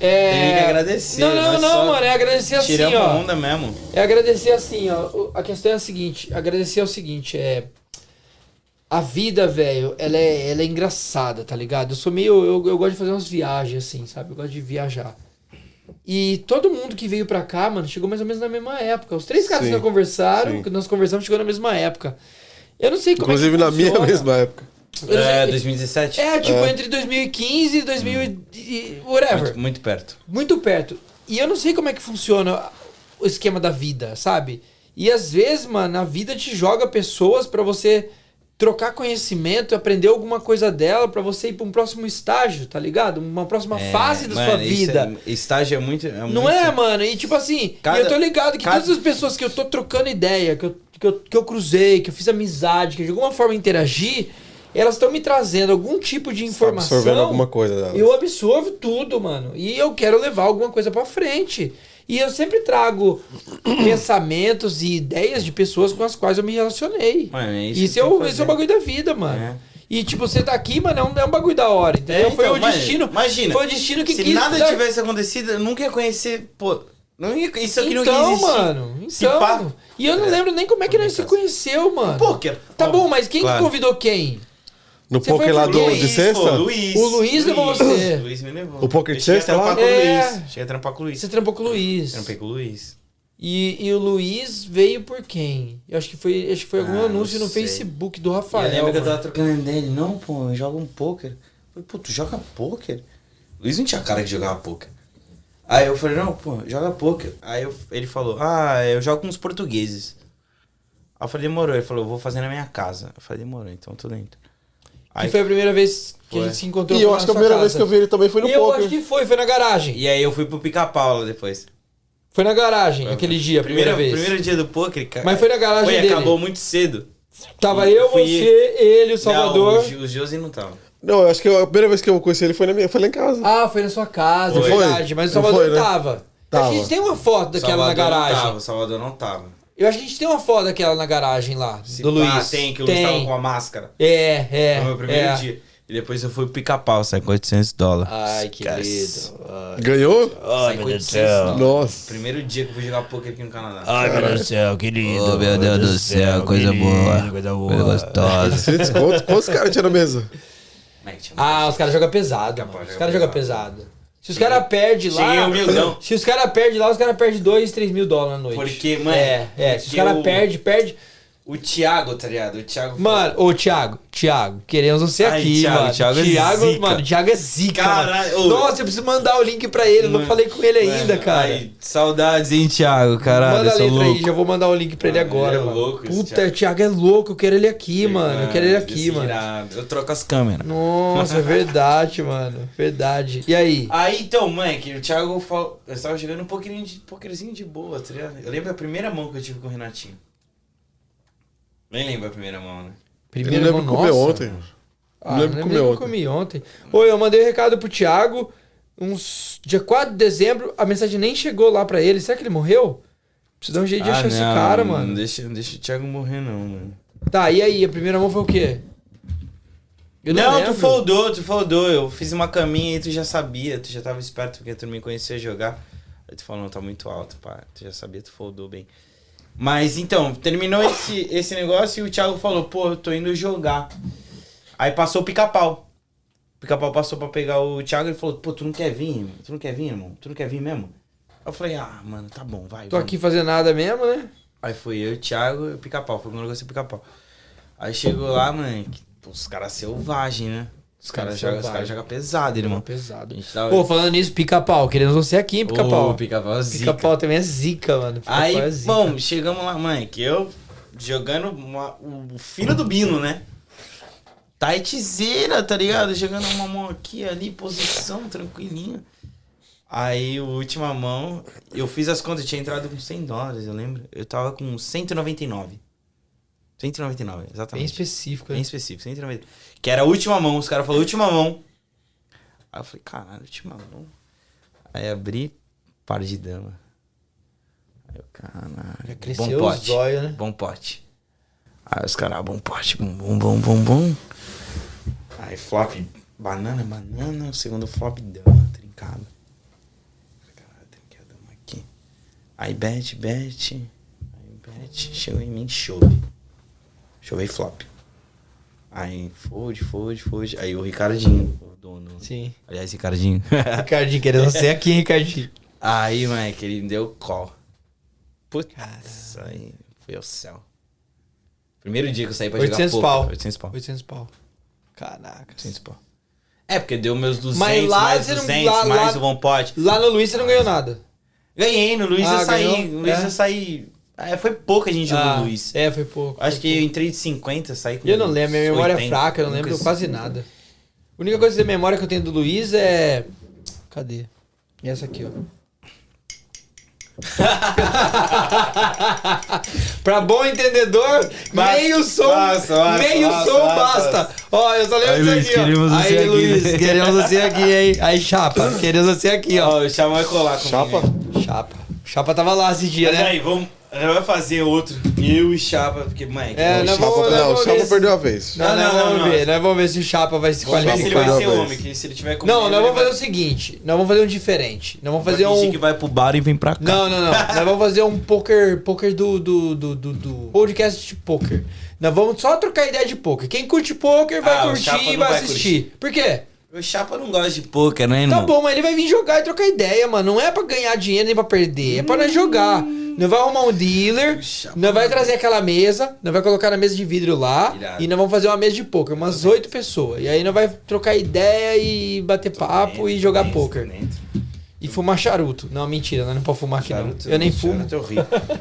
é...
tem que agradecer,
Não, não,
nós
não,
só
mano. É agradecer assim,
Tiramos
ó.
a onda mesmo.
É agradecer assim, ó. O- A questão é a seguinte: agradecer é o seguinte, é. A vida, velho, ela é, ela é engraçada, tá ligado? Eu sou meio. Eu, eu gosto de fazer umas viagens, assim, sabe? Eu gosto de viajar. E todo mundo que veio pra cá, mano, chegou mais ou menos na mesma época. Os três caras
Sim,
que nós conversaram,
sim.
que nós conversamos, chegou na mesma época. Eu não sei como
Inclusive
é que
na minha
funciona.
mesma época.
Eu não sei-
É, 2017?
É, tipo, entre 2015 e 2000 e whatever.
Muito, muito perto.
Muito perto. E eu não sei como é que funciona o esquema da vida, sabe? E às vezes, mano, a vida te joga pessoas pra você trocar conhecimento, aprender alguma coisa dela pra você ir pra um próximo estágio, tá ligado? Uma próxima fase da
É,
sua
Mano, isso
vida.
é- estágio é muito. É
Não
muito-
é, mano? E tipo assim,
Cada-
e eu tô ligado que
cada-
todas as pessoas que eu tô trocando ideia, que eu, que eu, que eu cruzei, que eu fiz amizade, que de alguma forma interagi, elas estão me trazendo algum tipo de informação.
Tá Absorvendo alguma coisa dela.
Eu absorvo tudo, mano. E eu quero levar alguma coisa pra frente. E eu sempre trago [CLEARS THROAT] pensamentos e ideias de pessoas com as quais eu me relacionei.
Mano, é isso.
Isso,
que
é,
tem que
o, esse é o
fazer.
bagulho da vida, mano.
É.
E tipo, você tá aqui, mano, é um, é um bagulho da hora, entendeu?
É,
foi
então,
o
mano,
destino.
imagina,
Foi o destino que
Se
quis.
nada
dar-
tivesse acontecido, eu nunca ia conhecer. Pô, não ia- isso aqui não ia
Então,
existir.
mano.
Se pá-
Então. E eu não
É.
lembro nem como é que nós se conheceu, mano.
Pôquer.
Tá bom, mas quem
Claro.
que convidou quem?
No
Você foi
poker lá
pro
do,
Luiz,
de
Pô,
sexta?
Luiz.
O Luiz levou você.
Luiz me levou.
O poker
Eu cheguei
sexta
a trampar
lá?
com o
É.
Luiz. Cheguei a trampar com o Luiz.
Você trampou com o Luiz.
Trampei com o Luiz.
E, e o Luiz veio por quem? Eu acho que foi, acho que foi algum
Ah, não
anúncio no
sei.
Facebook do
E eu
Rafael.
lembro que eu
mano.
tava trocando dele. Não, pô, eu jogo um pôquer. Eu falei, pô, tu joga pôquer? O Luiz não tinha cara que jogava pôquer. Aí eu falei, não, pô, joga pôquer. Aí eu- ele falou, ah, eu jogo com os portugueses. Aí eu falei, demorou. Ele falou, eu vou fazer na minha casa. Eu falei, demorou, então eu tô dentro.
Que
Aí,
foi a primeira vez que a
Foi.
gente se encontrou.
E
foi
eu
na
acho que
sua
a primeira
casa.
vez que eu vi ele também foi no
E eu acho
poker.
que foi, foi na garagem.
E aí eu fui pro pica-pau lá depois.
Foi na garagem aquele dia, a primeira,
Primeiro-
vez.
Primeiro dia do pôquer, cara.
Mas foi na garagem
Foi,
dele.
acabou muito cedo.
Tava eu,
Fui-
você, ele, o Salvador.
Não, o, o Josi não tava.
Não, eu acho que a primeira vez que eu conheci ele foi, na minha, foi lá em casa.
Ah, foi na sua casa,
Foi.
é verdade. Mas o
Não
Salvador
foi, né?
tava. Acho que a
Tava.
gente tem uma foto daquela na
Salvador não
garagem.
tava, Salvador não tava.
Eu acho que a gente tem uma foto daquela na garagem lá,
Se
do
pá,
Luiz.
Tem, que o Luiz tava com a máscara.
É, é.
Foi o meu primeiro
é.
dia. E depois eu fui pro pica-pau, saiu com 800 dólares.
Ai, que
Esquece.
lindo. Ai.
Ganhou?
Ai, meu Deus do
ah.
céu.
Nossa.
Primeiro dia que eu fui jogar poker aqui no Canadá.
Ai, meu Deus do céu, que lindo.
Oh, Ah, meu Deus do céu, coisa
que lindo,
boa.
Coisa
Coisa
boa.
gostosa.
Você desconta? Quantos caras tinha na mesa?
Como é que chama?
Ah, os caras jogam pesado, mano.
Capaz,
Os
joga
caras jogam pesado. Se os caras perdem
Cheguei
lá.
é humildão.
Se os caras perdem lá, os caras perdem 2, 3 mil dólares na noite.
Porque, mano,
É, é. Se os
porque
caras
o-
perdem, perde.
O Thiago, tá ligado? O Thiago.
Mano, ô Thiago, Thiago, queremos você
Ai,
aqui,
Thiago,
mano.
Thiago é zica.
mano, Thiago é zica.
Caralho,
mano.
ô.
Nossa, eu preciso mandar o link pra ele, eu não
Mano,
falei com ele ainda,
mano,
cara.
ai, saudades, hein, Thiago? Caralho,
Manda a
eu sou
letra
louco.
aí, já vou mandar o link pra ele
Mano,
agora,
ele é
mano.
louco esse
Puta,
Thiago.
o Thiago é louco, eu quero ele aqui, mano. Eu quero ele aqui, mano.
desgraçado. Eu troco as câmeras.
Nossa, é verdade, mano. Verdade. E aí?
Aí então, mãe, que o Thiago falou. Eu estava jogando um pouquinho de pokerzinho de boa, tá ligado? Eu lembro a primeira mão que eu tive com o Renatinho. Nem lembro a primeira mão, né?
Eu não lembro
irmão,
como é
nossa.
ontem.
Ah,
Lembro
lembro
como
nem
é
que eu
ontem.
comi ontem. Oi, eu mandei um recado pro Thiago. Uns dia 4 de dezembro, a mensagem nem chegou lá pra ele. Será que ele morreu? Preciso dar um jeito de achar esse cara,
Ah, Não
mano.
deixa, não deixa o Thiago morrer, não, mano.
Tá, e aí? A primeira mão foi o quê? Eu
não, tu
lembro.
foldou, tu foldou. Eu fiz uma caminha e tu já sabia, tu já tava esperto porque tu me conhecia jogar. Aí tu falou, não, tá muito alto, pá. Tu já sabia, tu foldou bem. Mas então, terminou esse, esse negócio e o Thiago falou, pô, eu tô indo jogar. Aí passou o pica-pau. O pica-pau passou pra pegar o Thiago e falou, pô, tu não quer vir, irmão? Tu não quer vir, irmão? Tu não quer vir mesmo? Aí eu falei, ah, mano, tá bom, vai.
Tô
vamos."
aqui fazendo nada mesmo, né?
Aí fui eu, o Thiago e o pica-pau. Foi quando eu gostei do pica-pau. Aí chegou lá, mano, que- pô, os caras selvagem, né? Os caras jogam os caras jogam pesado, irmão. A
Pesado.
gente tava...
Pô, falando nisso, pica-pau. Queremos você aqui, hein,
Ô,
pica-pau.
pica-pau é zica.
Pica-pau também é zica, mano. Pica-pau
Aí,
é zica.
bom, chegamos lá, mãe, que eu jogando uma- o filho do Bino, né? Tightzeira, tá ligado? Jogando uma mão aqui, ali, posição, tranquilinho. Aí, a última mão, eu fiz as contas, eu tinha entrado com 100 dólares, eu lembro. Eu tava com 199. 199,
Bem
exatamente.
específico. né?
Bem específico, 199. Que era a última mão, os caras falaram, última mão. Aí eu falei, caralho, última mão. Aí abri, par de dama. Aí eu,
Já
caralho, bom
cresceu os
pote,
zóio, né?
bom pote. Aí os caras, ah, bom pote, bom, bom, bom, bom, bom. Aí flop, banana, banana, segundo flop, dama, trincada. Caralho, trinquei a dama aqui. Aí bet, bet, aí bet, chegou em mim, chove. Chovei flop. Aí, fold, fold, fold. Aí o Ricardinho, o dono. [LAUGHS]
Sim.
Aliás, Ricardinho.
Ricardinho, querendo você aqui, hein, Ricardinho.
aí, moleque, ele me deu call. Putz, aí foi ao céu. Primeiro dia que eu saí pra
800
jogar
pau.
800 pau.
800 pau. Caraca.
800 pau. É, porque deu meus 200,
Mas lá
mais
você não-
200,
lá-
mais
lá-
o bom pote.
Lá no Luiz você não ganhou nada.
Ganhei, no Luiz
Ah,
eu saí.
ganhou?
No Luiz
É.
eu saí... É, foi pouco a gente jogou
Ah,
no Luiz.
É, foi pouco. foi
Acho que eu entrei de 50, saí
pouco.
com
Eu não lembro, minha memória é
80,
fraca, eu não
nunca
lembro
sei.
quase nada. A única coisa de memória que eu tenho do Luiz é. Cadê? Essa aqui, ó. [LAUGHS] pra bom entendedor,
Basta,
meio som,
basta, basta,
meio
basta,
som
basta.
basta. Ó, eu só lembro
Aí,
disso
Luiz,
aqui, ó.
queremos você
Aí,
aqui.
Luiz, queremos você aqui, hein? Aí, chapa, queremos você aqui, ó.
[LAUGHS] Ó, o Chapa vai colar comigo.
Chapa?
hein?
Chapa. Chapa tava lá esse dia,
Mas
né?
aí, vamos... Ela vai fazer outro. Eu e Chapa, porque, moleque...
É,
eu e
nós
Chapa-
vamos-
Não,
vamos
o
ver
Chapa
se-
perdeu a vez.
Não,
Não,
nós
não,
vamos
não.
ver, nós vamos ver se o Chapa vai se
Vamos ver se ele
qualificar.
vai ser um
Parabéns.
homem, que se ele tiver com
Não,
medo,
nós
ele
vamos
vai-
fazer o seguinte, nós vamos fazer um diferente. Nós vamos fazer
vai fingir
um
que vai pro bar e vem pra cá.
Não, não, não. nós vamos fazer um poker, poker do do, do, do do podcast de poker. Nós vamos só trocar ideia de poker. Quem curte poker vai
Ah, o Chapa
curtir e
não
vai,
vai
assistir. Por quê?
O Chapa não gosta de poker, né, irmão?
Tá bom, mas ele vai vir jogar e trocar ideia, mano. Não é pra ganhar dinheiro nem pra perder, é pra nós jogar.
Hum.
Nós vai arrumar um dealer,
Chapa.
nós vai trazer aquela mesa, nós vai colocar na mesa de vidro lá
Irado.
e nós vamos fazer uma mesa de poker, umas oito pessoas. E aí nós vai trocar ideia e bater papo e jogar
Dentro,
poker.
dentro.
E fumar charuto. Não, mentira, nós não podemos fumar aqui não.
Charuto,
Eu nem fumo.
charuto é horrível.
[LAUGHS]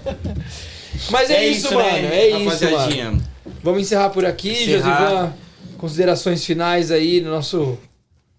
Mas é, isso, mano. É isso, mano.
né, rapaziadinha?
Vamos encerrar por aqui,
Encerrar.
Josivan. Considerações finais aí no nosso.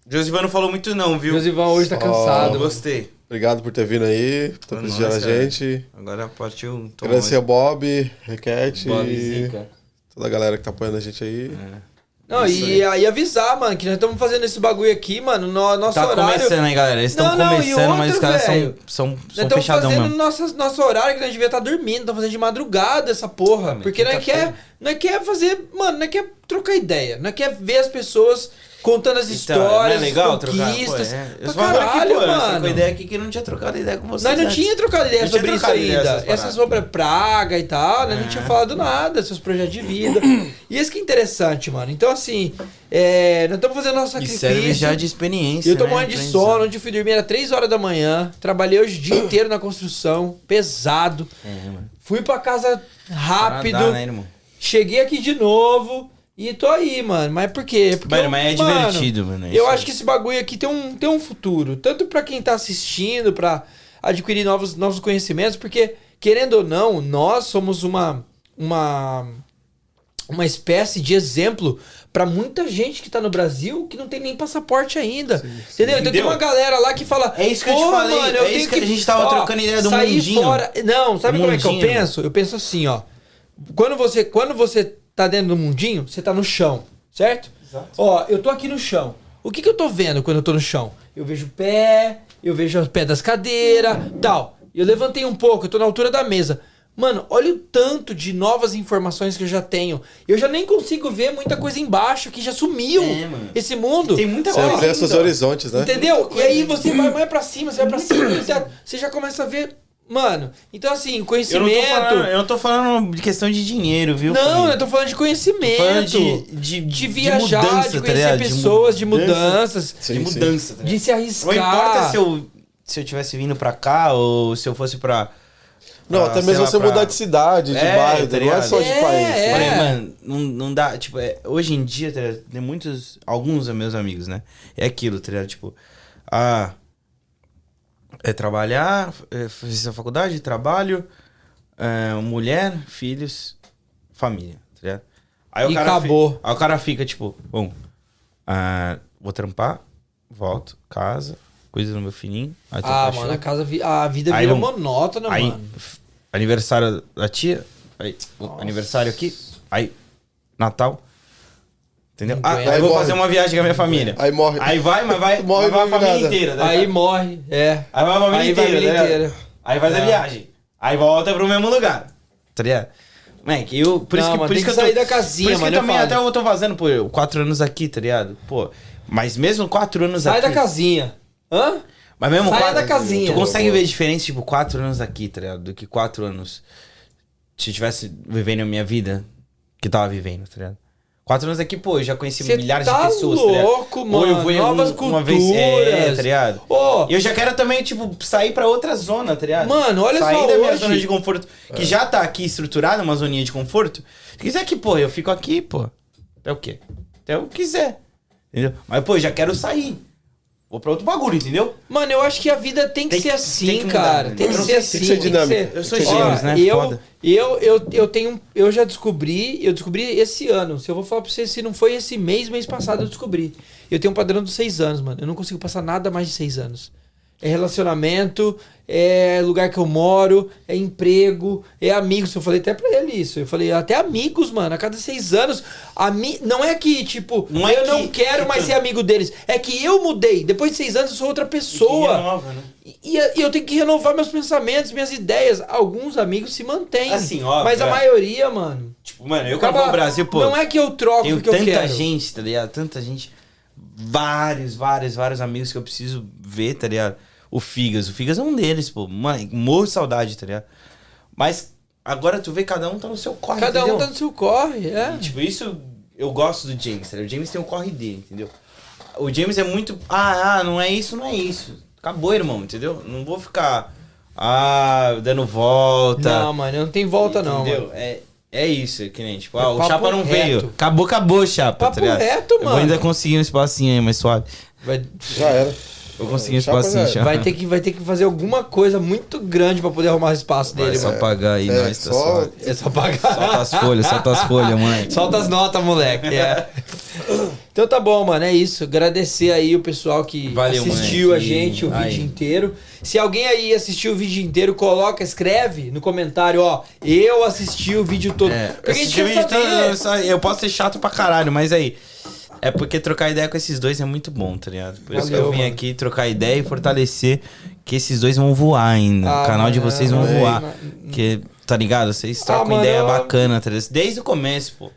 Josivan não falou muito não, viu?
Josivan hoje tá
Eu
cansado.
gostei.
Obrigado por ter vindo aí, por ter
Nossa,
prestigiado a
é.
cara.
gente.
Agora partiu... um Tom.
Agradecer ao Bob, Requete
Bob
e
Zica.
toda a galera que tá apoiando a gente aí.
É.
Não,
Isso
e aí avisar, mano, que nós estamos fazendo esse bagulho aqui, mano, no nosso
Tá
horário.
começando, hein, galera? Eles estão
Não, não, e
começando,
outra,
mas os caras são,
velho.
são,
Nós
são
estamos
fechadão
fazendo
mesmo.
nosso, nosso horário que nós devia estar dormindo, estamos fazendo de madrugada essa porra.
Exatamente, tá
porque nós
quinta-feira.
quer, nós quer fazer, mano, nós quer trocar ideia, nós quer ver as pessoas contando as
Então, não
histórias,
é legal trocar? Pô,
conquistas.
é.
Pra
Eu só agora que,
caralho,
pô, nós
mano.
trocamos ideia aqui que eu não tinha trocado ideia com vocês
Nós não
antes.
tínhamos trocado ideia
Não tinha
sobre isso
trocado ideia
ainda.
dessas
Essa
paradas.
sobre a praga e tal, né? Não tinha
É.
falado nada, seus projetos de
[CLEARS THROAT]
vida. E isso que é interessante, mano. Então, assim, é, nós estamos fazendo nosso
E
sacrifício.
serve já de experiência,
E eu tô
né?
morrendo de
Aprendizado.
sono, onde eu fui dormir era 3 horas da manhã. Trabalhei hoje o dia inteiro na construção, pesado.
É, mano.
Fui pra casa rápido.
Pra dar, né, irmão?
Cheguei aqui de novo. E tô aí, mano. Mas por quê? Porque
Mano,
eu-
mas é
mano,
divertido, mano. é
eu
isso
acho
aí.
que esse bagulho aqui tem um, tem um futuro. Tanto pra quem tá assistindo, pra adquirir novos, novos conhecimentos, porque, querendo ou não, nós somos uma. uma uma espécie de exemplo pra muita gente que tá no Brasil que não tem nem passaporte ainda. entendeu? Então tem
Entendeu?
uma galera lá que fala.
É isso que eu te
"Pô,
falei,
mano,
é
eu
isso
tenho
que a gente tava trocando ideia do
sair
mundinho.
fora- Não, sabe como é que eu
Mundinho.
penso? Eu penso assim, ó. Quando você, quando você tá dentro do mundinho, você tá no chão, certo?
Exato.
Ó, eu tô aqui no chão. O que, que eu tô vendo quando eu tô no chão? Eu vejo o pé, eu vejo o pé das cadeiras, tal. Eu levantei um pouco, eu tô na altura da mesa. Mano, olha o tanto de novas informações que eu já tenho. Eu já nem consigo ver muita coisa embaixo que já sumiu
É, mano.
esse mundo.
Tem muita
Você
coisa
amplia
ainda.
seus horizontes, né?
Entendeu? E aí você vai mais pra cima, você vai pra cima, você- você já começa a ver. Mano, então assim,
é- Eu não, tô falando,
conhecimento.
eu não tô falando de questão de dinheiro, viu?
Não,
família?
eu tô falando de conhecimento.
falando de, de, tá
de viajar, de conhecer
ligado?
pessoas, de mudanças,
De
Sim, sim.
mudança, tá
de
ligado?
se arriscar.
Não importa se eu, se eu tivesse vindo pra cá ou se eu fosse pra.
Não,
pra,
Ah,
até
sei
mesmo
lá,
você
pra-
mudar de cidade, de
É,
bairro,
tá
não é
ligado?
só de
É,
país.
é.
né?
Falei, mano, não, não dá. Tipo, é, hoje em dia, tá ligado? Tem muitos. Alguns dos meus amigos, né? É aquilo, tá ligado? Tipo, ah. É trabalhar, é, fazer a faculdade, trabalho, é, mulher, filhos, família, tá ligado? Aí
E
o cara fi-
acabou.
aí o cara fica, tipo, bom, ah, vou trampar, volto, casa, cuido do meu filhinho. Aí tem
Ah,
paixão.
mano, a, casa vi- a vida
Aí
vira
vamos-
monótona,
Aí,
mano.
f- aniversário da tia. Aí, o aniversário aqui. Aí, Natal. Entendeu? Ah,
Aí
aí eu vou
morre.
fazer uma viagem com a minha família.
Aí morre.
Aí vai, mas vai,
[LAUGHS] Morre
mas vai a
não vive
família
nada.
inteira. tá
Aí
ligado?
morre, é.
aí vai a família
Aí vai a
inteira.
família
tá ligado?
inteira.
Aí faz
É.
a viagem. Aí volta pro mesmo lugar. Tá ligado? Moleque, eu. Por
Não,
isso que,
mano,
por
tem que
isso que eu
sair
tô,
da casinha,
Por isso
mano,
que
eu
também
falo.
até eu tô fazendo, pô, quatro anos aqui, tá ligado? Pô. Mas mesmo quatro anos
Sai
aqui.
da casinha. Hã?
Mas mesmo
Saia
quatro-
da casinha.
Tu consegue
Boa.
ver diferença, tipo, quatro anos aqui, tá ligado? Do que quatro anos se eu tivesse vivendo a minha vida que tava vivendo, tá ligado? Quatro anos aqui, pô, eu já conheci
Cê
milhares
tá
de pessoas, tá ligado?
louco,
Ou
mano.
eu vou em
Novas
algum- uma vez, é,
culturas.
tá ligado?
Ô,
E Eu já quero também, tipo, sair pra outra zona, tá ligado?
Mano, olha
sair
só
da minha
hoje.
zona de conforto, que já tá aqui estruturada, uma zoninha de conforto. Se quiser que, pô, eu fico aqui, pô. Até o quê? Até o que quiser. Entendeu? Mas, pô, eu já quero sair. Vou pra outro bagulho, entendeu?
mano, eu acho que a vida tem que
Tem
ser
que-
assim,
tem que mudar,
cara.
né?
Tem que
Tem que
ser assim.
ser dinâmica. Eu sou
Ó,
gêmeos, né?
Eu,
Foda.
eu, eu, eu tenho. um, Eu já descobri. Eu descobri esse ano. Se eu vou falar pra você, se não foi esse mês, mês passado, eu descobri. Eu tenho um padrão dos seis anos, mano. Eu não consigo passar nada mais de seis anos. É relacionamento, é lugar que eu moro, é emprego, é amigos. Eu falei até pra ele isso. Eu falei, até amigos, mano, a cada seis anos. Ami... Não é que, tipo,
Não é
eu
que-
não quero
que
mais
tu-
ser amigo deles. É que eu mudei. Depois de seis anos eu sou outra pessoa.
Nova, né?
E, e eu tenho que renovar meus pensamentos, minhas ideias. Alguns amigos se mantêm.
Assim, óbvio,
Mas a
é.
maioria, mano.
Tipo, mano, eu
acaba-
acabo o Brasil, pô.
Não é que eu troco
tenho
porque eu
tanta
quero.
gente, tá ligado? Tanta gente. Vários, vários, vários amigos que eu preciso ver, tá ligado? O Figas. O Figas é um deles, pô. Mano, morro de saudade, tá ligado? Mas agora tu vê, cada um tá no seu corre,
Cada
entendeu?
um tá no seu corre, é.
E, tipo, isso eu gosto do James, tá ligado? O James tem o corre dele, entendeu? O James é muito. Ah, ah, não é isso, não é isso. Acabou, irmão, entendeu? Não vou ficar. Ah, dando volta.
Não, mano, não tem volta não.
tá. Entendeu?
Mano.
É, é isso, que nem, tipo,
É
ah, o
papo
Chapa não
reto.
veio. Acabou, acabou, Chapa.
Papo
tá ligado?
reto,
Eu vou
mano.
ainda conseguir um espacinho aí, mais suave.
Vai,
Já era.
Vou conseguir um
Chapa
espacinho,
já é.
Chapa.
vai, ter que, vai ter que fazer alguma coisa muito grande pra poder arrumar o espaço
Vai tá
dele,
só
mano.
pagar aí,
É,
nós tá
só-
suave.
É só pagar.
Solta as folhas, solta as folhas,
[LAUGHS]
mãe.
Solta as notas, moleque. é. Então tá bom, mano. É isso. Agradecer aí o pessoal que
Valeu,
assistiu
moleque.
a gente o
Aí.
vídeo inteiro. Se alguém aí assistiu o vídeo inteiro, coloca, escreve no comentário, ó. Eu assisti o vídeo todo.
É,
Porque a
esse
gente quer
vídeo tá-
saber.
eu posso ser chato pra caralho, mas aí. É porque trocar ideia com esses dois é muito bom, tá ligado? Por isso que
Valeu,
eu vim
mano.
aqui trocar ideia e fortalecer que esses dois vão voar ainda.
Ah,
o canal de
mano,
vocês vão
é,
voar.
mano.
Que, tá ligado? Vocês
Ah,
trocam
mano,
ideia
eu-
bacana, tá ligado? Desde o começo, pô.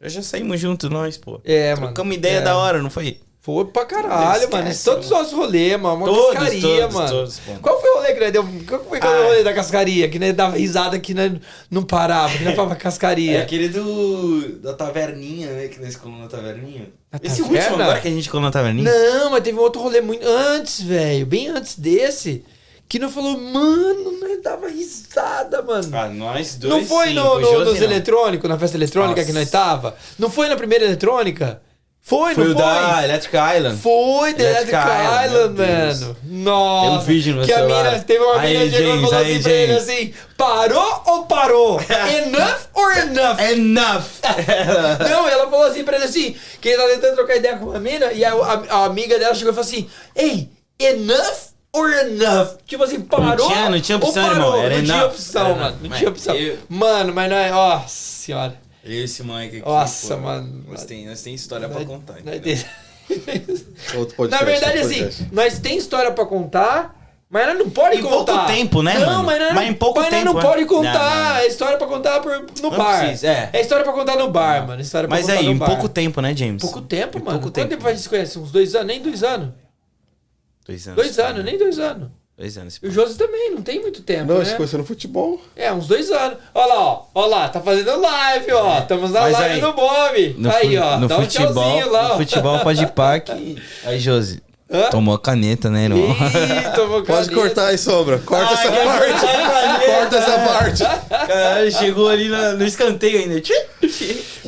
Eu já saímos juntos nós, pô.
É, mano.
Trocamos ideia
é.
da hora, não foi?
Foi pra caralho,
Esquece,
mano. Todos os nossos rolês, mano. Uma
Todos,
cascaria,
todos,
mano.
todos, pô.
Qual foi o rolê que nós deu? Qual foi o
Ah.
rolê da cascaria? Que nós dava risada que nós não parava, que nós falava
É
cascaria.
aquele do. da taverninha, né? Que nós colamos na taverninha.
Na
Esse é último
taverna?
agora que a gente colou na taverninha.
Não, mas teve um outro rolê muito antes, velho. Bem antes desse. Que nós falou, mano, nós dava risada, mano.
Ah, nós dois.
não foi
sim,
no,
com o
no-
Josi,
nos
não.
eletrônicos, na festa eletrônica
Nossa.
que nós tava? Não foi na primeira eletrônica? Foi,
Foi
não
o
foi?
da Electric Island.
Foi The Electric
Electric
Island,
Island, meu Deus.
mano. Nossa.
Tem um vídeo no meu
que a
celular.
mina, teve uma
Aí,
mina que chegou e
James,
falou
aí,
assim pra ele
James.
assim, parou ou
[LAUGHS]
parou? enough or enough?
Enough!
[LAUGHS] Não, ela falou assim pra ele assim, que ele tá tentando trocar ideia com uma mina, e a, a- a amiga dela chegou e falou assim, ei, enough or enough? Tipo assim, parou
tinha- não tinha
ou
opção,
parou?
irmão. Era
não tinha
enough,
opção,
era
mano.
enough.
Não
Mas
tinha opção.
eu-
Mano, mas não é... Nossa senhora.
Eu e [LAUGHS] esse moleque aqui.
Nossa, mano.
Nós tem, nós tem história pra contar.
Não é
entendeu?
desse-
Outro podcast,
Na verdade,
outro
assim,
podcast.
nós tem história pra contar, mas nós não pode
Em
contar.
pouco tempo, né,
Não,
mano?
mas, nós,
Mas em pouco
mas nós
tempo,
não
é.
pode contar.
Não, não, não.
É história pra contar por- no
Não
bar.
precisa, é.
história pra contar no bar, mano. é História pra
Mas
contar
aí,
no
em
bar.
pouco tempo, né, James?
Pouco tempo,
Em
mano.
pouco
Quanto
tempo.
tempo faz que se conhece? Uns dois anos? Nem dois anos.
Dois anos.
Dois
tá,
anos,
né?
nem dois anos.
Dois anos.
E o Josi também, não tem muito tempo,
Não,
né?
a gente conheceu no futebol.
É, uns dois anos. Olha lá, ó. Olha lá, tá fazendo live, ó. Estamos na
É. Mas
live
aí,
do Bob.
No,
aí,
fu-
ó.
no
dá um
futebol,
tchauzinho lá, ó.
no futebol pode par
[LAUGHS]
que... Aí, Josi,
Hã?
tomou a caneta, né, irmão?
Ih, tomou
[LAUGHS] Pode
caneta.
cortar aí, Sombra. Corta essa
quer
parte. Corta essa parte.
[LAUGHS] Caralho, chegou ali na- no, escanteio ainda.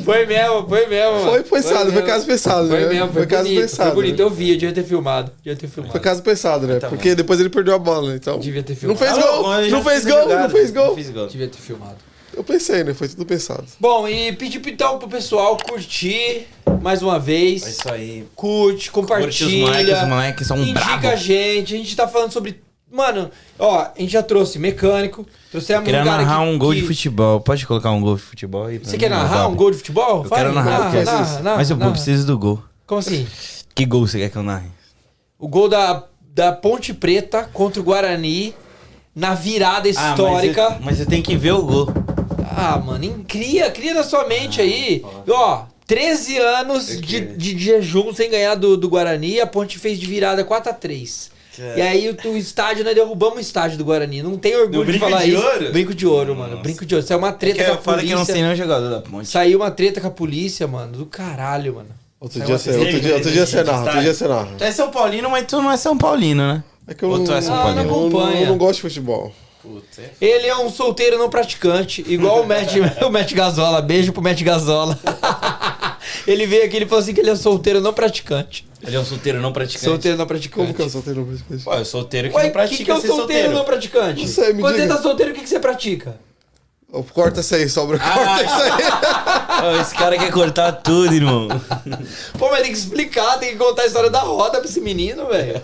Foi mesmo, foi mesmo.
Foi pensado, foi caso pensado,
Foi
né?
mesmo, foi,
Foi caso
bonito,
pensado,
Foi bonito,
né?
eu vi, eu devia ter filmado. Devia ter filmado.
Foi caso pensado, né?
Tá bom.
Porque depois ele perdeu a bola, então.
Então, é. Devia ter
Não
filmado.
fez
Alô,
gol,
eu
não
já
fez
fiz
gol,
jogada,
não fez
Não
gol.
fiz gol.
Devia ter filmado.
Eu pensei, né? Foi tudo pensado.
Bom, e pedir então pro pessoal curtir mais uma
É
vez.
isso aí.
Curte,
Curte os moleques, os
compartilha.
moleques são um
Indica
bravos.
a gente. A gente tá falando sobre. Mano, ó, a gente já trouxe mecânico. Trouxemos
Queria
um cara
narrar
que-
um gol de
que-
futebol. Pode colocar um gol de futebol aí? pra
Você
mim,
quer narrar
Bob?
um gol de futebol?
Eu
Vai,
quero narrar,
narra,
eu quero
narra,
isso.
narra,
Mas eu
narra.
preciso do gol.
Como assim?
Que gol você quer que eu narre?
O gol da, da Ponte Preta contra o Guarani na virada histórica.
Ah, mas, eu, tenho que ver o gol.
Ah, mano, em- cria, cria na sua mente aí. Ó, 13 anos
Ah, Eu
de,
queria.
de jejum sem ganhar do, do Guarani, a ponte fez de virada 4x3. E aí o, o estádio, nós derrubamos o estádio do Guarani. Não tem orgulho
No
de
brinco
falar
de
isso.
ouro?
Brinco de ouro, mano.
Nossa.
Brinco de ouro. Saiu uma treta
eu
com a
falo que eu não sei
polícia.
nem o jogador da ponte.
Saiu uma treta com a polícia, mano. Do caralho, mano.
Outro
Mas
dia
você
você outro
teve
dia, outro dia
entrevista
né?
você
de
narra, outro dia você narra.
Tu é São Paulino, mas tu não é São Paulino, né?
É que eu
Ou tu é
não,
São
eu
Paulino?
não-
acompanha.
eu não gosto de futebol.
Puta, é
Ele é um solteiro não praticante, igual o Matt, [LAUGHS] o Matt Gazola. Beijo pro Matt Gazola. [LAUGHS] ele veio aqui e falou assim que ele é um solteiro não praticante.
Ele é um solteiro não praticante.
Solteiro não
Como
praticante.
é
que eu só tenho no
Pô, eu solteiro que
Ué,
não
o que,
pratica
que é o
ser
solteiro, não praticante?
Não sei, me
Quando você
diga.
tá solteiro, o que, que você pratica?
Corta isso aí, sobra,
Ah!
corta isso aí.
Ô, esse cara quer cortar tudo, irmão.
Pô, mas tem que explicar, tem que contar a história da roda pra esse menino, velho.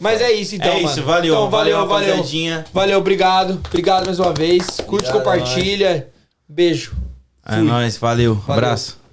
Mas é isso [LAUGHS] então,
é
mano.
isso, valeu.
Então,
valeu,
valeu, valeu.
rapaziadinha. é
Valeu, obrigado. Obrigado mais uma vez. Curte,
Obrigado,
compartilha. Beijo.
É nóis, valeu. Abraço.